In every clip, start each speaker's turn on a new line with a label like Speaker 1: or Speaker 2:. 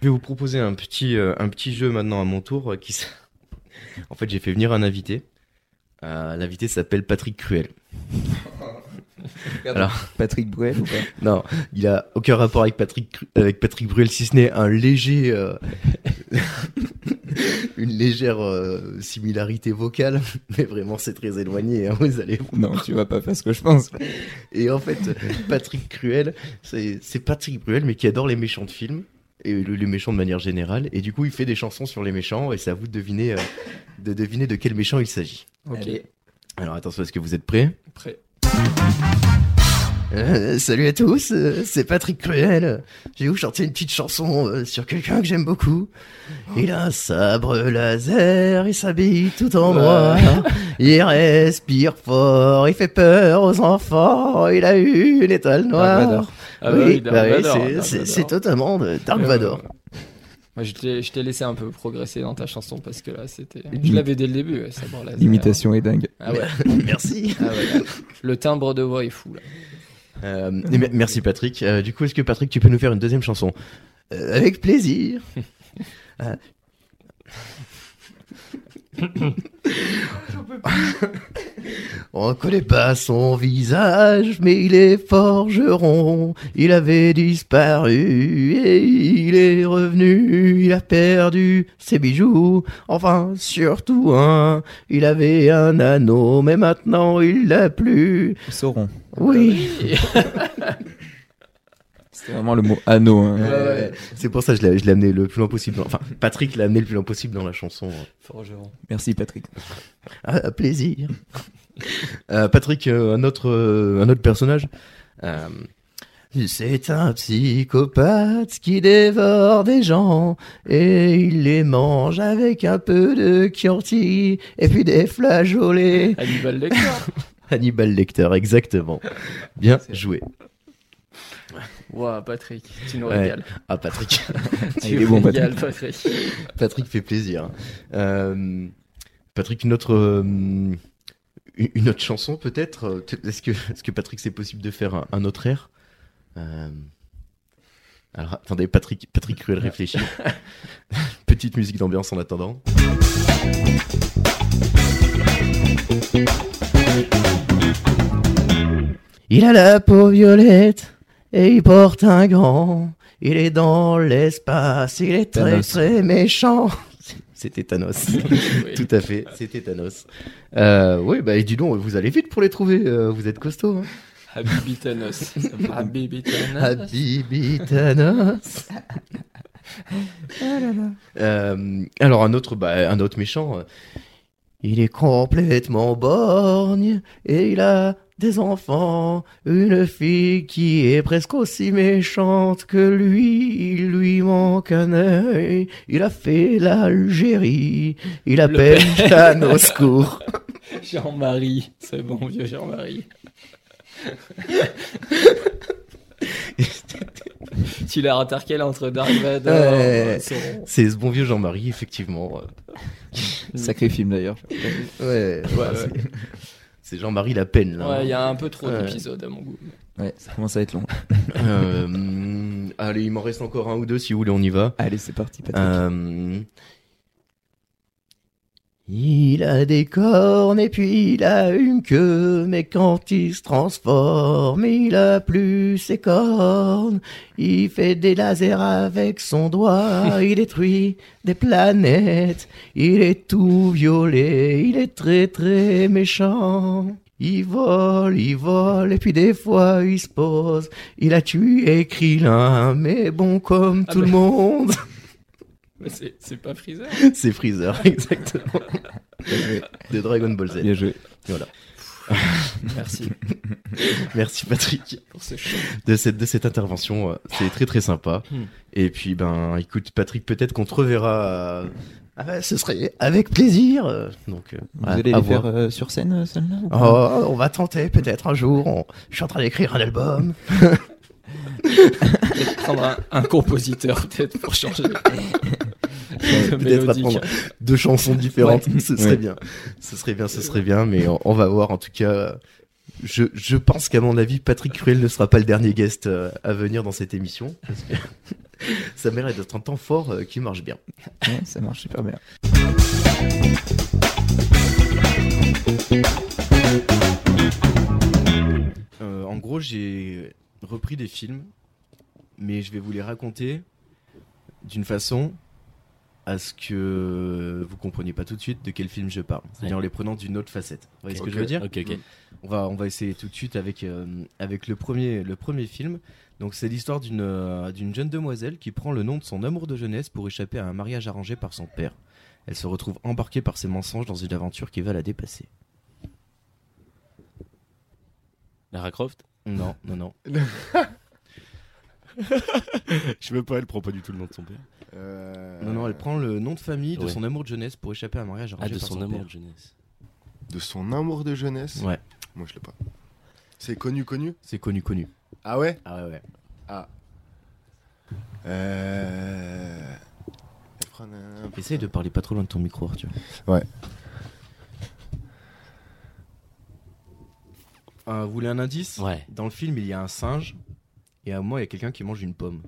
Speaker 1: Je vais vous proposer un petit, euh, un petit jeu maintenant à mon tour. euh, qui... s- en fait, j'ai fait venir un invité. Euh, L'invité s'appelle Patrick Cruel.
Speaker 2: Patrick Bruel ou pas
Speaker 1: Non, il a aucun rapport avec Patrick, Cru- avec Patrick Bruel, si ce n'est un léger, euh, une légère euh, similarité vocale, mais vraiment c'est très éloigné. hein, vous allez.
Speaker 2: Non, tu vas pas faire ce que je pense.
Speaker 1: Et en fait, Patrick Cruel, c'est c'est Patrick Bruel, mais qui adore les méchants de films et le- les méchants de manière générale. Et du coup, il fait des chansons sur les méchants, et c'est à vous de deviner, euh, de deviner de quel méchant il s'agit.
Speaker 3: Ok.
Speaker 2: Allez.
Speaker 1: Alors attention, est-ce que vous êtes prêts
Speaker 3: Prêt.
Speaker 1: Euh, salut à tous, euh, c'est Patrick Cruel. Je vais vous chanter une petite chanson euh, sur quelqu'un que j'aime beaucoup. Il a un sabre laser, il s'habille tout en noir. Il respire fort, il fait peur aux enfants. Il a eu une étoile
Speaker 2: Dark
Speaker 1: noire.
Speaker 2: Vador.
Speaker 3: Ah
Speaker 1: oui,
Speaker 3: bah
Speaker 1: bah oui,
Speaker 3: Dark Vador,
Speaker 1: c'est-
Speaker 3: Dark
Speaker 1: c'est
Speaker 3: Vador.
Speaker 1: c'est totalement de Dark
Speaker 3: Euh,
Speaker 1: Vador.
Speaker 3: Moi, je t'ai, je t'ai laissé un peu progresser dans ta chanson parce que là, c'était. Je
Speaker 2: Limite-
Speaker 3: l'avais dès le début, ouais, ça bon, là, c'est-
Speaker 2: L'imitation est dingue.
Speaker 3: Ah ouais.
Speaker 1: Merci.
Speaker 3: Ah ouais, là, le timbre de voix est fou là.
Speaker 1: Euh, et me- merci Patrick. Euh, du coup, est-ce que Patrick, tu peux nous faire une deuxième chanson Euh, Avec plaisir. Euh. On connaît pas son visage, mais il est forgeron. Il avait disparu et il est revenu. Il a perdu ses bijoux, enfin surtout un. Il avait un anneau, mais maintenant il l'a plus.
Speaker 2: Sauron.
Speaker 1: Oui.
Speaker 2: C'était vraiment le mot anneau. hein.
Speaker 1: Ouais, ouais, ouais. Euh, C'est pour ça que je l'ai, je l'ai amené le plus loin possible. dans- Enfin, Patrick l'a amené le plus loin possible dans la chanson.
Speaker 3: Forgeron.
Speaker 2: Merci Patrick.
Speaker 1: Ah, plaisir. Euh, Patrick, euh, un autre, euh, un autre personnage. Euh, c'est un psychopathe qui dévore des gens et il les mange avec un peu de Chianti et puis des flageolets.
Speaker 3: Hannibal Lecter.
Speaker 1: Hannibal Lecter, exactement. Bien joué.
Speaker 3: Waouh, Patrick, tu nous
Speaker 1: Ouais.
Speaker 3: régales.
Speaker 1: Ah, Patrick.
Speaker 2: Il
Speaker 3: Tu
Speaker 2: est
Speaker 3: nous
Speaker 2: bon,
Speaker 3: régales, Patrick.
Speaker 1: Patrick fait plaisir. Euh, Patrick, une autre, euh, une autre chanson peut-être Est-ce que, est que Patrick, c'est possible de faire un, un autre air Euh, Alors attendez, Patrick, Patrick Cruel réfléchit. Petite musique d'ambiance en attendant. Il a la peau violette et il porte un gant. Il est dans l'espace, il est très
Speaker 2: Thanos.
Speaker 1: très méchant. C'était Thanos.
Speaker 3: Oui.
Speaker 1: Tout à fait, c'était Thanos. Euh, oui, bah et dis donc, vous allez vite pour les trouver, euh, vous êtes costaud. Hein.
Speaker 3: Habibi Thanos. Habibi Thanos.
Speaker 1: Habibi Thanos. Euh, alors un autre, bah, un autre méchant. euh, Il est complètement borgne et il a des enfants, une fille qui est presque aussi méchante que lui. Il lui manque un œil. Il a fait l'Algérie. Il appelle Thanos court.
Speaker 3: Jean-Marie. C'est bon, vieux Jean-Marie. tu l'as intercalé entre Dark Vador
Speaker 1: Ouais.
Speaker 3: Sauron.
Speaker 1: C'est ce bon vieux Jean-Marie, effectivement.
Speaker 2: Sacré film d'ailleurs.
Speaker 1: Ouais,
Speaker 3: ouais.
Speaker 1: c'est- C'est Jean-Marie la peine, là.
Speaker 3: Ouais, il y a un peu trop
Speaker 1: Ouais.
Speaker 3: d'épisodes à mon goût.
Speaker 2: Ouais, ça commence à être long.
Speaker 1: Euh, hum, allez, il m'en reste encore un ou deux, si vous voulez, on y va.
Speaker 2: Allez, c'est parti Patrick.
Speaker 1: Euh, Il a des cornes et puis il a une queue, mais quand il se transforme, il a plus ses cornes. Il fait des lasers avec son doigt, il détruit des planètes, il est tout violet, il est très très méchant. Il vole, il vole, et puis des fois il se pose. Il a tué Krillin, mais bon comme
Speaker 3: Ah
Speaker 1: tout
Speaker 3: bah.
Speaker 1: le monde.
Speaker 3: Mais c'est c'est pas Freezer.
Speaker 1: C'est Freezer, exactement. De Dragon Ball Z.
Speaker 2: Bien joué.
Speaker 3: Merci
Speaker 1: Merci Patrick
Speaker 3: pour ce show.
Speaker 1: de cette, de cette intervention. euh, C'est très très sympa.
Speaker 3: Hmm.
Speaker 1: Et puis, ben, écoute, Patrick, peut-être qu'on te reverra. euh, Ah bah, ce serait avec plaisir. euh, Donc, euh,
Speaker 2: Vous
Speaker 1: à-
Speaker 2: allez
Speaker 1: à
Speaker 2: les faire
Speaker 1: voir.
Speaker 2: euh, sur scène euh, celle-là ou pas
Speaker 1: Oh, on va tenter peut-être un jour. on- Je suis en train d'écrire un album.
Speaker 3: Peut-être prendre un, un compositeur, peut-être, pour changer.
Speaker 1: Peut-être apprendre deux chansons différentes. Ce serait
Speaker 2: Ouais.
Speaker 1: bien. Ce serait bien, ce serait bien. Mais on, on va voir. En tout cas, je, je pense qu'à mon avis, Patrick Cruel ne sera pas le dernier guest euh, à venir dans cette émission. parce que Ça mérite d'être un temps fort euh, qui marche bien.
Speaker 2: Ouais, ça marche super bien.
Speaker 1: Euh, en gros, j'ai repris des films, mais je vais vous les raconter d'une façon à ce que vous compreniez pas tout de suite de quel film je parle, c'est-à-dire en les prenant d'une autre facette. Vous voyez ce que je veux dire
Speaker 4: Ok, ok.
Speaker 1: on va, on va essayer tout de suite avec, euh, avec le, premier, le premier film. Donc c'est l'histoire d'une euh, d'une jeune demoiselle qui prend le nom de son amour de jeunesse pour échapper à un mariage arrangé par son père. Elle se retrouve embarquée par ses mensonges dans une aventure qui va la dépasser.
Speaker 4: Lara Croft
Speaker 1: Non, non, non.
Speaker 4: Je veux pas, elle prend pas du tout le nom de son père.
Speaker 5: Euh,
Speaker 1: Non, non, elle prend le nom de famille de
Speaker 4: Ouais.
Speaker 1: son amour de jeunesse pour échapper à un mariage arrangé
Speaker 4: Ah, de
Speaker 1: par
Speaker 4: son
Speaker 1: son
Speaker 4: amour de jeunesse.
Speaker 5: De son amour de jeunesse
Speaker 1: père. Ouais,
Speaker 5: Moi, je l'ai pas. C'est connu, connu
Speaker 1: c'est connu, connu.
Speaker 5: Ah ouais
Speaker 1: Ah ouais, ouais.
Speaker 5: Euh. Elle prend un-
Speaker 1: Essaye de parler pas trop loin de ton micro, Arthur.
Speaker 5: Ah. Ouais.
Speaker 1: Euh, vous voulez un indice
Speaker 4: Ouais.
Speaker 1: Dans le film, il y a un singe et à un moment, il y a quelqu'un qui mange une pomme.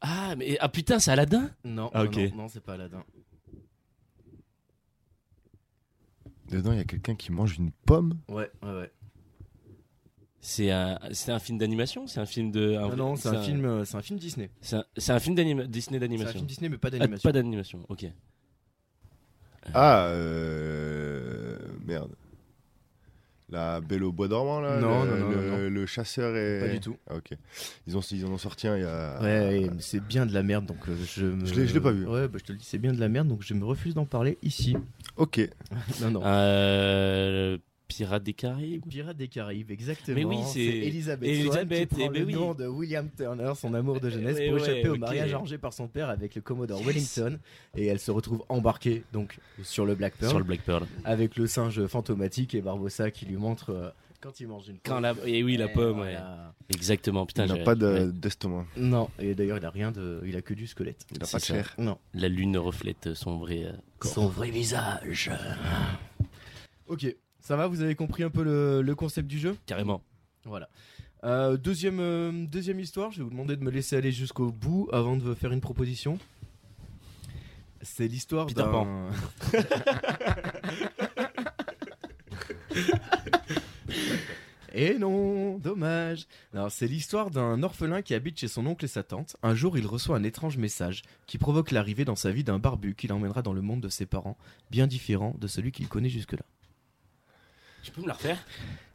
Speaker 4: Ah, mais ah putain, c'est Aladdin
Speaker 1: Non,
Speaker 4: Ah,
Speaker 1: non,
Speaker 4: ok.
Speaker 1: non, non, c'est pas Aladdin.
Speaker 5: Dedans, il y a quelqu'un qui mange une pomme.
Speaker 1: Ouais, ouais, ouais.
Speaker 4: C'est un, c'est un film d'animation C'est un film de.
Speaker 1: Ah
Speaker 4: un-
Speaker 1: non, c'est un, film, euh, c'est un film Disney.
Speaker 4: C'est un, c'est un film d'anima-
Speaker 1: C'est
Speaker 4: Disney
Speaker 1: un film
Speaker 4: d'animation.
Speaker 1: Disney, mais pas
Speaker 4: Ah,
Speaker 1: d'animation.
Speaker 4: pas d'animation, ok.
Speaker 5: Ah, euh. Merde. La Belle au Bois dormant, là
Speaker 1: Non,
Speaker 5: le,
Speaker 1: non, non,
Speaker 5: le,
Speaker 1: non,
Speaker 5: le chasseur et.
Speaker 1: Pas du tout.
Speaker 5: Ah, ok. Ils, ont, ils en ont sorti un il y a.
Speaker 1: Ouais, mais c'est bien de la merde, donc euh, je me...
Speaker 5: Je l'ai- je l'ai pas vu.
Speaker 1: Ouais, bah, je te le dis, c'est bien de la merde, donc je me refuse d'en parler ici.
Speaker 5: Ok.
Speaker 1: Non, non.
Speaker 4: Euh, Pirates des Caraïbes
Speaker 1: Pirates des Caraïbes, exactement.
Speaker 4: Mais oui, c'est-
Speaker 1: Elisabeth,
Speaker 4: Et
Speaker 1: Swann
Speaker 4: Elisabeth,
Speaker 1: qui prend
Speaker 4: eh ben
Speaker 1: le
Speaker 4: oui.
Speaker 1: nom de William Turner, son amour de jeunesse,
Speaker 4: Eh
Speaker 1: pour
Speaker 4: ouais,
Speaker 1: échapper au
Speaker 4: ok.
Speaker 1: mariage arrangé par son père avec le Commodore
Speaker 4: Yes.
Speaker 1: Wellington, et elle se retrouve embarquée donc sur le Black Pearl
Speaker 4: sur le Black Pearl.
Speaker 1: avec le singe fantomatique et Barbossa qui lui montre euh, quand il mange une
Speaker 4: Quand
Speaker 1: pomme.
Speaker 4: la... Et oui, la
Speaker 1: Eh,
Speaker 4: pomme, ouais.
Speaker 1: voilà.
Speaker 4: Exactement, putain.
Speaker 5: Il n'a
Speaker 4: j'ai-
Speaker 5: pas
Speaker 4: ouais.
Speaker 5: de- d'estomac.
Speaker 1: Non, et d'ailleurs il a rien de, il a que du squelette.
Speaker 5: Il n'a
Speaker 4: C'est
Speaker 5: pas de
Speaker 4: ça.
Speaker 5: chair.
Speaker 1: Non.
Speaker 4: La lune reflète son vrai. euh,
Speaker 1: Son vrai visage. Ok, ça va, vous avez compris un peu le, le concept du jeu
Speaker 4: Carrément.
Speaker 1: Voilà. Euh, deuxième, euh, deuxième histoire, je vais vous demander de me laisser aller jusqu'au bout avant de faire une proposition. C'est l'histoire
Speaker 4: Peter
Speaker 1: d'un... Et non, dommage. Alors, c'est l'histoire d'un orphelin qui habite chez son oncle et sa tante. Un jour, il reçoit un étrange message qui provoque l'arrivée dans sa vie d'un barbu qui l'emmènera dans le monde de ses parents, bien différent de celui qu'il connaît jusque-là.
Speaker 4: Tu peux me la refaire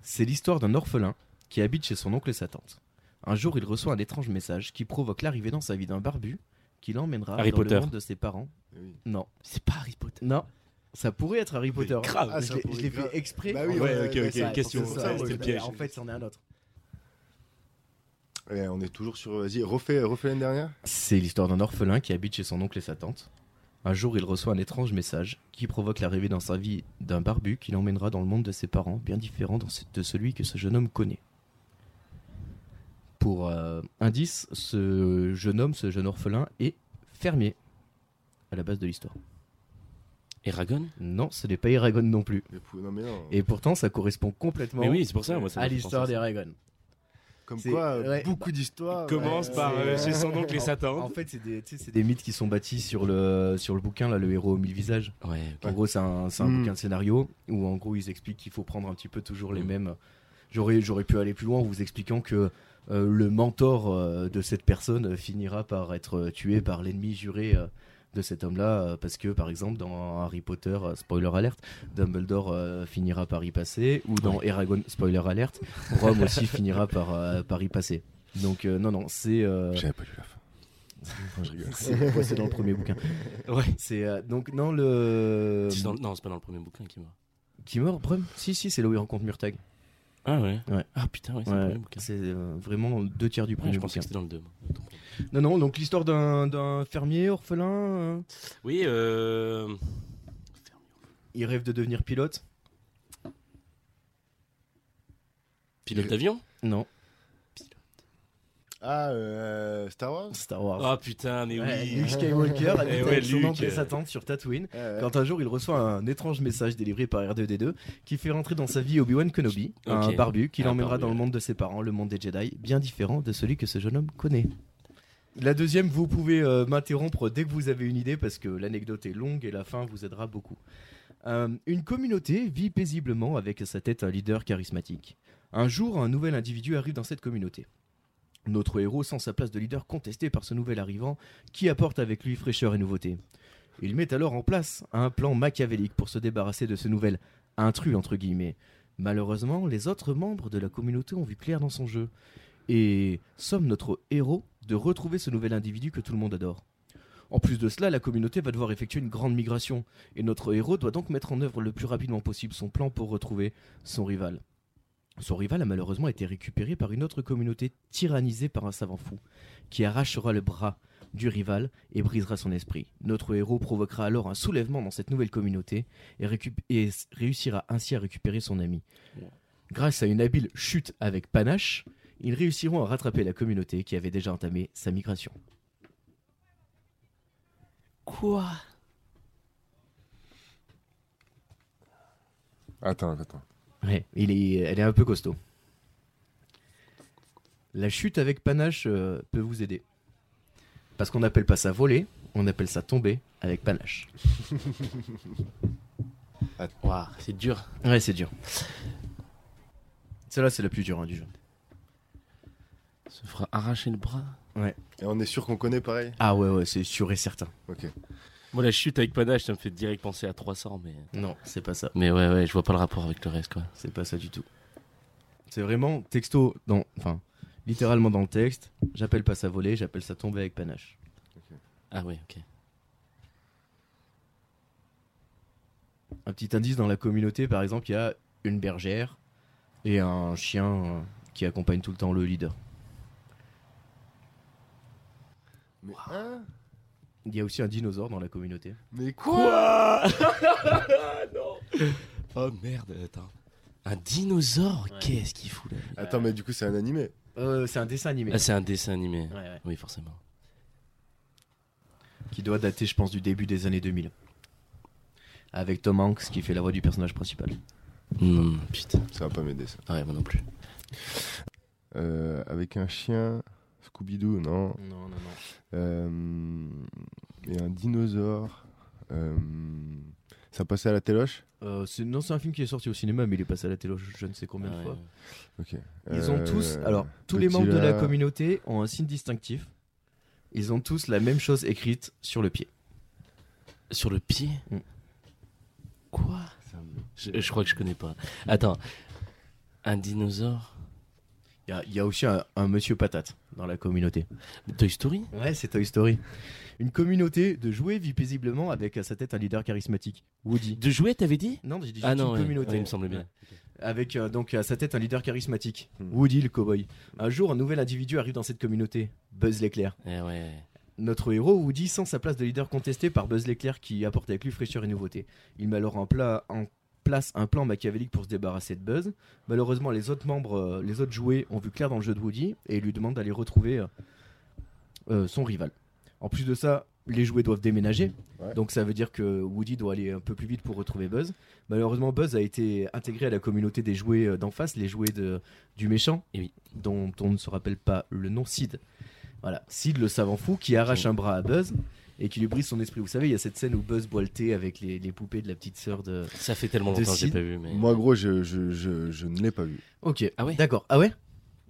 Speaker 1: C'est l'histoire d'un orphelin qui habite chez son oncle et sa tante. Un jour, il reçoit un étrange message qui provoque l'arrivée dans sa vie d'un barbu qui l'emmènera
Speaker 4: Harry
Speaker 1: dans
Speaker 4: Potter.
Speaker 1: le monde de ses parents.
Speaker 5: Oui.
Speaker 1: Non,
Speaker 4: C'est pas Harry Potter.
Speaker 1: non, ça pourrait être Harry Potter. hein.
Speaker 4: Grave.
Speaker 5: Ah,
Speaker 1: Je
Speaker 5: ça
Speaker 1: l'ai-
Speaker 5: pourrait
Speaker 1: je l'ai
Speaker 5: grave.
Speaker 1: fait exprès.
Speaker 5: Bah oui,
Speaker 4: Ouais,
Speaker 5: ouais,
Speaker 4: ok,
Speaker 5: ouais,
Speaker 4: ok,
Speaker 5: ça,
Speaker 4: question,
Speaker 5: c'est
Speaker 1: C'est
Speaker 5: ça,
Speaker 1: ça,
Speaker 4: ouais, c'était
Speaker 1: ouais,
Speaker 4: le piège.
Speaker 1: En fait, c'en est un autre.
Speaker 5: Ouais, on est toujours sur. Vas-y, refais, refais l'année dernière.
Speaker 1: C'est l'histoire d'un orphelin qui habite chez son oncle et sa tante. Un jour, il reçoit un étrange message qui provoque l'arrivée dans sa vie d'un barbu qui l'emmènera dans le monde de ses parents, bien différent dans ce- de celui que ce jeune homme connaît. Pour euh, indice, ce jeune homme, ce jeune orphelin est fermier à la base de l'histoire.
Speaker 4: Et Ragon
Speaker 1: Non, ce n'est pas Eragon non plus.
Speaker 5: Mais pou- Non, mais non.
Speaker 1: Et pourtant, ça correspond complètement
Speaker 4: Mais oui, c'est pour ça, moi. ça
Speaker 1: à
Speaker 4: m'a fait
Speaker 1: l'histoire
Speaker 4: penser à ça.
Speaker 1: d'Eragon.
Speaker 5: Comme
Speaker 1: c'est-
Speaker 5: quoi, euh,
Speaker 1: ouais.
Speaker 5: beaucoup d'histoires.
Speaker 4: Il commence
Speaker 5: ouais,
Speaker 4: par
Speaker 5: c'est-
Speaker 4: euh, chez son oncle et sa
Speaker 1: En
Speaker 4: tante.
Speaker 1: fait, c'est des, tu sais, c'est des mythes qui sont bâtis sur le, sur le bouquin, là, le héros aux mille visages.
Speaker 4: Ouais, ok.
Speaker 1: En gros, c'est un, c'est un
Speaker 5: Mm.
Speaker 1: bouquin de scénario où en gros ils expliquent qu'il faut prendre un petit peu toujours les
Speaker 4: Mm.
Speaker 1: mêmes. J'aurais, j'aurais pu aller plus loin en vous expliquant que euh, le mentor euh, de cette personne euh, finira par être euh, tué par l'ennemi juré euh, de cet homme-là euh, parce que par exemple dans Harry Potter, euh, spoiler alerte, Dumbledore euh, finira par y passer ou dans Eragon, spoiler alerte, Rome aussi finira par, euh, par y passer. Donc euh, non non c'est euh,
Speaker 5: J'avais pas lu la fin. Je rigole.
Speaker 1: c'est, ouais, c'est dans le premier bouquin.
Speaker 4: Ouais.
Speaker 1: C'est euh, donc non le
Speaker 4: C'est dans- Non, c'est pas dans le premier bouquin qui meurt.
Speaker 1: qui meurt Brum Si, si, c'est là où il rencontre Murtag.
Speaker 4: Ah ouais.
Speaker 1: Ouais.
Speaker 4: Ah putain, ouais, c'est le
Speaker 1: Ouais,
Speaker 4: premier bouquin.
Speaker 1: c'est euh, vraiment deux tiers du
Speaker 4: Ouais,
Speaker 1: premier
Speaker 4: je pensais
Speaker 1: bouquin.
Speaker 4: que c'était dans le 2. moi.
Speaker 1: Non, non, donc l'histoire d'un, d'un fermier orphelin, euh,
Speaker 4: Oui, euh.
Speaker 1: il rêve de devenir pilote.
Speaker 4: Pilote d'avion
Speaker 1: Non.
Speaker 5: Ah, euh, Star Wars
Speaker 1: Star Wars.
Speaker 4: Oh putain, mais
Speaker 1: Ouais,
Speaker 4: oui.
Speaker 1: Luke Skywalker
Speaker 4: Eh
Speaker 1: habite
Speaker 4: ouais,
Speaker 1: avec son
Speaker 4: Luke.
Speaker 1: oncle et sa tante sur Tatooine.
Speaker 5: Ouais, ouais.
Speaker 1: Quand un jour il reçoit un étrange message délivré par R2D2 qui fait rentrer dans sa vie Obi-Wan Kenobi, un
Speaker 4: Ok.
Speaker 1: barbu qui
Speaker 4: Un
Speaker 1: l'emmènera
Speaker 4: barbu,
Speaker 1: dans le
Speaker 4: ouais.
Speaker 1: monde de ses parents, le monde des Jedi, bien différent de celui que ce jeune homme connaît. La deuxième, vous pouvez euh, m'interrompre dès que vous avez une idée parce que l'anecdote est longue et la fin vous aidera beaucoup. Euh, une communauté vit paisiblement avec à sa tête un leader charismatique. Un jour, un nouvel individu arrive dans cette communauté. Notre héros sent sa place de leader contestée par ce nouvel arrivant qui apporte avec lui fraîcheur et nouveauté. Il met alors en place un plan machiavélique pour se débarrasser de ce nouvel intrus entre guillemets. Malheureusement, les autres membres de la communauté ont vu clair dans son jeu et sommes notre héros de retrouver ce nouvel individu que tout le monde adore. En plus de cela, la communauté va devoir effectuer une grande migration et notre héros doit donc mettre en œuvre le plus rapidement possible son plan pour retrouver son rival. Son rival a malheureusement été récupéré par une autre communauté tyrannisée par un savant fou qui arrachera le bras du rival et brisera son esprit. Notre héros provoquera alors un soulèvement dans cette nouvelle communauté et, récup- et s- réussira ainsi à récupérer son ami. Grâce à une habile chute avec panache, ils réussiront à rattraper la communauté qui avait déjà entamé sa migration.
Speaker 4: Quoi
Speaker 5: Attends, attends.
Speaker 1: Ouais, il est, elle est un peu costaud. La chute avec panache euh, peut vous aider. Parce qu'on n'appelle pas ça voler, on appelle ça tomber avec panache.
Speaker 4: Waouh, c'est dur.
Speaker 1: Ouais, c'est dur. Celle-là, c'est la plus dure hein, du jeu.
Speaker 4: Se fera arracher le bras.
Speaker 5: Et on est sûr qu'on connaît pareil
Speaker 1: Ah ouais, ouais, c'est sûr et certain.
Speaker 5: Ok.
Speaker 4: Moi, la chute avec panache, ça me fait direct penser à 300, mais.
Speaker 1: Non, c'est pas ça.
Speaker 4: Mais ouais, ouais, je vois pas le rapport avec le reste, quoi.
Speaker 1: C'est pas ça du tout. C'est vraiment texto, dans, enfin, littéralement dans le texte. J'appelle pas ça voler, j'appelle ça tomber avec panache.
Speaker 4: Ah ouais, ok.
Speaker 1: Un petit indice dans la communauté, par exemple, il y a une bergère et un chien euh, qui accompagne tout le temps le leader.
Speaker 5: Mais, hein
Speaker 1: Il y a aussi un dinosaure dans la communauté.
Speaker 5: Mais quoi
Speaker 4: Oh merde, attends. Un dinosaure Qu'est-ce qu'il fout là
Speaker 5: Attends, mais du coup, c'est un animé.
Speaker 1: Euh, c'est un dessin animé.
Speaker 4: Ah, c'est un dessin animé.
Speaker 1: Ouais, ouais.
Speaker 4: Oui, forcément.
Speaker 1: Qui doit dater, je pense, du début des années 2000. Avec Tom Hanks qui fait la voix du personnage principal.
Speaker 4: Non, Hmm, putain. Ah
Speaker 5: Ça va pas m'aider, ça.
Speaker 4: Ouais, moi non plus.
Speaker 5: Euh, avec un chien, Scooby-Doo, non
Speaker 1: Non, non, non.
Speaker 5: Euh, et un dinosaure. Euh, ça passait à la téloche
Speaker 1: non, Euh, c'est un film qui est sorti au cinéma, mais il est passé à la télé je, je ne sais combien de
Speaker 4: Ah Ouais,
Speaker 1: fois.
Speaker 4: ouais.
Speaker 5: Ok.
Speaker 1: Ils ont
Speaker 5: Euh,
Speaker 1: tous, alors tous
Speaker 5: Godzilla.
Speaker 1: les membres de la communauté ont un signe distinctif. Ils ont tous la même chose écrite sur le pied.
Speaker 4: Sur le pied
Speaker 1: Mm.
Speaker 4: Quoi je, je crois que je connais pas. Attends. Un dinosaure
Speaker 1: Il y a- il y, a aussi un, un monsieur patate dans la communauté.
Speaker 4: Toy Story
Speaker 1: Ouais, c'est Toy Story. Une communauté de jouets vit paisiblement avec à sa tête un leader charismatique, Woody.
Speaker 4: De jouets, t'avais dit
Speaker 1: Non, j'ai dit
Speaker 4: Ah
Speaker 1: juste
Speaker 4: non,
Speaker 1: une
Speaker 4: ouais.
Speaker 1: communauté.
Speaker 4: Ouais, il me semble bien.
Speaker 1: Avec euh, donc à sa tête un leader charismatique,
Speaker 5: Hmm.
Speaker 1: Woody le cowboy. Un jour, un nouvel individu arrive dans cette communauté, Buzz l'éclair.
Speaker 4: Eh ouais.
Speaker 1: Notre héros Woody sent sa place de leader contestée par Buzz l'éclair qui apporte avec lui fraîcheur et nouveauté. Il met alors en, pla- en place un plan machiavélique pour se débarrasser de Buzz. Malheureusement, les autres membres, euh, les autres jouets ont vu clair dans le jeu de Woody et lui demandent d'aller retrouver euh, euh, son rival. En plus de ça, les jouets doivent déménager.
Speaker 5: Ouais.
Speaker 1: Donc ça veut dire que Woody doit aller un peu plus vite pour retrouver Buzz. Malheureusement, Buzz a été intégré à la communauté des jouets euh, d'en face, les jouets de, du méchant,
Speaker 4: Eh oui.
Speaker 1: dont on ne se rappelle pas le nom Sid. Voilà, Sid le savant fou qui arrache un bras à Buzz et qui lui brise son esprit. Vous savez, il y a cette scène où Buzz boit le thé avec les, les poupées de la petite sœur de...
Speaker 4: Ça fait tellement
Speaker 1: De
Speaker 4: longtemps que j'ai
Speaker 1: Sid.
Speaker 4: pas vu, mais.
Speaker 5: Moi, gros, je, je, je, je ne l'ai pas vu.
Speaker 1: Ok,
Speaker 4: Ah ouais
Speaker 1: d'accord. Ah ouais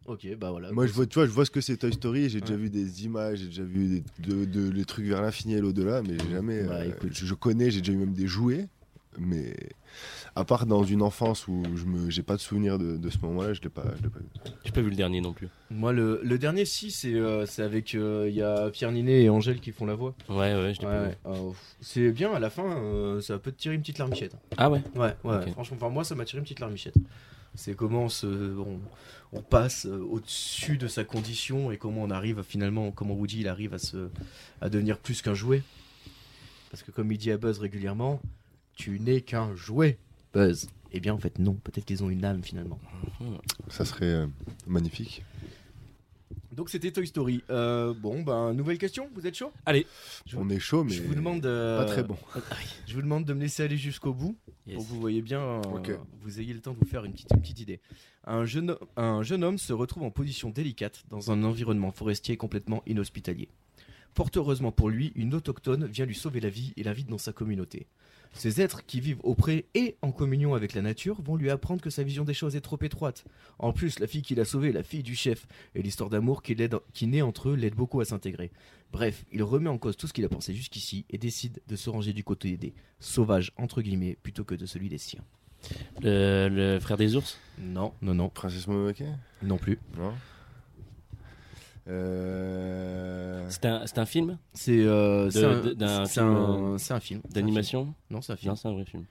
Speaker 1: Ok, bah voilà.
Speaker 5: Moi, je vois, tu vois, je vois ce que c'est Toy Story. J'ai déjà
Speaker 1: Ouais.
Speaker 5: vu des images, j'ai déjà vu des, de, de- les trucs vers l'infini et l'au-delà, mais j'ai jamais.
Speaker 1: Bah,
Speaker 5: euh,
Speaker 1: écoute.
Speaker 5: je, je connais, j'ai déjà eu même des jouets, mais à part dans une enfance où je me, j'ai pas de souvenir de, de ce moment-là, je l'ai pas, je l'ai pas vu.
Speaker 4: J'ai pas vu le dernier non plus.
Speaker 1: Moi, le, le dernier, si, c'est euh, c'est avec. euh, Il y a Pierre Ninet et Angèle qui font la voix.
Speaker 4: Ouais, ouais, je l'ai
Speaker 1: Ouais,
Speaker 4: pas vu.
Speaker 1: ouais. Oh, pff. c'est bien, à la fin, euh, ça peut te tirer une petite larmichette.
Speaker 4: Ah ouais
Speaker 1: Ouais, ouais,
Speaker 4: Ok.
Speaker 1: franchement, enfin, moi, ça m'a tiré une petite larmichette. C'est comment on, se- on, on passe euh, au-dessus de sa condition et comment on arrive à, finalement, comment Woody il arrive à, se, à devenir plus qu'un jouet. Parce que comme il dit à Buzz régulièrement, tu n'es qu'un jouet, Buzz. Eh bien, en fait, non, peut-être qu'ils ont une âme finalement.
Speaker 5: Ça serait euh, magnifique.
Speaker 1: Donc c'était Toy Story. Euh, bon, ben, nouvelle question, vous êtes chaud Je-
Speaker 5: On est chaud, mais
Speaker 1: Je vous demande. euh,
Speaker 5: pas très bon.
Speaker 1: Je vous demande de me laisser aller jusqu'au bout pour que vous voyez bien, euh,
Speaker 5: Ok.
Speaker 1: vous ayez le temps de vous faire une petite, une petite idée. Un jeune, un jeune homme se retrouve en position délicate dans un environnement forestier complètement inhospitalier. Fort heureusement pour lui, une autochtone vient lui sauver la vie et l'invite dans sa communauté. Ces êtres qui vivent auprès et en communion avec la nature vont lui apprendre que sa vision des choses est trop étroite. En plus, la fille qu'il a sauvée est la fille du chef et l'histoire d'amour qui, l'aide- qui naît entre eux l'aide beaucoup à s'intégrer. Bref, il remet en cause tout ce qu'il a pensé jusqu'ici et décide de se ranger du côté des sauvages entre guillemets plutôt que de celui des siens.
Speaker 4: Le, le frère des ours
Speaker 1: Non, non, non,
Speaker 5: Princesse Mononoke
Speaker 1: non plus.
Speaker 5: Non. Euh...
Speaker 4: C'est un, c'est un film
Speaker 1: C'est euh,
Speaker 4: De-
Speaker 1: c'est un,
Speaker 4: de- d'un
Speaker 1: c'est
Speaker 4: film, euh,
Speaker 1: un- c'est un film
Speaker 4: d'animation
Speaker 1: Non, c'est un film.
Speaker 4: Non, c'est un vrai film.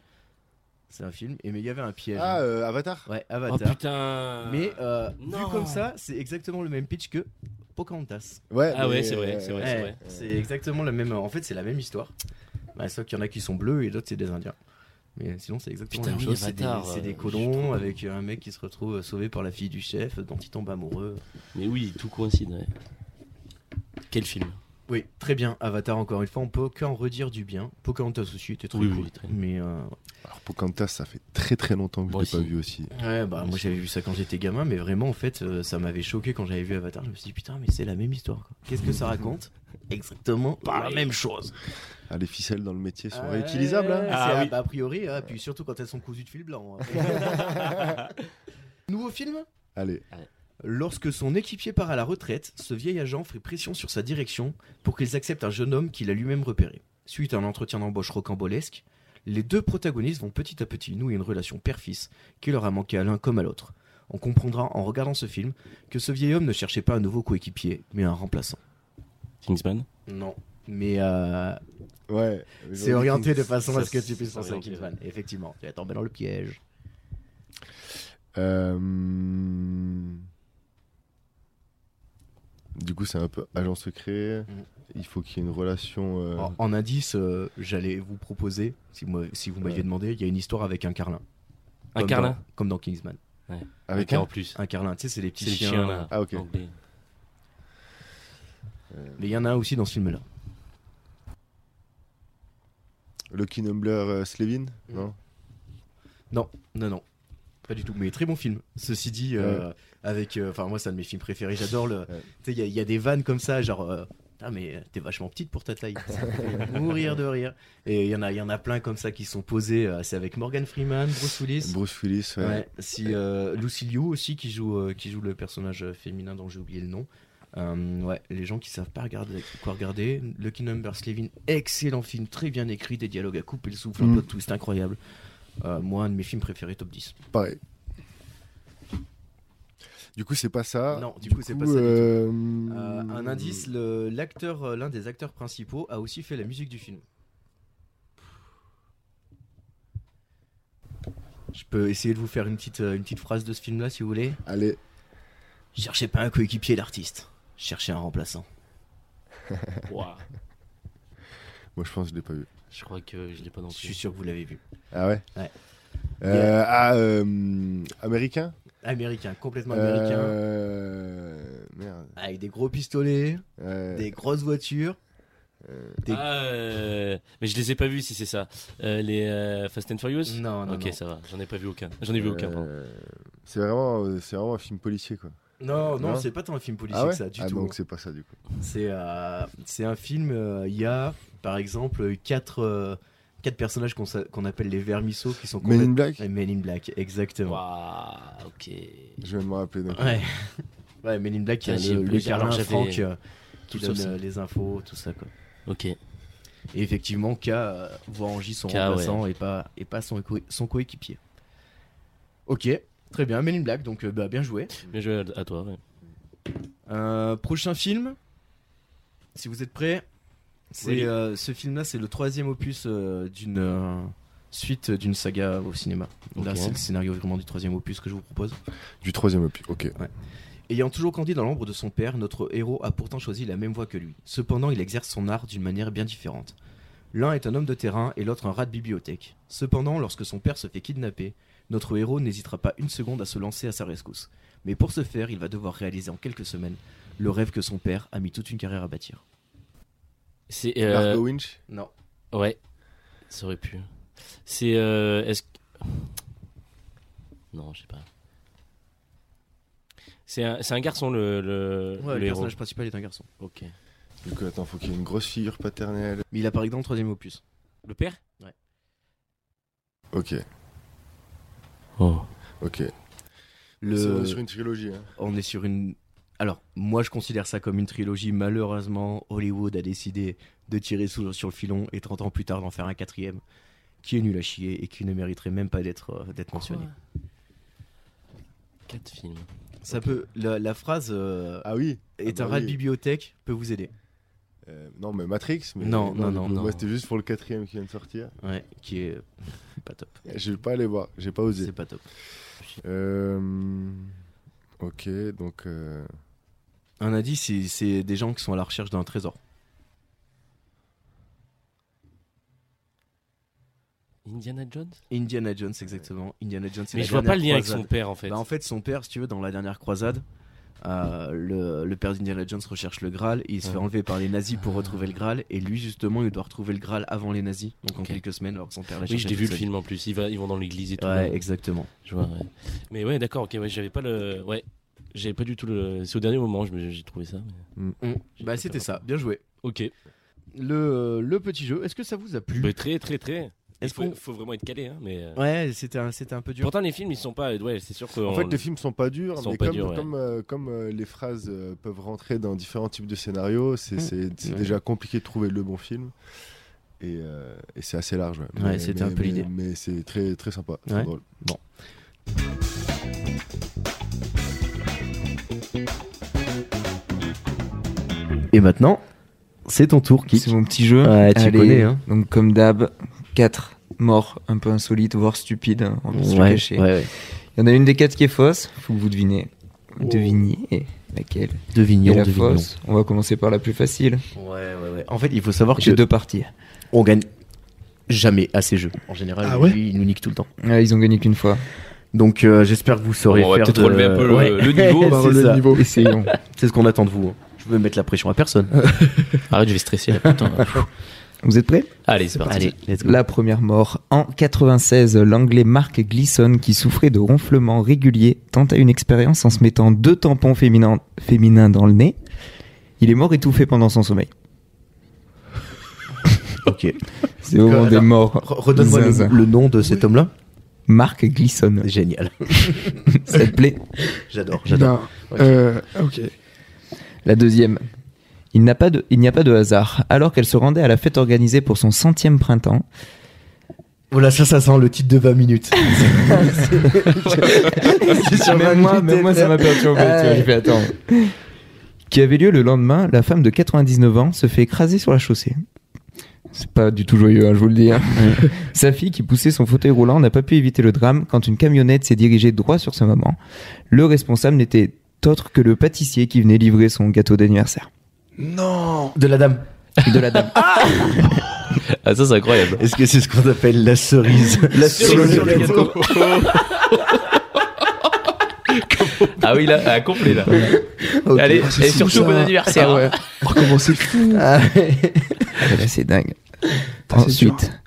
Speaker 1: C'est un film. Et mais il y avait un piège.
Speaker 5: Ah, euh, Avatar
Speaker 1: ouais,
Speaker 4: Oh
Speaker 1: Avatar.
Speaker 4: putain
Speaker 1: mais euh,
Speaker 4: Non.
Speaker 1: vu comme ça, c'est exactement le même pitch que Pocahontas.
Speaker 5: Ouais.
Speaker 4: Ah ouais,
Speaker 5: mais,
Speaker 4: c'est vrai,
Speaker 5: euh,
Speaker 4: c'est vrai,
Speaker 1: Eh,
Speaker 4: c'est vrai.
Speaker 1: c'est exactement la même. En fait, c'est la même histoire. Bah, sauf qu'il y en a qui sont bleus et d'autres c'est des Indiens. Mais sinon, c'est exactement
Speaker 4: Putain,
Speaker 1: la même
Speaker 4: oui,
Speaker 1: chose. C'est des,
Speaker 4: Avatar,
Speaker 1: c'est des
Speaker 4: euh, je suis
Speaker 1: colons
Speaker 4: trop
Speaker 1: avec un mec qui se retrouve sauvé par la fille du chef, dont il tombe amoureux.
Speaker 4: Mais oui, tout coïncide. ouais. Quel film
Speaker 1: Oui, très bien. Avatar, encore une fois, on peut qu'en redire du bien. Pocahontas aussi était très
Speaker 4: Oui,
Speaker 1: cool.
Speaker 4: oui, très.
Speaker 1: Mais euh,
Speaker 5: Alors Pocahontas, ça fait très très longtemps que je
Speaker 4: Moi
Speaker 5: l'ai pas
Speaker 4: aussi.
Speaker 5: vu aussi.
Speaker 1: ouais, bah, moi j'avais vu ça quand j'étais gamin, mais vraiment, en fait, euh, ça m'avait choqué quand j'avais vu Avatar. Je me suis dit, putain, mais c'est la même histoire. quoi. Qu'est-ce que ça raconte Exactement pas la même chose.
Speaker 5: Ah, les ficelles dans le métier sont
Speaker 1: Ah,
Speaker 5: réutilisables. hein.
Speaker 1: ouais,
Speaker 4: Ah
Speaker 1: c'est-
Speaker 4: oui.
Speaker 1: bah, A priori, hein, puis surtout quand elles sont cousues de fil blanc. hein. Nouveau film
Speaker 5: Allez,
Speaker 1: Lorsque son équipier part à la retraite, ce vieil agent fait pression sur sa direction pour qu'ils acceptent un jeune homme qu'il a lui-même repéré. Suite à un entretien d'embauche rocambolesque, les deux protagonistes vont petit à petit nouer une relation père-fils qui leur a manqué à l'un comme à l'autre. On comprendra en regardant ce film que ce vieil homme ne cherchait pas un nouveau coéquipier, mais un remplaçant.
Speaker 4: Kingsman
Speaker 1: Non. Mais euh,
Speaker 5: ouais.
Speaker 1: c'est orienté de façon à
Speaker 4: ça,
Speaker 1: ce que tu puisses
Speaker 4: c'est
Speaker 1: penser à
Speaker 4: orienté,
Speaker 1: Kingsman. Effectivement, tu vas tomber dans le piège.
Speaker 5: Euh, hum. Du coup, c'est un peu agent secret.
Speaker 1: Mhm.
Speaker 5: Il faut qu'il y ait une relation. euh,
Speaker 1: En, en indice, euh, j'allais vous proposer, si, moi- si vous m'aviez
Speaker 5: Ouais.
Speaker 1: demandé, il y a une histoire avec un carlin.
Speaker 4: Un
Speaker 1: Comme
Speaker 4: carlin
Speaker 1: dans- Comme dans Kingsman.
Speaker 5: Avec
Speaker 4: un
Speaker 5: un.
Speaker 4: en plus.
Speaker 1: Un carlin, tu sais, c'est les
Speaker 4: C'est
Speaker 1: petits
Speaker 4: le
Speaker 1: chiens.
Speaker 4: chien là.
Speaker 5: Ah, ok.
Speaker 4: anglais.
Speaker 1: Mais il y en a un aussi dans ce film-là.
Speaker 5: Lucky Numbler euh, Slevin
Speaker 1: Mm.
Speaker 5: Non
Speaker 1: Non, non, non. Pas du tout, mais très bon film. Ceci dit, euh, avec. euh, Enfin, moi, c'est un de mes films préférés. J'adore le.
Speaker 5: Ouais.
Speaker 1: Tu sais, il y a- il y, a des vannes comme ça, genre. euh, ah, mais t'es vachement petite pour ta taille. Ça me fait mourir de rire. Et il y, en a- il y en a plein comme ça qui sont posés. euh, c'est avec Morgan Freeman, Bruce Willis.
Speaker 5: Bruce Willis, ouais.
Speaker 1: Ouais, si euh, Lucy Liu aussi qui joue euh, qui joue le personnage euh, féminin dont j'ai oublié le nom. Euh, ouais, les gens qui savent pas regarder quoi regarder. Lucky Number Slevin, excellent film, très bien écrit, des dialogues à couper le souffle, un
Speaker 5: Mm.
Speaker 1: plot twist incroyable. Euh, moi, un de mes films préférés, top 10.
Speaker 5: Pareil. Du coup, c'est pas ça.
Speaker 1: Non, du coup, c'est pas ça du tout.
Speaker 5: euh,
Speaker 1: Euh, un indice,
Speaker 5: Mm.
Speaker 1: le- l'acteur, euh, l'un des acteurs principaux a aussi fait la musique du film. Je peux essayer de vous faire une petite, euh, une petite phrase de ce film-là, si vous voulez.
Speaker 5: Allez,
Speaker 1: Cherchez pas un coéquipier d'artiste, cherchez un remplaçant.
Speaker 4: Ouah.
Speaker 5: moi je pense que je l'ai pas vu.
Speaker 4: Je crois que je l'ai pas non
Speaker 1: Je suis
Speaker 4: plus.
Speaker 1: sûr que vous l'avez vu.
Speaker 5: Ah ouais
Speaker 1: Ouais.
Speaker 5: Euh, Ah, euh, américain
Speaker 1: Américain, complètement américain.
Speaker 5: Euh, Merde.
Speaker 1: Avec des gros pistolets,
Speaker 5: Euh,
Speaker 1: des grosses voitures. Des-
Speaker 4: Ah, euh, mais je les ai pas vus si c'est ça. Euh, les euh, Fast and Furious
Speaker 1: Non, non,
Speaker 4: Ok,
Speaker 1: non.
Speaker 4: ça va. J'en ai pas vu aucun. J'en ai vu aucun. pardon.
Speaker 5: euh, C'est vraiment, euh, c'est vraiment un film policier quoi.
Speaker 1: Non, non,
Speaker 5: Non.
Speaker 1: c'est pas tant un film policier
Speaker 5: ah ouais
Speaker 1: que ça, du
Speaker 5: Ah
Speaker 1: tout. hein.
Speaker 5: donc c'est pas ça du coup.
Speaker 1: C'est euh, c'est un film, euh, il y a par exemple quatre, euh, quatre personnages qu'on sa- qu'on appelle les vermisseaux qui sont
Speaker 5: Men in
Speaker 1: complètement...
Speaker 5: Black
Speaker 1: Men in Black, exactement.
Speaker 4: Ouah, ok.
Speaker 5: Je vais me rappeler. donc.
Speaker 1: Ouais. ouais, Men in Black, il y a
Speaker 4: Ah, j'ai
Speaker 1: le, le
Speaker 4: plus-
Speaker 1: Carlin
Speaker 4: alors j'avais
Speaker 1: Franck euh, qui
Speaker 4: tout
Speaker 1: donne
Speaker 4: sauf ça.
Speaker 1: euh, les infos, tout ça quoi.
Speaker 4: Ok.
Speaker 1: Et effectivement, K euh, voit en J son
Speaker 4: K,
Speaker 1: remplaçant et pas, et pas son, co- son coéquipier. Ok, très bien, Men in Black, donc euh, bah, bien joué.
Speaker 4: Bien joué à, à toi. ouais.
Speaker 1: Euh, prochain film, si vous êtes prêts, c'est,
Speaker 4: Oui.
Speaker 1: euh, ce film-là, c'est le troisième opus euh, d'une euh, suite d'une saga au cinéma. Donc Là,
Speaker 4: Ok.
Speaker 1: c'est le scénario vraiment du troisième opus que je vous propose.
Speaker 5: Du troisième opus.
Speaker 1: Euh,
Speaker 5: Ok.
Speaker 1: Ayant toujours grandi dans l'ombre de son père, notre héros a pourtant choisi la même voie que lui. Cependant, il exerce son art d'une manière bien différente. L'un est un homme de terrain et l'autre un rat de bibliothèque. Cependant, lorsque son père se fait kidnapper, notre héros n'hésitera pas une seconde à se lancer à sa rescousse. Mais pour ce faire, il va devoir réaliser en quelques semaines le rêve que son père a mis toute une carrière à bâtir.
Speaker 4: C'est.
Speaker 5: Margot
Speaker 4: euh,
Speaker 5: Winch
Speaker 1: Non.
Speaker 4: Ouais, ça aurait pu. C'est. euh, Est-ce. que- Non, je sais pas. C'est un, c'est un garçon le, le,
Speaker 1: Ouais,
Speaker 4: le
Speaker 1: le
Speaker 4: héros.
Speaker 1: personnage principal est un garçon.
Speaker 4: Ok.
Speaker 5: Donc attends, faut qu'il y ait une grosse figure paternelle.
Speaker 1: Mais il apparaît que dans le troisième opus.
Speaker 4: Le père
Speaker 5: Ok,
Speaker 4: Oh.
Speaker 5: ok.
Speaker 1: Le...
Speaker 5: C'est- On est sur une trilogie. hein.
Speaker 1: On est sur une. Alors, moi, je considère ça comme une trilogie. Malheureusement, Hollywood a décidé de tirer sous- sur le filon et 30 ans plus tard d'en faire un quatrième qui est nul à chier et qui ne mériterait même pas d'être euh, d'être mentionné.
Speaker 4: Quatre films.
Speaker 1: Ça peut. La, la phrase euh,
Speaker 5: Ah oui
Speaker 1: est
Speaker 5: ah
Speaker 1: un
Speaker 5: bah
Speaker 1: rat de
Speaker 5: oui.
Speaker 1: bibliothèque peut vous aider.
Speaker 5: Euh, Non, mais Matrix. Mais
Speaker 1: Non, non, non,
Speaker 5: Moi,
Speaker 1: non.
Speaker 5: c'était juste pour le quatrième qui vient de sortir.
Speaker 1: Ouais, qui est pas top.
Speaker 5: Je vais pas aller voir, j'ai pas osé.
Speaker 1: C'est pas top.
Speaker 5: Euh, Ok, donc. euh,
Speaker 1: Un indice, c'est- c'est des gens qui sont à la recherche d'un trésor.
Speaker 4: Indiana Jones
Speaker 1: Indiana Jones, exactement. Indiana Jones. c'est
Speaker 4: Mais
Speaker 1: la
Speaker 4: je vois pas le
Speaker 1: dernière
Speaker 4: lien avec
Speaker 1: croisade.
Speaker 4: son père en fait.
Speaker 1: Bah, en fait, son père, si tu veux, dans la dernière croisade, euh, le, le père d'Indiana Jones recherche le Graal. Et il se fait
Speaker 4: Ouais.
Speaker 1: enlever par les nazis pour retrouver le Graal. Et lui, justement, il doit retrouver le Graal avant les nazis. Donc en
Speaker 4: Ok.
Speaker 1: quelques semaines, alors que son père l'a
Speaker 4: oui, je
Speaker 1: cherché
Speaker 4: l'ai vu
Speaker 1: toute sa
Speaker 4: le
Speaker 1: vie.
Speaker 4: film en plus. Ils, va- ils vont dans l'église et tout.
Speaker 1: Ouais,
Speaker 4: là.
Speaker 1: exactement.
Speaker 4: Je vois, ouais. Mais ouais, d'accord, ok, ouais, j'avais pas le. Ouais, j'avais pas du tout le. C'est au dernier moment, je me- j'ai trouvé ça. mais- J'ai
Speaker 1: Bah,
Speaker 4: pas
Speaker 1: c'était
Speaker 4: fait
Speaker 1: ça. Bien joué.
Speaker 4: Ok.
Speaker 6: Mmh.
Speaker 1: Le, euh, le petit jeu, est-ce que ça vous a plu
Speaker 4: Mais très, très, très. Il
Speaker 1: Est-ce
Speaker 4: faut,
Speaker 1: qu'on-
Speaker 4: faut vraiment être calé, hein, mais. euh,
Speaker 1: Ouais, c'était un, c'était un peu dur.
Speaker 4: Pourtant, les films, ils sont pas. Ouais, c'est sûr que.
Speaker 5: En fait, les films sont pas durs,
Speaker 4: sont
Speaker 5: mais
Speaker 4: pas
Speaker 5: comme,
Speaker 4: durs, ouais.
Speaker 5: comme, euh, comme, euh, les phrases euh, peuvent rentrer dans différents types de scénarios,
Speaker 1: Mmh.
Speaker 5: c'est c'est- c'est
Speaker 4: Ouais.
Speaker 5: déjà compliqué de trouver le bon film. Et, euh, et c'est assez large. Ouais, Mais-
Speaker 1: c'était un
Speaker 5: mais-
Speaker 1: peu
Speaker 5: mais-
Speaker 1: l'idée.
Speaker 5: Mais c'est très, très sympa. très
Speaker 1: Ouais.
Speaker 5: drôle.
Speaker 1: Et maintenant, c'est ton tour, Kik.
Speaker 2: C'est mon petit jeu.
Speaker 1: Ouais, tu connais, hein.
Speaker 2: Donc, comme d'hab, 4 morts un peu insolites, voire stupides. hein, On va se le
Speaker 1: Ouais,
Speaker 2: cacher.
Speaker 1: ouais, ouais.
Speaker 2: Il y en a une des quatre qui est fausse. Faut que vous devinez. Oh. Deviniez laquelle
Speaker 1: Devignons,
Speaker 2: est la
Speaker 1: devignons.
Speaker 2: fausse. On va commencer par la plus facile.
Speaker 1: Ouais, ouais, ouais. En fait, il faut savoir que
Speaker 2: J'ai deux parties.
Speaker 1: on gagne jamais à ces jeux. En général,
Speaker 7: Ah ouais
Speaker 1: lui, il nous nique tout le temps.
Speaker 2: Ah, ils ont gagné qu'une fois.
Speaker 1: Donc, euh, j'espère que vous saurez
Speaker 3: Bon, on va
Speaker 1: faire
Speaker 3: peut-être
Speaker 1: de-
Speaker 3: relever un peu le-
Speaker 1: Ouais.
Speaker 3: le niveau, on va
Speaker 1: C'est
Speaker 3: relever
Speaker 1: ça.
Speaker 2: Essayons.
Speaker 1: C'est ce qu'on attend de vous. hein. Je veux mettre la pression à personne.
Speaker 3: Arrête, je vais stresser là, putain.
Speaker 2: Vous êtes prêts
Speaker 3: Allez, c'est parti.
Speaker 1: Allez, let's go.
Speaker 2: La première mort. En 96, l'anglais Mark Gleason, qui souffrait de ronflements réguliers, tenta une expérience en se mettant deux tampons féminins, féminins dans le nez. Il est mort étouffé pendant son sommeil.
Speaker 1: Ok.
Speaker 2: C'est au moment des
Speaker 1: Alors,
Speaker 2: morts.
Speaker 1: Re- Redonne-moi le,
Speaker 2: Zinzin.
Speaker 1: le nom de cet homme-là.
Speaker 2: Mark Gleason.
Speaker 1: Génial.
Speaker 2: Ça te plaît
Speaker 1: J'adore, j'adore.
Speaker 3: Non, euh, ok.
Speaker 2: La deuxième. Il n'a pas de- il n'y a pas de hasard. Alors qu'elle se rendait à la fête organisée pour son centième printemps,
Speaker 1: Voilà, Oh ça, ça sent le titre de 20 minutes.
Speaker 2: même moi, même moi, ça m'a perturbé. tu vois, j'ai fait, attends. Qui avait lieu le lendemain, la femme de 99 ans se fait écraser sur la chaussée. C'est pas du tout joyeux, hein, je vous le dis. hein. Sa fille, qui poussait son fauteuil roulant, n'a pas pu éviter le drame quand une camionnette s'est dirigée droit sur sa maman. Le responsable n'était autre que le pâtissier qui venait livrer son gâteau d'anniversaire.
Speaker 3: Non
Speaker 1: De la dame.
Speaker 2: De la dame.
Speaker 3: Ah, ça, c'est incroyable.
Speaker 1: Est-ce que c'est ce qu'on appelle la cerise La
Speaker 3: cerise sur le gâteau. Ah oui, là, à complet, là.
Speaker 1: Ok.
Speaker 3: Allez, Ah, c'est et fou, surtout, ça. bon anniversaire. Ah ouais. Oh, comment c'est fou.
Speaker 1: Ah,
Speaker 2: Ah, là, c'est dingue.
Speaker 3: c'est
Speaker 2: Ensuite,
Speaker 1: hein.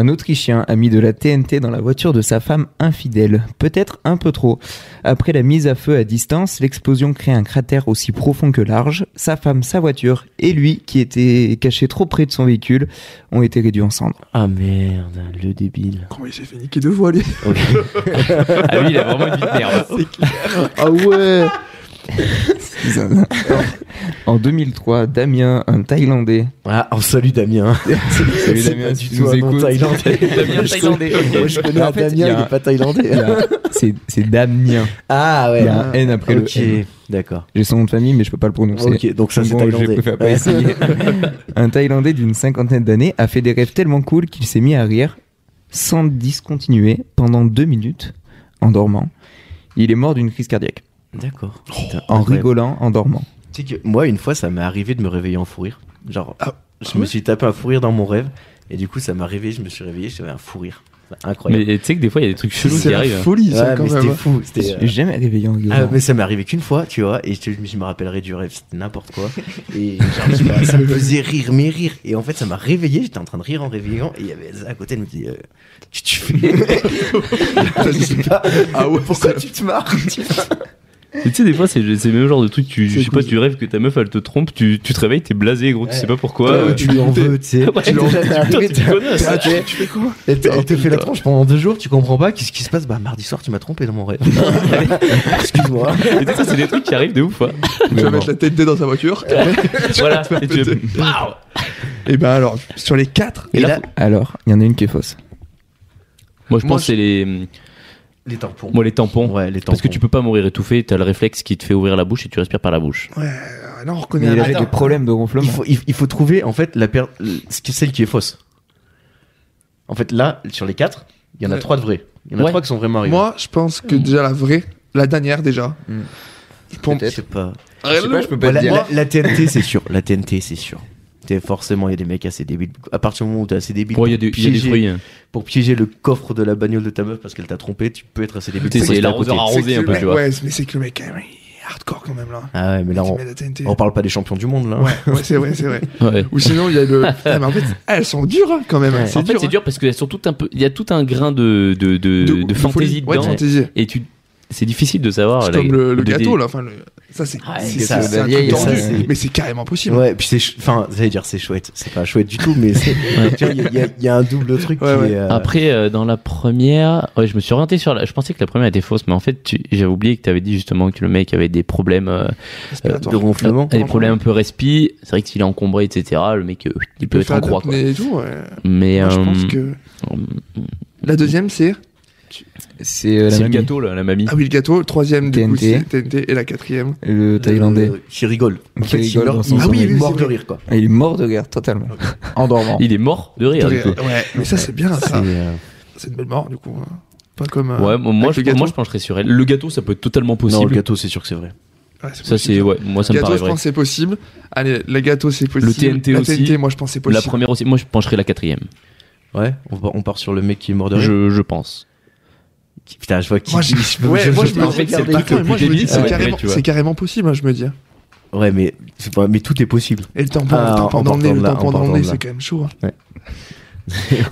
Speaker 2: un Autrichien a mis de la TNT dans la voiture de sa femme infidèle. Peut-être un peu trop. Après la mise à feu à distance, l'explosion crée un cratère aussi profond que large. Sa femme, sa voiture et lui, qui était caché trop près de son véhicule, ont été réduits en cendres.
Speaker 1: Ah, merde, le débile.
Speaker 3: Comment il s'est fait niquer deux fois, lui Ah oui, il a vraiment une vie de merde.
Speaker 5: Ah ouais
Speaker 2: En 2003, Damien, un Thaïlandais.
Speaker 1: Ah, on salue Damien.
Speaker 2: Salut
Speaker 1: C'est
Speaker 2: Damien,
Speaker 1: pas
Speaker 2: si
Speaker 1: du
Speaker 2: tu
Speaker 1: tout
Speaker 2: nous
Speaker 1: un nom
Speaker 2: écoutes.
Speaker 1: thaïlandais.
Speaker 3: Damien
Speaker 1: Je sais-
Speaker 3: Thaïlandais, ok.
Speaker 1: Moi, je connais
Speaker 2: En
Speaker 1: un
Speaker 2: fait,
Speaker 1: Damien,
Speaker 2: il y a
Speaker 1: il
Speaker 2: un-
Speaker 1: est pas thaïlandais.
Speaker 2: Il y a- C'est c'est Damien.
Speaker 1: Ah, ouais.
Speaker 2: Il y a un N après
Speaker 1: Ok,
Speaker 2: le N.
Speaker 1: d'accord.
Speaker 2: J'ai son nom de famille, mais je peux pas le prononcer.
Speaker 1: Ok, donc ça, c'est
Speaker 2: Bon, j'ai
Speaker 1: thaïlandais.
Speaker 2: préféré pas
Speaker 1: Ouais.
Speaker 2: essayer. Un Thaïlandais d'une cinquantaine d'années a fait des rêves tellement cool qu'il s'est mis à rire sans discontinuer pendant deux minutes en dormant. Il est mort d'une crise cardiaque
Speaker 1: D'accord. Putain,
Speaker 2: Oh, en
Speaker 1: incroyable.
Speaker 2: rigolant, en dormant.
Speaker 1: Tu sais que moi, une fois, ça m'est arrivé de me réveiller en fou rire. Genre, je me
Speaker 2: Ah,
Speaker 5: ouais
Speaker 1: suis tapé un fou rire dans mon rêve. Et du coup, ça m'est arrivé, je me suis réveillé, j'avais un fou rire. Incroyable.
Speaker 6: Mais tu sais que des fois, il y a des trucs chelous
Speaker 8: C'est
Speaker 6: qui
Speaker 8: la
Speaker 6: arrivent.
Speaker 8: folie, ça,
Speaker 1: hein. Ouais,
Speaker 8: quand
Speaker 1: mais
Speaker 8: même.
Speaker 1: c'était
Speaker 8: hein.
Speaker 1: fou.
Speaker 2: Je
Speaker 1: C'était,
Speaker 2: suis jamais réveillé en
Speaker 1: euh, Ah,
Speaker 2: gueulant.
Speaker 1: mais ça m'est arrivé qu'une fois, tu vois, et je, te- je me rappellerai du rêve, c'était n'importe quoi. Et genre, je sais pas, ça me faisait rire, mais rire. Et en fait, ça m'a réveillé, j'étais en train de rire en réveillant, et il y avait Elsa à côté, elle me dit euh, Qu'est-ce que tu fais Je sais pas,
Speaker 8: Ah ouais,
Speaker 1: pourquoi tu te marres tu vois
Speaker 6: Mais tu sais, des fois, c'est c'est le même genre de truc. Tu, je
Speaker 8: C'est
Speaker 6: sais pas,
Speaker 8: cool.
Speaker 6: tu rêves que ta meuf, elle te trompe, tu, tu te réveilles, t'es blasé, gros, tu sais pas pourquoi.
Speaker 8: Ah ouais,
Speaker 6: euh,
Speaker 8: tu lui en veux,
Speaker 1: tu sais.
Speaker 6: Ouais,
Speaker 1: Tu
Speaker 6: toi, t'es
Speaker 1: l'as-
Speaker 6: une connasse.
Speaker 8: Ah, tu, tu fais quoi
Speaker 1: Elle te, elle te fait la tronche pendant deux jours, tu comprends pas, qu'est-ce qui se passe Bah, mardi soir, tu m'as trompé dans mon rêve. Excuse-moi.
Speaker 6: Et tu sais, ça, c'est des trucs qui arrivent de ouf. hein.
Speaker 8: Tu vas mettre la tête dedans sa voiture.
Speaker 6: Voilà. Et tu-
Speaker 8: péter. Et ben alors, sur les 4,
Speaker 1: Et,
Speaker 6: Et
Speaker 1: là,
Speaker 2: Alors, il y en a une qui est fausse.
Speaker 6: Moi, je
Speaker 8: Moi,
Speaker 6: pense que c'est les,
Speaker 4: Les tampons.
Speaker 6: moi, les tampons.
Speaker 1: ouais, les temps.
Speaker 6: Parce que tu peux pas mourir étouffé, t'as le réflexe qui te fait ouvrir la bouche et tu respires par la bouche.
Speaker 8: Ah, là on
Speaker 2: Mais
Speaker 8: reconnaît
Speaker 2: il
Speaker 8: la
Speaker 2: avait des problèmes de
Speaker 1: Il
Speaker 2: ronflement.
Speaker 1: faut, il, il faut trouver en fait la per- ce qui- celle qui est fausse. En fait, là, sur les quatre, il y en a
Speaker 8: Ouais.
Speaker 1: trois de vraies. Il y en a
Speaker 6: Ouais.
Speaker 1: trois qui sont vraiment arrivées.
Speaker 8: Moi, je pense que déjà la vraie, la dernière déjà.
Speaker 2: Hmm.
Speaker 8: Je pense- Bah,
Speaker 1: je sais pas.
Speaker 2: Je sais pas, je peux pas
Speaker 1: Voilà,
Speaker 2: te dire.
Speaker 1: la, la TNT, c'est sûr. La TNT, c'est sûr. T'es- forcément, il y a des mecs assez débiles. À partir du moment où t'es assez débile
Speaker 6: Bon, il y a
Speaker 1: pour
Speaker 6: des, il y a des
Speaker 1: piéger-
Speaker 6: fruits. hein.
Speaker 1: pour piéger le coffre de la bagnole de ta meuf parce qu'elle t'a trompé, tu peux être assez débile.
Speaker 6: Tu
Speaker 1: pour
Speaker 6: sais, c'est
Speaker 1: rester à
Speaker 6: l'arroseur
Speaker 1: côté.
Speaker 8: C'est que
Speaker 6: arrosé un
Speaker 8: le
Speaker 6: peu,
Speaker 8: mec-
Speaker 6: tu vois.
Speaker 8: Ouais, mais c'est que le mec, quand même, il est hardcore quand même là.
Speaker 1: Ah ouais, mais là,
Speaker 8: Il
Speaker 1: on,
Speaker 8: met la TNT.
Speaker 1: on parle pas des champions du monde là.
Speaker 8: Ouais, ouais, c'est vrai, c'est vrai.
Speaker 6: Ouais.
Speaker 8: Ou sinon, il y a le. Putain, mais en fait, elles sont dures hein, quand même.
Speaker 1: Ouais.
Speaker 8: C'est
Speaker 6: En fait,
Speaker 8: dur.
Speaker 6: c'est dur parce qu'il y a surtout un peu, il y a tout un grain de, de, de, de
Speaker 8: folie.
Speaker 6: fantaisie
Speaker 8: Ouais, de
Speaker 6: dedans.
Speaker 8: fantaisie.
Speaker 6: et tu, c'est difficile de savoir.
Speaker 8: C'est
Speaker 6: là,
Speaker 8: comme le, le
Speaker 6: de-
Speaker 8: gâteau là. Enfin, le- ça, c'est
Speaker 1: Ah,
Speaker 8: c'est-
Speaker 1: le
Speaker 8: c'est-
Speaker 1: gâteau,
Speaker 8: c'est
Speaker 1: la
Speaker 8: un
Speaker 1: vieille,
Speaker 8: truc
Speaker 1: ça,
Speaker 8: tendu.
Speaker 1: c'est-
Speaker 8: Mais c'est carrément possible.
Speaker 1: Ouais, puis c'est, ch- enfin, j'allais dire c'est chouette, c'est pas chouette du tout, mais c'est, tu vois, il y a- il y, a- il y a un double truc
Speaker 8: Ouais,
Speaker 1: qui
Speaker 8: ouais.
Speaker 1: est. euh,
Speaker 6: Après, euh, dans la première, ouais, je me suis orienté sur la. Je pensais que la première était fausse, mais en fait, tu- j'avais oublié que tu avais dit justement que le mec avait des problèmes, euh,
Speaker 8: respiratoire.
Speaker 1: de ronflement.
Speaker 6: des problèmes un peu respi. C'est vrai que s'il est encombré, etc., le mec, euh, il peut être en
Speaker 8: faire de
Speaker 6: croix. Quoi.
Speaker 8: l'apnée et tout, ouais.
Speaker 6: Mais
Speaker 8: Moi, je
Speaker 6: euh,
Speaker 8: pense que.
Speaker 6: euh,
Speaker 8: La deuxième, c'est.
Speaker 2: C'est euh, la
Speaker 6: c'est le
Speaker 2: mamie,
Speaker 6: gâteau là, la mamie.
Speaker 8: Ah oui, le gâteau. Le troisième, du coup,
Speaker 2: TNT.
Speaker 8: c'est TNT. Et la quatrième.
Speaker 2: le Thaïlandais.
Speaker 1: Euh, qui rigole. En
Speaker 2: Qui
Speaker 1: fait, il
Speaker 2: rigole
Speaker 1: meurt-
Speaker 2: dans son
Speaker 1: il- ah oui,
Speaker 2: sommeil.
Speaker 1: il est mort de
Speaker 8: C'est-
Speaker 1: rire quoi.
Speaker 2: Et Il est mort de guerre, totalement. En dormant.
Speaker 6: Il est mort de rire. du coup.
Speaker 8: Ouais, mais ça, c'est bien ça.
Speaker 1: Et, euh,
Speaker 8: C'est une belle mort, du coup. hein. Pas comme. euh,
Speaker 6: Ouais, moi, moi,
Speaker 8: avec
Speaker 6: je,
Speaker 8: le gâteau.
Speaker 6: moi, je pencherais sur elle. Le gâteau, ça peut être totalement possible.
Speaker 1: Non, le gâteau, c'est sûr que c'est vrai.
Speaker 8: ouais,
Speaker 6: ça c'est
Speaker 8: possible.
Speaker 6: ouais, moi ça me
Speaker 8: gâteau,
Speaker 6: paraît
Speaker 8: je
Speaker 6: vrai.
Speaker 8: pense c'est possible. Allez, le gâteau, c'est possible.
Speaker 6: TNT
Speaker 8: la
Speaker 6: aussi.
Speaker 8: TNT, moi, je pense c'est
Speaker 6: La
Speaker 8: possible.
Speaker 6: première aussi. Moi, je pencherais la quatrième.
Speaker 1: Ouais, on, va- on part sur le mec qui est mort de rire.
Speaker 6: Je, je pense.
Speaker 1: Qui- Putain, je vois qui.
Speaker 8: Moi, je-
Speaker 1: me-
Speaker 8: ouais, moi, je me-
Speaker 1: peux
Speaker 8: en fait,
Speaker 1: regarder
Speaker 6: c'est
Speaker 1: le
Speaker 6: le
Speaker 8: Attends,
Speaker 1: truc.
Speaker 8: mais moi, je me
Speaker 6: débile,
Speaker 8: dis,
Speaker 6: ça
Speaker 8: c'est
Speaker 6: va être
Speaker 8: carrément,
Speaker 6: vrai, tu vois.
Speaker 8: c'est carrément possible, hein, je me dis.
Speaker 1: Ouais, mais c'est pas- mais tout est possible.
Speaker 8: Et le tampon,
Speaker 1: Ah,
Speaker 8: le tampon
Speaker 1: en
Speaker 8: dans le nez,
Speaker 1: partant
Speaker 8: le
Speaker 1: de là,
Speaker 8: tampon
Speaker 1: en
Speaker 8: dans le
Speaker 1: partant
Speaker 8: nez,
Speaker 1: de là.
Speaker 8: c'est quand même chaud. hein.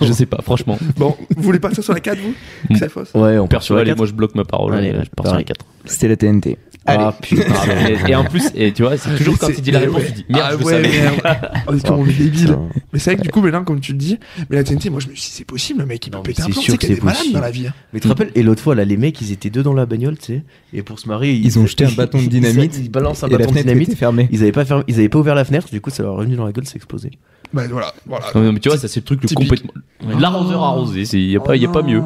Speaker 6: je sais pas, franchement.
Speaker 8: Bon, vous voulez partir sur la 4, vous Que C'est fausse.
Speaker 1: Ouais, on part sur
Speaker 6: Perso,
Speaker 1: la
Speaker 6: allez,
Speaker 1: quatre.
Speaker 6: moi je bloque ma parole.
Speaker 1: Allez,
Speaker 6: euh, je pars sur la
Speaker 1: pareil.
Speaker 6: 4.
Speaker 2: C'était la TNT.
Speaker 1: Ah putain.
Speaker 6: Et, et en plus, et tu vois, c'est toujours quand
Speaker 8: c'est-
Speaker 6: il dit la
Speaker 8: mais
Speaker 6: réponse,
Speaker 8: ouais.
Speaker 6: tu dis merde,
Speaker 8: ah
Speaker 6: je le
Speaker 8: ouais,
Speaker 6: savais.
Speaker 8: merde. Oh, On est tombé débile. Mais c'est vrai que du coup, maintenant, comme tu le dis, mais la TNT, moi, je me suis dit, c'est possible, le mec, il peut
Speaker 1: Non, mais
Speaker 8: péter un
Speaker 1: c'est
Speaker 8: plomb. Tu
Speaker 1: sûr
Speaker 8: sais
Speaker 1: que
Speaker 8: qu'il y a
Speaker 1: c'est
Speaker 8: des malades
Speaker 1: possible.
Speaker 8: dans la vie. hein.
Speaker 1: Mais tu te rappelles, et l'autre fois, là, les mecs, ils étaient deux dans la bagnole, tu sais, et pour se marrer,
Speaker 2: Ils ont jeté un bâton de
Speaker 1: ils-
Speaker 2: dynamite
Speaker 1: Ils, balancent un
Speaker 2: Et la
Speaker 1: bâton de
Speaker 2: fenêtre était
Speaker 1: dynamite.
Speaker 2: fermée.
Speaker 1: Ils avaient, pas fermé- ils avaient pas ouvert la fenêtre, du coup, ça leur est revenu dans la gueule, c'est explosé.
Speaker 8: Bah voilà, voilà.
Speaker 6: Non, mais tu vois, ça c'est le truc le
Speaker 8: Typique. Oh
Speaker 6: complètement. L'arroseur arrosé, Oh il n'y a, pas- y a pas mieux.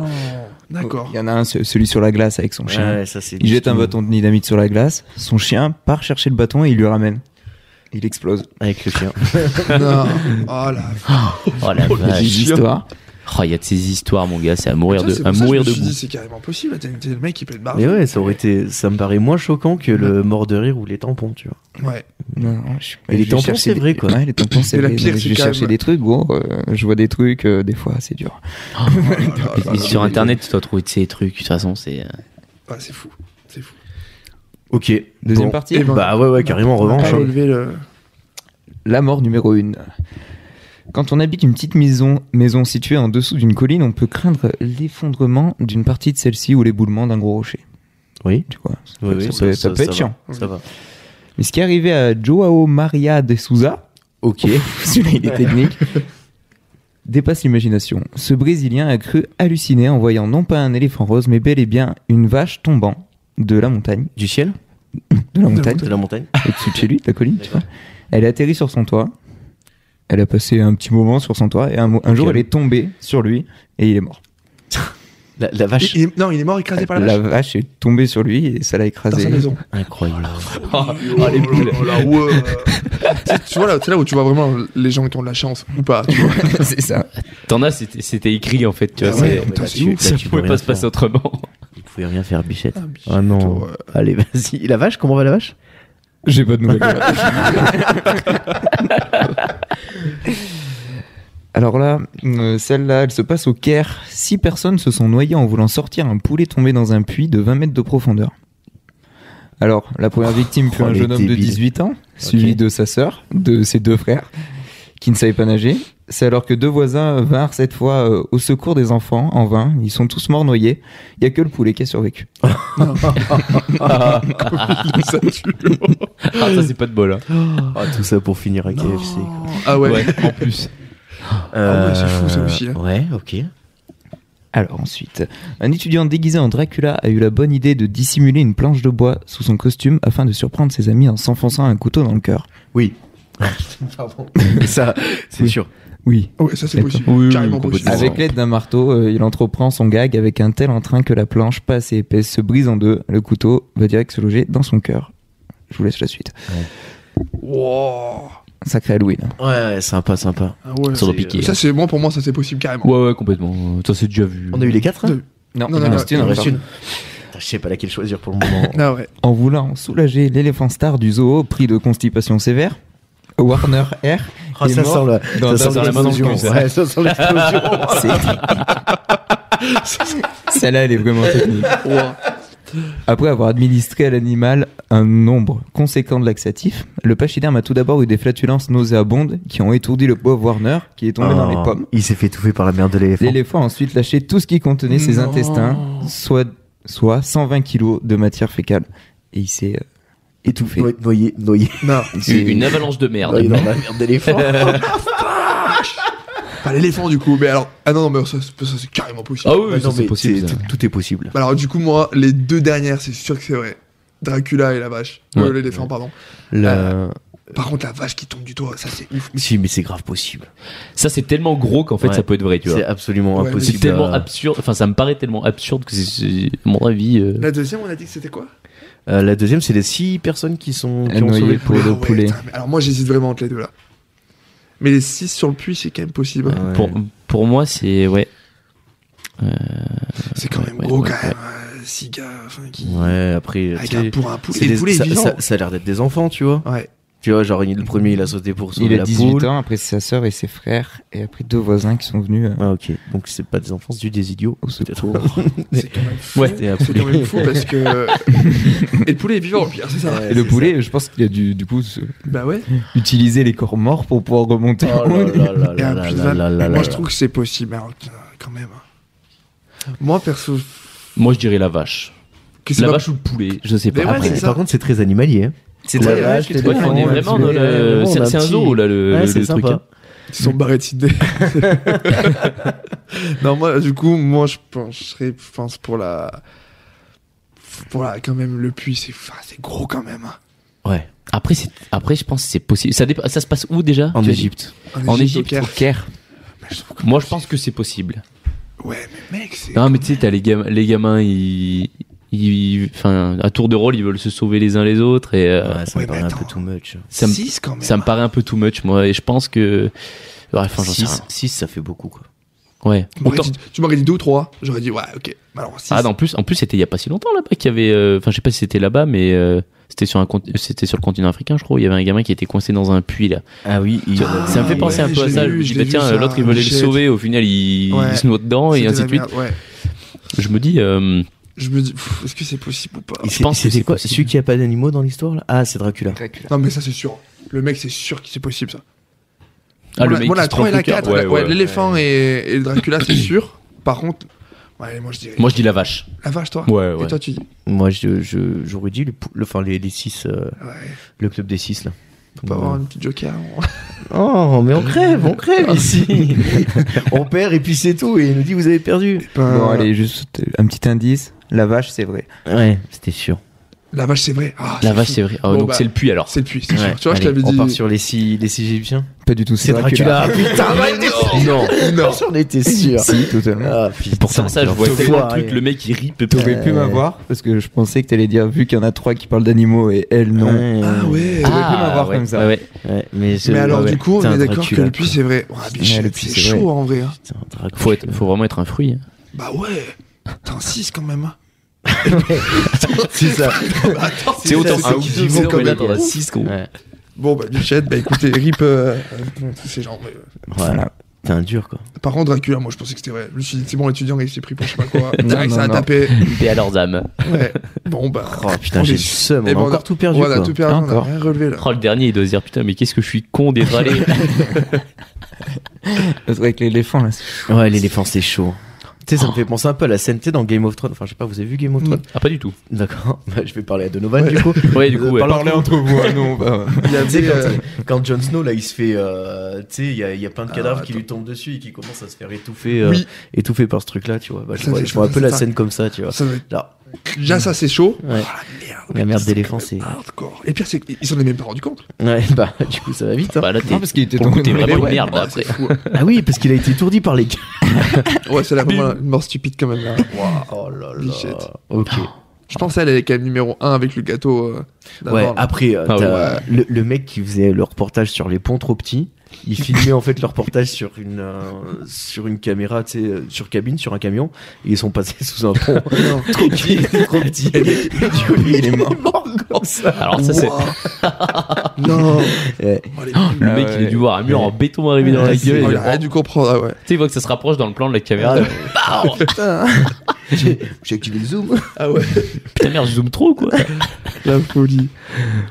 Speaker 8: D'accord.
Speaker 2: Il y en a un, ce- celui sur la glace avec son chien.
Speaker 1: ça, c'est.
Speaker 2: Il jette un bâton de dynamite sur la glace. Son chien part chercher le bâton et il lui ramène. Il explose.
Speaker 1: Avec le chien.
Speaker 8: Non. Oh là.
Speaker 6: Oh la
Speaker 2: Des
Speaker 6: vache.
Speaker 2: histoires.
Speaker 6: Oh, il y a de ces histoires, mon gars, c'est à mourir
Speaker 8: Ça, c'est
Speaker 6: de, à
Speaker 8: pour ça que
Speaker 6: mourir
Speaker 8: je me
Speaker 6: de
Speaker 8: suis dit,
Speaker 6: goût.
Speaker 8: c'est carrément possible, la TNT, le mec, il peut être barré.
Speaker 1: Mais ouais, ça aurait été. Ça me paraît moins choquant que le mort de rire ou les tampons, tu vois.
Speaker 8: Ouais.
Speaker 2: Non, non, je suis
Speaker 1: Et les
Speaker 2: je vais
Speaker 1: tampons,
Speaker 2: chercher
Speaker 1: c'est
Speaker 2: des-
Speaker 1: vrai, quoi.
Speaker 2: Ouais, les tampons, c'est
Speaker 8: Et la
Speaker 2: vrai.
Speaker 8: pire,
Speaker 2: Non, mais
Speaker 8: c'est
Speaker 2: je vais
Speaker 8: quand
Speaker 2: chercher
Speaker 8: même-
Speaker 2: des trucs, gros. euh, je vois des trucs, euh, des fois, c'est dur.
Speaker 8: Ah,
Speaker 6: Mais sur internet, tu dois trouver de ces trucs. De toute façon, c'est. euh,
Speaker 8: Ah, c'est fou. C'est fou.
Speaker 1: Ok.
Speaker 2: Deuxième
Speaker 1: Bon.
Speaker 2: partie.
Speaker 8: Et ben,
Speaker 1: Bah ouais, ouais, carrément, en
Speaker 8: on va
Speaker 1: revanche.
Speaker 8: pas
Speaker 1: hein.
Speaker 8: relever le.
Speaker 2: La mort numéro 1. Quand on habite une petite maison, maison située en dessous d'une colline, on peut craindre l'effondrement d'une partie de celle-ci ou l'éboulement d'un gros rocher.
Speaker 1: Oui.
Speaker 2: Tu vois, ça,
Speaker 1: Oui, oui,
Speaker 2: ça
Speaker 1: ça-
Speaker 2: peut,
Speaker 1: ça-
Speaker 2: ça peut
Speaker 1: ça
Speaker 2: être
Speaker 1: va.
Speaker 2: chiant.
Speaker 1: Ça va.
Speaker 2: Mais ce qui est arrivé à Joao Maria de Souza,
Speaker 1: Ok.
Speaker 2: celui-là il est technique, dépasse l'imagination. Ce Brésilien a cru halluciner en voyant non pas un éléphant rose, mais bel et bien une vache tombant de la montagne,
Speaker 1: Du ciel
Speaker 2: de la montagne,
Speaker 1: De la montagne
Speaker 2: au-dessus de chez lui, de la colline, tu vois. Elle a atterri sur son toit. Elle a passé un petit moment sur son toit et un, mo- un jour elle est tombée sur lui et il est mort.
Speaker 1: La, la vache.
Speaker 8: Il- il est- Non, il est mort écrasé par Ah, la
Speaker 2: La
Speaker 8: vache.
Speaker 2: vache est tombée sur lui et ça l'a écrasé.
Speaker 8: Dans sa maison.
Speaker 1: Incroyable.
Speaker 6: Ah,
Speaker 8: Oh là là, ouais. Tu- Tu vois là, c'est là où tu vois vraiment les gens qui ont de la chance ou pas. Tu vois.
Speaker 2: c'est ça.
Speaker 6: T'en as, c'était c'était écrit en fait, tu vois.
Speaker 8: Ah ouais,
Speaker 6: c'est-
Speaker 8: putain,
Speaker 1: là,
Speaker 8: c'est
Speaker 1: tu-
Speaker 8: ouf,
Speaker 1: là,
Speaker 6: ça
Speaker 1: tu
Speaker 6: pouvait
Speaker 1: peux
Speaker 6: pas
Speaker 1: rien
Speaker 6: se passer
Speaker 1: faire.
Speaker 6: autrement.
Speaker 1: Il pouvait rien faire, Bichette.
Speaker 8: bichette,
Speaker 1: Ah non.
Speaker 8: ouais.
Speaker 1: Allez, vas-y. La vache, comment va la vache
Speaker 2: J'ai pas de nouvelles. Alors là, euh, celle-là, elle se passe au Caire. Six personnes se sont noyées en voulant sortir un poulet tombé dans un puits de 20 mètres de profondeur. Alors, la première victime fut
Speaker 9: oh,
Speaker 2: un
Speaker 9: les
Speaker 2: jeune homme de
Speaker 9: débiles.
Speaker 2: 18 ans, suivi de sa sœur, de ses deux frères, qui ne savaient pas nager. C'est alors que deux voisins vinrent cette fois euh, au secours des enfants, en vain. Ils sont tous morts noyés. Il n'y a que le poulet qui a survécu.
Speaker 6: Ah, ça, c'est pas de bol. hein.
Speaker 1: Ah, tout ça pour finir à KFC.
Speaker 8: Ah ouais, en plus. Ah ouais, c'est fou, ça aussi, hein.
Speaker 1: Euh, Ouais, ok.
Speaker 2: Alors ensuite, un étudiant déguisé en Dracula a eu la bonne idée de dissimuler une planche de bois sous son costume afin de surprendre ses amis en s'enfonçant un couteau dans le cœur.
Speaker 1: ça, c'est
Speaker 2: Oui.
Speaker 1: sûr.
Speaker 2: Oui.
Speaker 8: Ah ouais, ça c'est
Speaker 2: D'accord.
Speaker 8: possible.
Speaker 6: Oui, oui,
Speaker 8: Carrément
Speaker 6: complètement.
Speaker 8: possible.
Speaker 6: Ah,
Speaker 2: Avec l'aide d'un marteau, euh, il entreprend son gag avec un tel entrain que la planche, pas assez épaisse, se brise en deux. Le couteau va direct se loger dans son cœur. Je vous laisse la suite.
Speaker 8: Wow.
Speaker 2: Sacré Halloween. hein.
Speaker 1: Ouais, ouais, sympa, sympa.
Speaker 8: Ah ouais.
Speaker 6: Ça doit piquer.
Speaker 8: Ça c'est bon pour moi, ça c'est possible carrément.
Speaker 6: Ouais, ouais, complètement. Ça, c'est déjà vu.
Speaker 1: On a eu les quatre. hein
Speaker 8: Deux.
Speaker 2: Non,
Speaker 8: Non,
Speaker 2: il
Speaker 8: non,
Speaker 2: en
Speaker 8: non,
Speaker 2: reste
Speaker 8: il
Speaker 2: une
Speaker 8: en
Speaker 1: Il en
Speaker 2: encore.
Speaker 1: reste une. Putain, Je sais pas laquelle choisir pour le moment.
Speaker 8: Ah ouais.
Speaker 2: En voulant soulager l'éléphant star du zoo pris de constipation sévère, Warner Air
Speaker 1: Ah,
Speaker 2: est
Speaker 1: ça
Speaker 2: mort
Speaker 1: sent la,
Speaker 2: dans-
Speaker 1: ça
Speaker 2: dans
Speaker 1: sent
Speaker 2: la main dans le
Speaker 1: l'explosion.
Speaker 2: cul, ça.
Speaker 1: Ouais, ça sent l'explosion.
Speaker 2: Celle-là, elle est vraiment technique. Après avoir administré à l'animal un nombre conséquent de laxatifs, le pachyderme a tout d'abord eu des flatulences nauséabondes qui ont étourdi le pauvre Warner qui est tombé dans les
Speaker 1: Oh,
Speaker 2: pommes.
Speaker 1: Il s'est fait étouffer par la merde de l'éléphant.
Speaker 2: L'éléphant a ensuite lâché tout ce qui contenait ses
Speaker 8: Non.
Speaker 2: intestins, soit, soit 120 kilos de matière fécale. Et il s'est euh, étouffé.
Speaker 1: Noyé, noyé, noyé,
Speaker 8: Non.
Speaker 2: C'est-
Speaker 6: Une avalanche de merde.
Speaker 1: noyé dans la merde d'éléphant.
Speaker 8: Pas l'éléphant du coup, mais alors. Ah non, non, mais ça, c'est- ça, c'est carrément possible.
Speaker 6: Ah oui,
Speaker 1: Ouais,
Speaker 6: ça,
Speaker 1: non,
Speaker 6: c'est
Speaker 1: mais
Speaker 6: possible.
Speaker 1: c'est-
Speaker 6: ça.
Speaker 1: Tout, tout est possible.
Speaker 8: Bah alors du coup moi, les deux dernières, c'est sûr que c'est vrai. Dracula et la vache.
Speaker 6: Ouais.
Speaker 8: Euh, l'éléphant, pardon.
Speaker 1: La-
Speaker 8: Par contre, la vache qui tombe du toit, ça c'est ouf.
Speaker 1: Euh, Si, mais c'est grave possible.
Speaker 6: Ça, c'est tellement gros qu'en fait,
Speaker 1: Ouais.
Speaker 6: ça peut être vrai, tu vois.
Speaker 1: C'est absolument
Speaker 8: Ouais,
Speaker 6: C'est
Speaker 1: impossible.
Speaker 2: Euh,
Speaker 6: tellement
Speaker 1: à-
Speaker 6: absurde. Enfin, ça me paraît tellement absurde que c'est- c'est, à mon avis. euh,
Speaker 8: La deuxième, on a dit que c'était quoi
Speaker 1: Euh, la deuxième, c'est les six personnes qui sont qui
Speaker 2: Elle
Speaker 1: ont
Speaker 2: noyait
Speaker 1: sauvé
Speaker 2: le
Speaker 1: le
Speaker 2: poulet.
Speaker 1: poulet.
Speaker 8: Ah
Speaker 2: le
Speaker 8: ouais, putain, mais alors moi j'hésite vraiment entre les deux là. Mais les 6 sur le puits, c'est quand même possible. hein.
Speaker 1: Ouais.
Speaker 6: Pour, pour moi, c'est. Ouais.
Speaker 8: C'est quand même
Speaker 6: ouais,
Speaker 8: gros
Speaker 6: ouais,
Speaker 8: quand même. 6 gars, enfin qui.
Speaker 1: Ouais, après,
Speaker 8: Avec
Speaker 1: tu sais,
Speaker 8: un, pour un poulet.
Speaker 1: c'est
Speaker 8: Et
Speaker 1: des-
Speaker 8: le poulet est
Speaker 1: ça,
Speaker 8: vivant.
Speaker 1: ça- ça a l'air d'être des enfants, tu vois.
Speaker 8: Ouais.
Speaker 1: Tu vois, genre il- le premier, il a sauté pour sauver
Speaker 2: Il a
Speaker 1: la
Speaker 2: 18
Speaker 1: poule.
Speaker 2: ans, après c'est sa sœur et ses frères, et après deux voisins qui sont venus euh,
Speaker 1: Ah, ok. Donc c'est pas des enfants, c'est du des idiots.
Speaker 2: au secours.
Speaker 8: C'est quand même fou.
Speaker 6: Ouais,
Speaker 1: C'est
Speaker 8: C'est quand
Speaker 1: absolument.
Speaker 8: même fou parce que. Et le poulet est vivant, le pire, c'est ça.
Speaker 2: Et le poulet, je pense qu'il a dû du coup se-
Speaker 8: Bah ouais.
Speaker 2: utiliser les corps morts pour pouvoir remonter.
Speaker 1: Oh là là là
Speaker 8: Et
Speaker 1: là
Speaker 8: un
Speaker 1: là
Speaker 8: plus de
Speaker 1: là
Speaker 8: vanne.
Speaker 1: là là
Speaker 8: Moi
Speaker 1: là.
Speaker 8: je trouve que c'est possible, alors, putain, quand même. hein. Moi perso,
Speaker 6: Moi, je dirais la vache.
Speaker 8: que c'est
Speaker 6: La
Speaker 8: pas-
Speaker 6: vache ou le poulet, je sais pas.
Speaker 8: Mais ouais,
Speaker 6: Après,
Speaker 8: c'est
Speaker 1: Mais
Speaker 8: ça.
Speaker 1: Par contre, c'est très animalier. hein.
Speaker 2: C'est
Speaker 1: Ouais,
Speaker 2: très
Speaker 1: ouais,
Speaker 2: vache,
Speaker 1: je
Speaker 2: c'est
Speaker 1: t'ai
Speaker 2: très
Speaker 6: ouais, on est
Speaker 1: Ouais,
Speaker 6: vraiment
Speaker 1: c'est-
Speaker 6: dans le.
Speaker 1: ouais, on
Speaker 6: C'est
Speaker 1: a
Speaker 6: c'est un
Speaker 1: petit-
Speaker 6: zoo, là, le,
Speaker 1: Ouais,
Speaker 6: le
Speaker 1: c'est
Speaker 6: truc.
Speaker 1: sympa.
Speaker 6: hein.
Speaker 8: Ils sont barrés de idée. non, moi, du coup, moi, je pencherais, je pense, pour la. Pour la, quand même, le puits, c'est enfin, c'est gros quand même. hein.
Speaker 1: Ouais.
Speaker 6: Après, c'est- après, je pense que c'est possible. Ça, dépend- ça se passe où déjà
Speaker 1: En
Speaker 6: tu as dit
Speaker 1: Égypte.
Speaker 6: En
Speaker 8: au
Speaker 6: Égypte,
Speaker 8: Caire.
Speaker 6: au Caire.
Speaker 8: Mais je trouve que-
Speaker 6: Moi, je pense que c'est possible.
Speaker 8: Ouais, mais mec, c'est.
Speaker 6: Non, mais tu sais, t'as les, gam- les gamins, ils. ils- Enfin, à tour de rôle, ils veulent se sauver les uns les autres et euh,
Speaker 1: Ouais, ça
Speaker 8: ouais,
Speaker 1: me
Speaker 8: mais
Speaker 1: paraît un peu
Speaker 8: attends.
Speaker 1: too much.
Speaker 6: ça me-
Speaker 8: 6 quand même. hein.
Speaker 6: ça me paraît un peu too much, moi. Et je pense que. Ouais, enfin, j'en sais rien.
Speaker 1: 6, ça fait beaucoup, quoi.
Speaker 6: Ouais.
Speaker 8: Tu m'aurais
Speaker 6: Autant-
Speaker 8: dit- Tu m'aurais dit 2 ou 3. J'aurais dit, ouais, ok. Mais Alors, 6.
Speaker 6: Ah non, en plus, en plus c'était il y a pas si longtemps là-bas qu'il y avait. euh, Enfin, je sais pas si c'était là-bas, mais euh, c'était sur un conti- c'était sur le continent africain, je crois. où Il y avait un gamin qui était coincé dans un puits là.
Speaker 1: Ah oui, il y en a-
Speaker 6: Ça me fait
Speaker 8: ouais,
Speaker 6: penser un
Speaker 8: je
Speaker 6: peu à
Speaker 8: l'ai
Speaker 6: ça.
Speaker 8: vu,
Speaker 6: je me
Speaker 8: je
Speaker 6: dis,
Speaker 8: l'ai
Speaker 6: bah,
Speaker 8: vu,
Speaker 6: tiens,
Speaker 8: ça,
Speaker 6: l'autre il voulait le
Speaker 8: shit.
Speaker 6: sauver, au final il,
Speaker 8: Ouais.
Speaker 6: il se noie dedans et
Speaker 8: C'était
Speaker 6: ainsi
Speaker 8: la
Speaker 6: de suite.
Speaker 8: merde, Ouais.
Speaker 6: Je me dis, euh,
Speaker 8: Je me dis, pff, est-ce que c'est possible ou pas
Speaker 1: Et
Speaker 6: Je
Speaker 1: c'est-
Speaker 6: pense que
Speaker 1: c'était
Speaker 6: c'est
Speaker 1: quoi
Speaker 6: possible.
Speaker 1: Celui qui a pas d'animaux dans l'histoire là Ah, c'est Dracula.
Speaker 8: Non, mais ça, c'est sûr. Le mec, c'est sûr que c'est possible, ça.
Speaker 6: ah,
Speaker 8: moi,
Speaker 6: le
Speaker 8: la-
Speaker 6: mec
Speaker 8: moi,
Speaker 6: qui
Speaker 8: la
Speaker 6: se prend
Speaker 8: 3 et la
Speaker 6: le cœur.
Speaker 8: 4.
Speaker 6: Ouais,
Speaker 8: ouais,
Speaker 6: ouais.
Speaker 8: L'éléphant et, et le Dracula, c'est sûr. Par contre, ouais, moi, je dirais.
Speaker 6: Moi je dis la vache.
Speaker 8: La vache, toi
Speaker 6: Ouais, ouais.
Speaker 8: Et toi, tu dis.
Speaker 1: Moi, je, je, j'aurais dit le, pou- le- enfin, les, les six, euh,
Speaker 8: Ouais.
Speaker 1: le club des 6 là.
Speaker 8: On peut avoir un petit joker. on-
Speaker 1: Oh, mais on crève, on crève ici. on perd et puis c'est tout. Et il nous dit vous avez perdu.
Speaker 2: Bon, allez, juste un petit indice. La vache, c'est vrai.
Speaker 1: Ouais, c'était sûr.
Speaker 8: La vache, c'est vrai. Ah,
Speaker 6: La
Speaker 8: c'est
Speaker 6: vache
Speaker 8: fou.
Speaker 6: c'est vrai. Ah,
Speaker 8: Bon,
Speaker 6: donc
Speaker 8: bah,
Speaker 6: c'est le puits alors.
Speaker 8: C'est le puits, c'est
Speaker 1: Ouais,
Speaker 8: sûr. Tu vois, je
Speaker 1: allez,
Speaker 8: t'avais dit.
Speaker 1: On part sur les six, les six égyptiens.
Speaker 2: Pas du tout.
Speaker 1: C'est Dracula. Putain, mais non, non, j'en étais sûr.
Speaker 2: Si, totalement.
Speaker 1: Ah, putain,
Speaker 6: Pour ça, ça je vois
Speaker 1: te
Speaker 6: tellement le
Speaker 1: foire,
Speaker 6: truc,
Speaker 1: ouais.
Speaker 6: le mec il rip.
Speaker 2: T'aurais pu
Speaker 1: Euh.
Speaker 2: m'avoir parce que je pensais que t'allais dire vu qu'il y en a trois qui parlent d'animaux et elle non.
Speaker 1: Ouais,
Speaker 8: Ah ouais.
Speaker 2: Ah, pu m'avoir
Speaker 6: ouais,
Speaker 2: comme ça.
Speaker 6: ouais, ouais.
Speaker 1: ouais, mais,
Speaker 8: Mais alors,
Speaker 1: ouais,
Speaker 8: du coup, on
Speaker 1: putain,
Speaker 8: est d'accord que
Speaker 1: Dracula,
Speaker 8: le puits, c'est vrai. Ouais, mais
Speaker 2: Ouais,
Speaker 8: shit,
Speaker 2: le puits,
Speaker 8: c'est
Speaker 2: c'est
Speaker 8: chaud
Speaker 2: vrai.
Speaker 8: en vrai. hein.
Speaker 1: quoi. Putain, Dracula.
Speaker 6: Faut, être, faut vraiment être un fruit. hein.
Speaker 8: Bah ouais. Putain, 6 quand même. hein.
Speaker 1: C'est ça.
Speaker 6: C'est autant
Speaker 8: c'est
Speaker 6: un
Speaker 8: qui
Speaker 6: ouf
Speaker 8: se
Speaker 6: vivant
Speaker 8: font
Speaker 6: que
Speaker 8: comme
Speaker 6: là
Speaker 8: des
Speaker 6: t'en as six gros.
Speaker 1: Ouais.
Speaker 8: Bon, bah, du chat, bah écoutez, rip. euh, euh, Tous ces gens. mais, euh,
Speaker 2: Voilà.
Speaker 1: C'était un dur, quoi.
Speaker 8: Par contre, Dracula, moi je pensais que c'était vrai. Je me suis dit, c'est bon, étudiant, il s'est pris pour je sais pas quoi.
Speaker 2: Non,
Speaker 8: Direct,
Speaker 2: non,
Speaker 8: ça a
Speaker 2: non.
Speaker 8: tapé.
Speaker 6: Paix à leurs âmes.
Speaker 8: Ouais. Bon, bah.
Speaker 1: Oh putain, j'ai le seum. On
Speaker 8: Et
Speaker 1: a
Speaker 8: bon, on a-
Speaker 1: encore tout perdu,
Speaker 8: Voilà,
Speaker 1: quoi.
Speaker 8: tout perdu, on a
Speaker 2: Encore.
Speaker 8: rien relevé là.
Speaker 6: Oh, le dernier, il doit se dire putain, mais qu'est-ce que je suis con d'étralé.
Speaker 2: Avec l'éléphant, là.
Speaker 1: Ouais, l'éléphant, c'est chaud. Oh. Tu sais, ça me fait penser un peu à la scène, tu sais, dans Game of Thrones. Enfin, je sais pas, vous avez vu Game of Thrones
Speaker 6: ah, pas du tout.
Speaker 1: Mm. D'accord. Bah, je vais parler à Donovan, du coup.
Speaker 6: Ouais, du coup, ouais.
Speaker 2: Parlez entre vous, hein, nous, on va-
Speaker 1: Tu sais,
Speaker 8: avait,
Speaker 1: quand,
Speaker 8: euh,
Speaker 1: quand Jon Snow, là, il se fait. euh, tu sais, il y a, il y a plein de
Speaker 8: Ah,
Speaker 1: cadavres qui
Speaker 8: attends.
Speaker 1: lui tombent dessus et qui commence à se faire étouffer, euh,
Speaker 8: Oui.
Speaker 1: étouffer par ce truc-là, tu vois. Bah, je
Speaker 8: Ça
Speaker 1: vois,
Speaker 8: fait
Speaker 1: je vois un
Speaker 8: chaud,
Speaker 1: peu la
Speaker 8: ça.
Speaker 1: scène comme ça, tu vois.
Speaker 8: Ça va être-
Speaker 1: Là,
Speaker 8: Déjà, ça c'est chaud.
Speaker 1: bah.
Speaker 8: Oh,
Speaker 1: ouais. La merde d'éléphant, c'est.
Speaker 8: Hardcore. Et pire, c'est qu'ils s'en est même pas rendu compte.
Speaker 1: Ouais, bah, du coup, ça va vite. hein.
Speaker 6: Bah là, t'es
Speaker 2: Non, parce qu'il était
Speaker 6: pour le coup, t'es
Speaker 2: dans-
Speaker 6: vraiment
Speaker 8: Mais
Speaker 6: une
Speaker 8: ouais,
Speaker 6: merde là,
Speaker 8: ouais,
Speaker 6: après.
Speaker 8: c'est fou, hein.
Speaker 1: Ah oui, parce qu'il a été étourdi par les gars.
Speaker 8: Ouais, c'est la vraiment une mort stupide quand même. là.
Speaker 1: Oh là là.
Speaker 8: Bichette.
Speaker 1: Ok.
Speaker 8: Je pensais elle est quand même numéro 1 avec le gâteau. euh, d'abord,
Speaker 1: Ouais,
Speaker 8: là.
Speaker 1: après, euh,
Speaker 6: Ah
Speaker 1: t'as le, le mec qui faisait le reportage sur les ponts trop petits, il filmait en fait le reportage sur une, euh, sur une caméra, tu sais, euh, sur cabine, sur un camion, et ils sont passés sous un pont
Speaker 8: Non.
Speaker 1: trop petit, il était trop petit. Et du coup, lui, il est mort comme ça.
Speaker 6: Alors ça, c'est.
Speaker 8: Ouah. non.
Speaker 1: Ouais.
Speaker 6: Le mec, il a dû voir un mur en béton arriver dans la
Speaker 1: Ouais, c'est-
Speaker 6: gueule. et
Speaker 8: Oh, Ah, il
Speaker 6: genre,
Speaker 8: a rien dû comprendre. ah ouais.
Speaker 6: Tu sais, il voit que ça se rapproche dans le plan de la caméra. là.
Speaker 1: J'ai j'ai activé le zoom. Ah ouais.
Speaker 6: Putain, merde, je zoome trop quoi.
Speaker 8: La folie.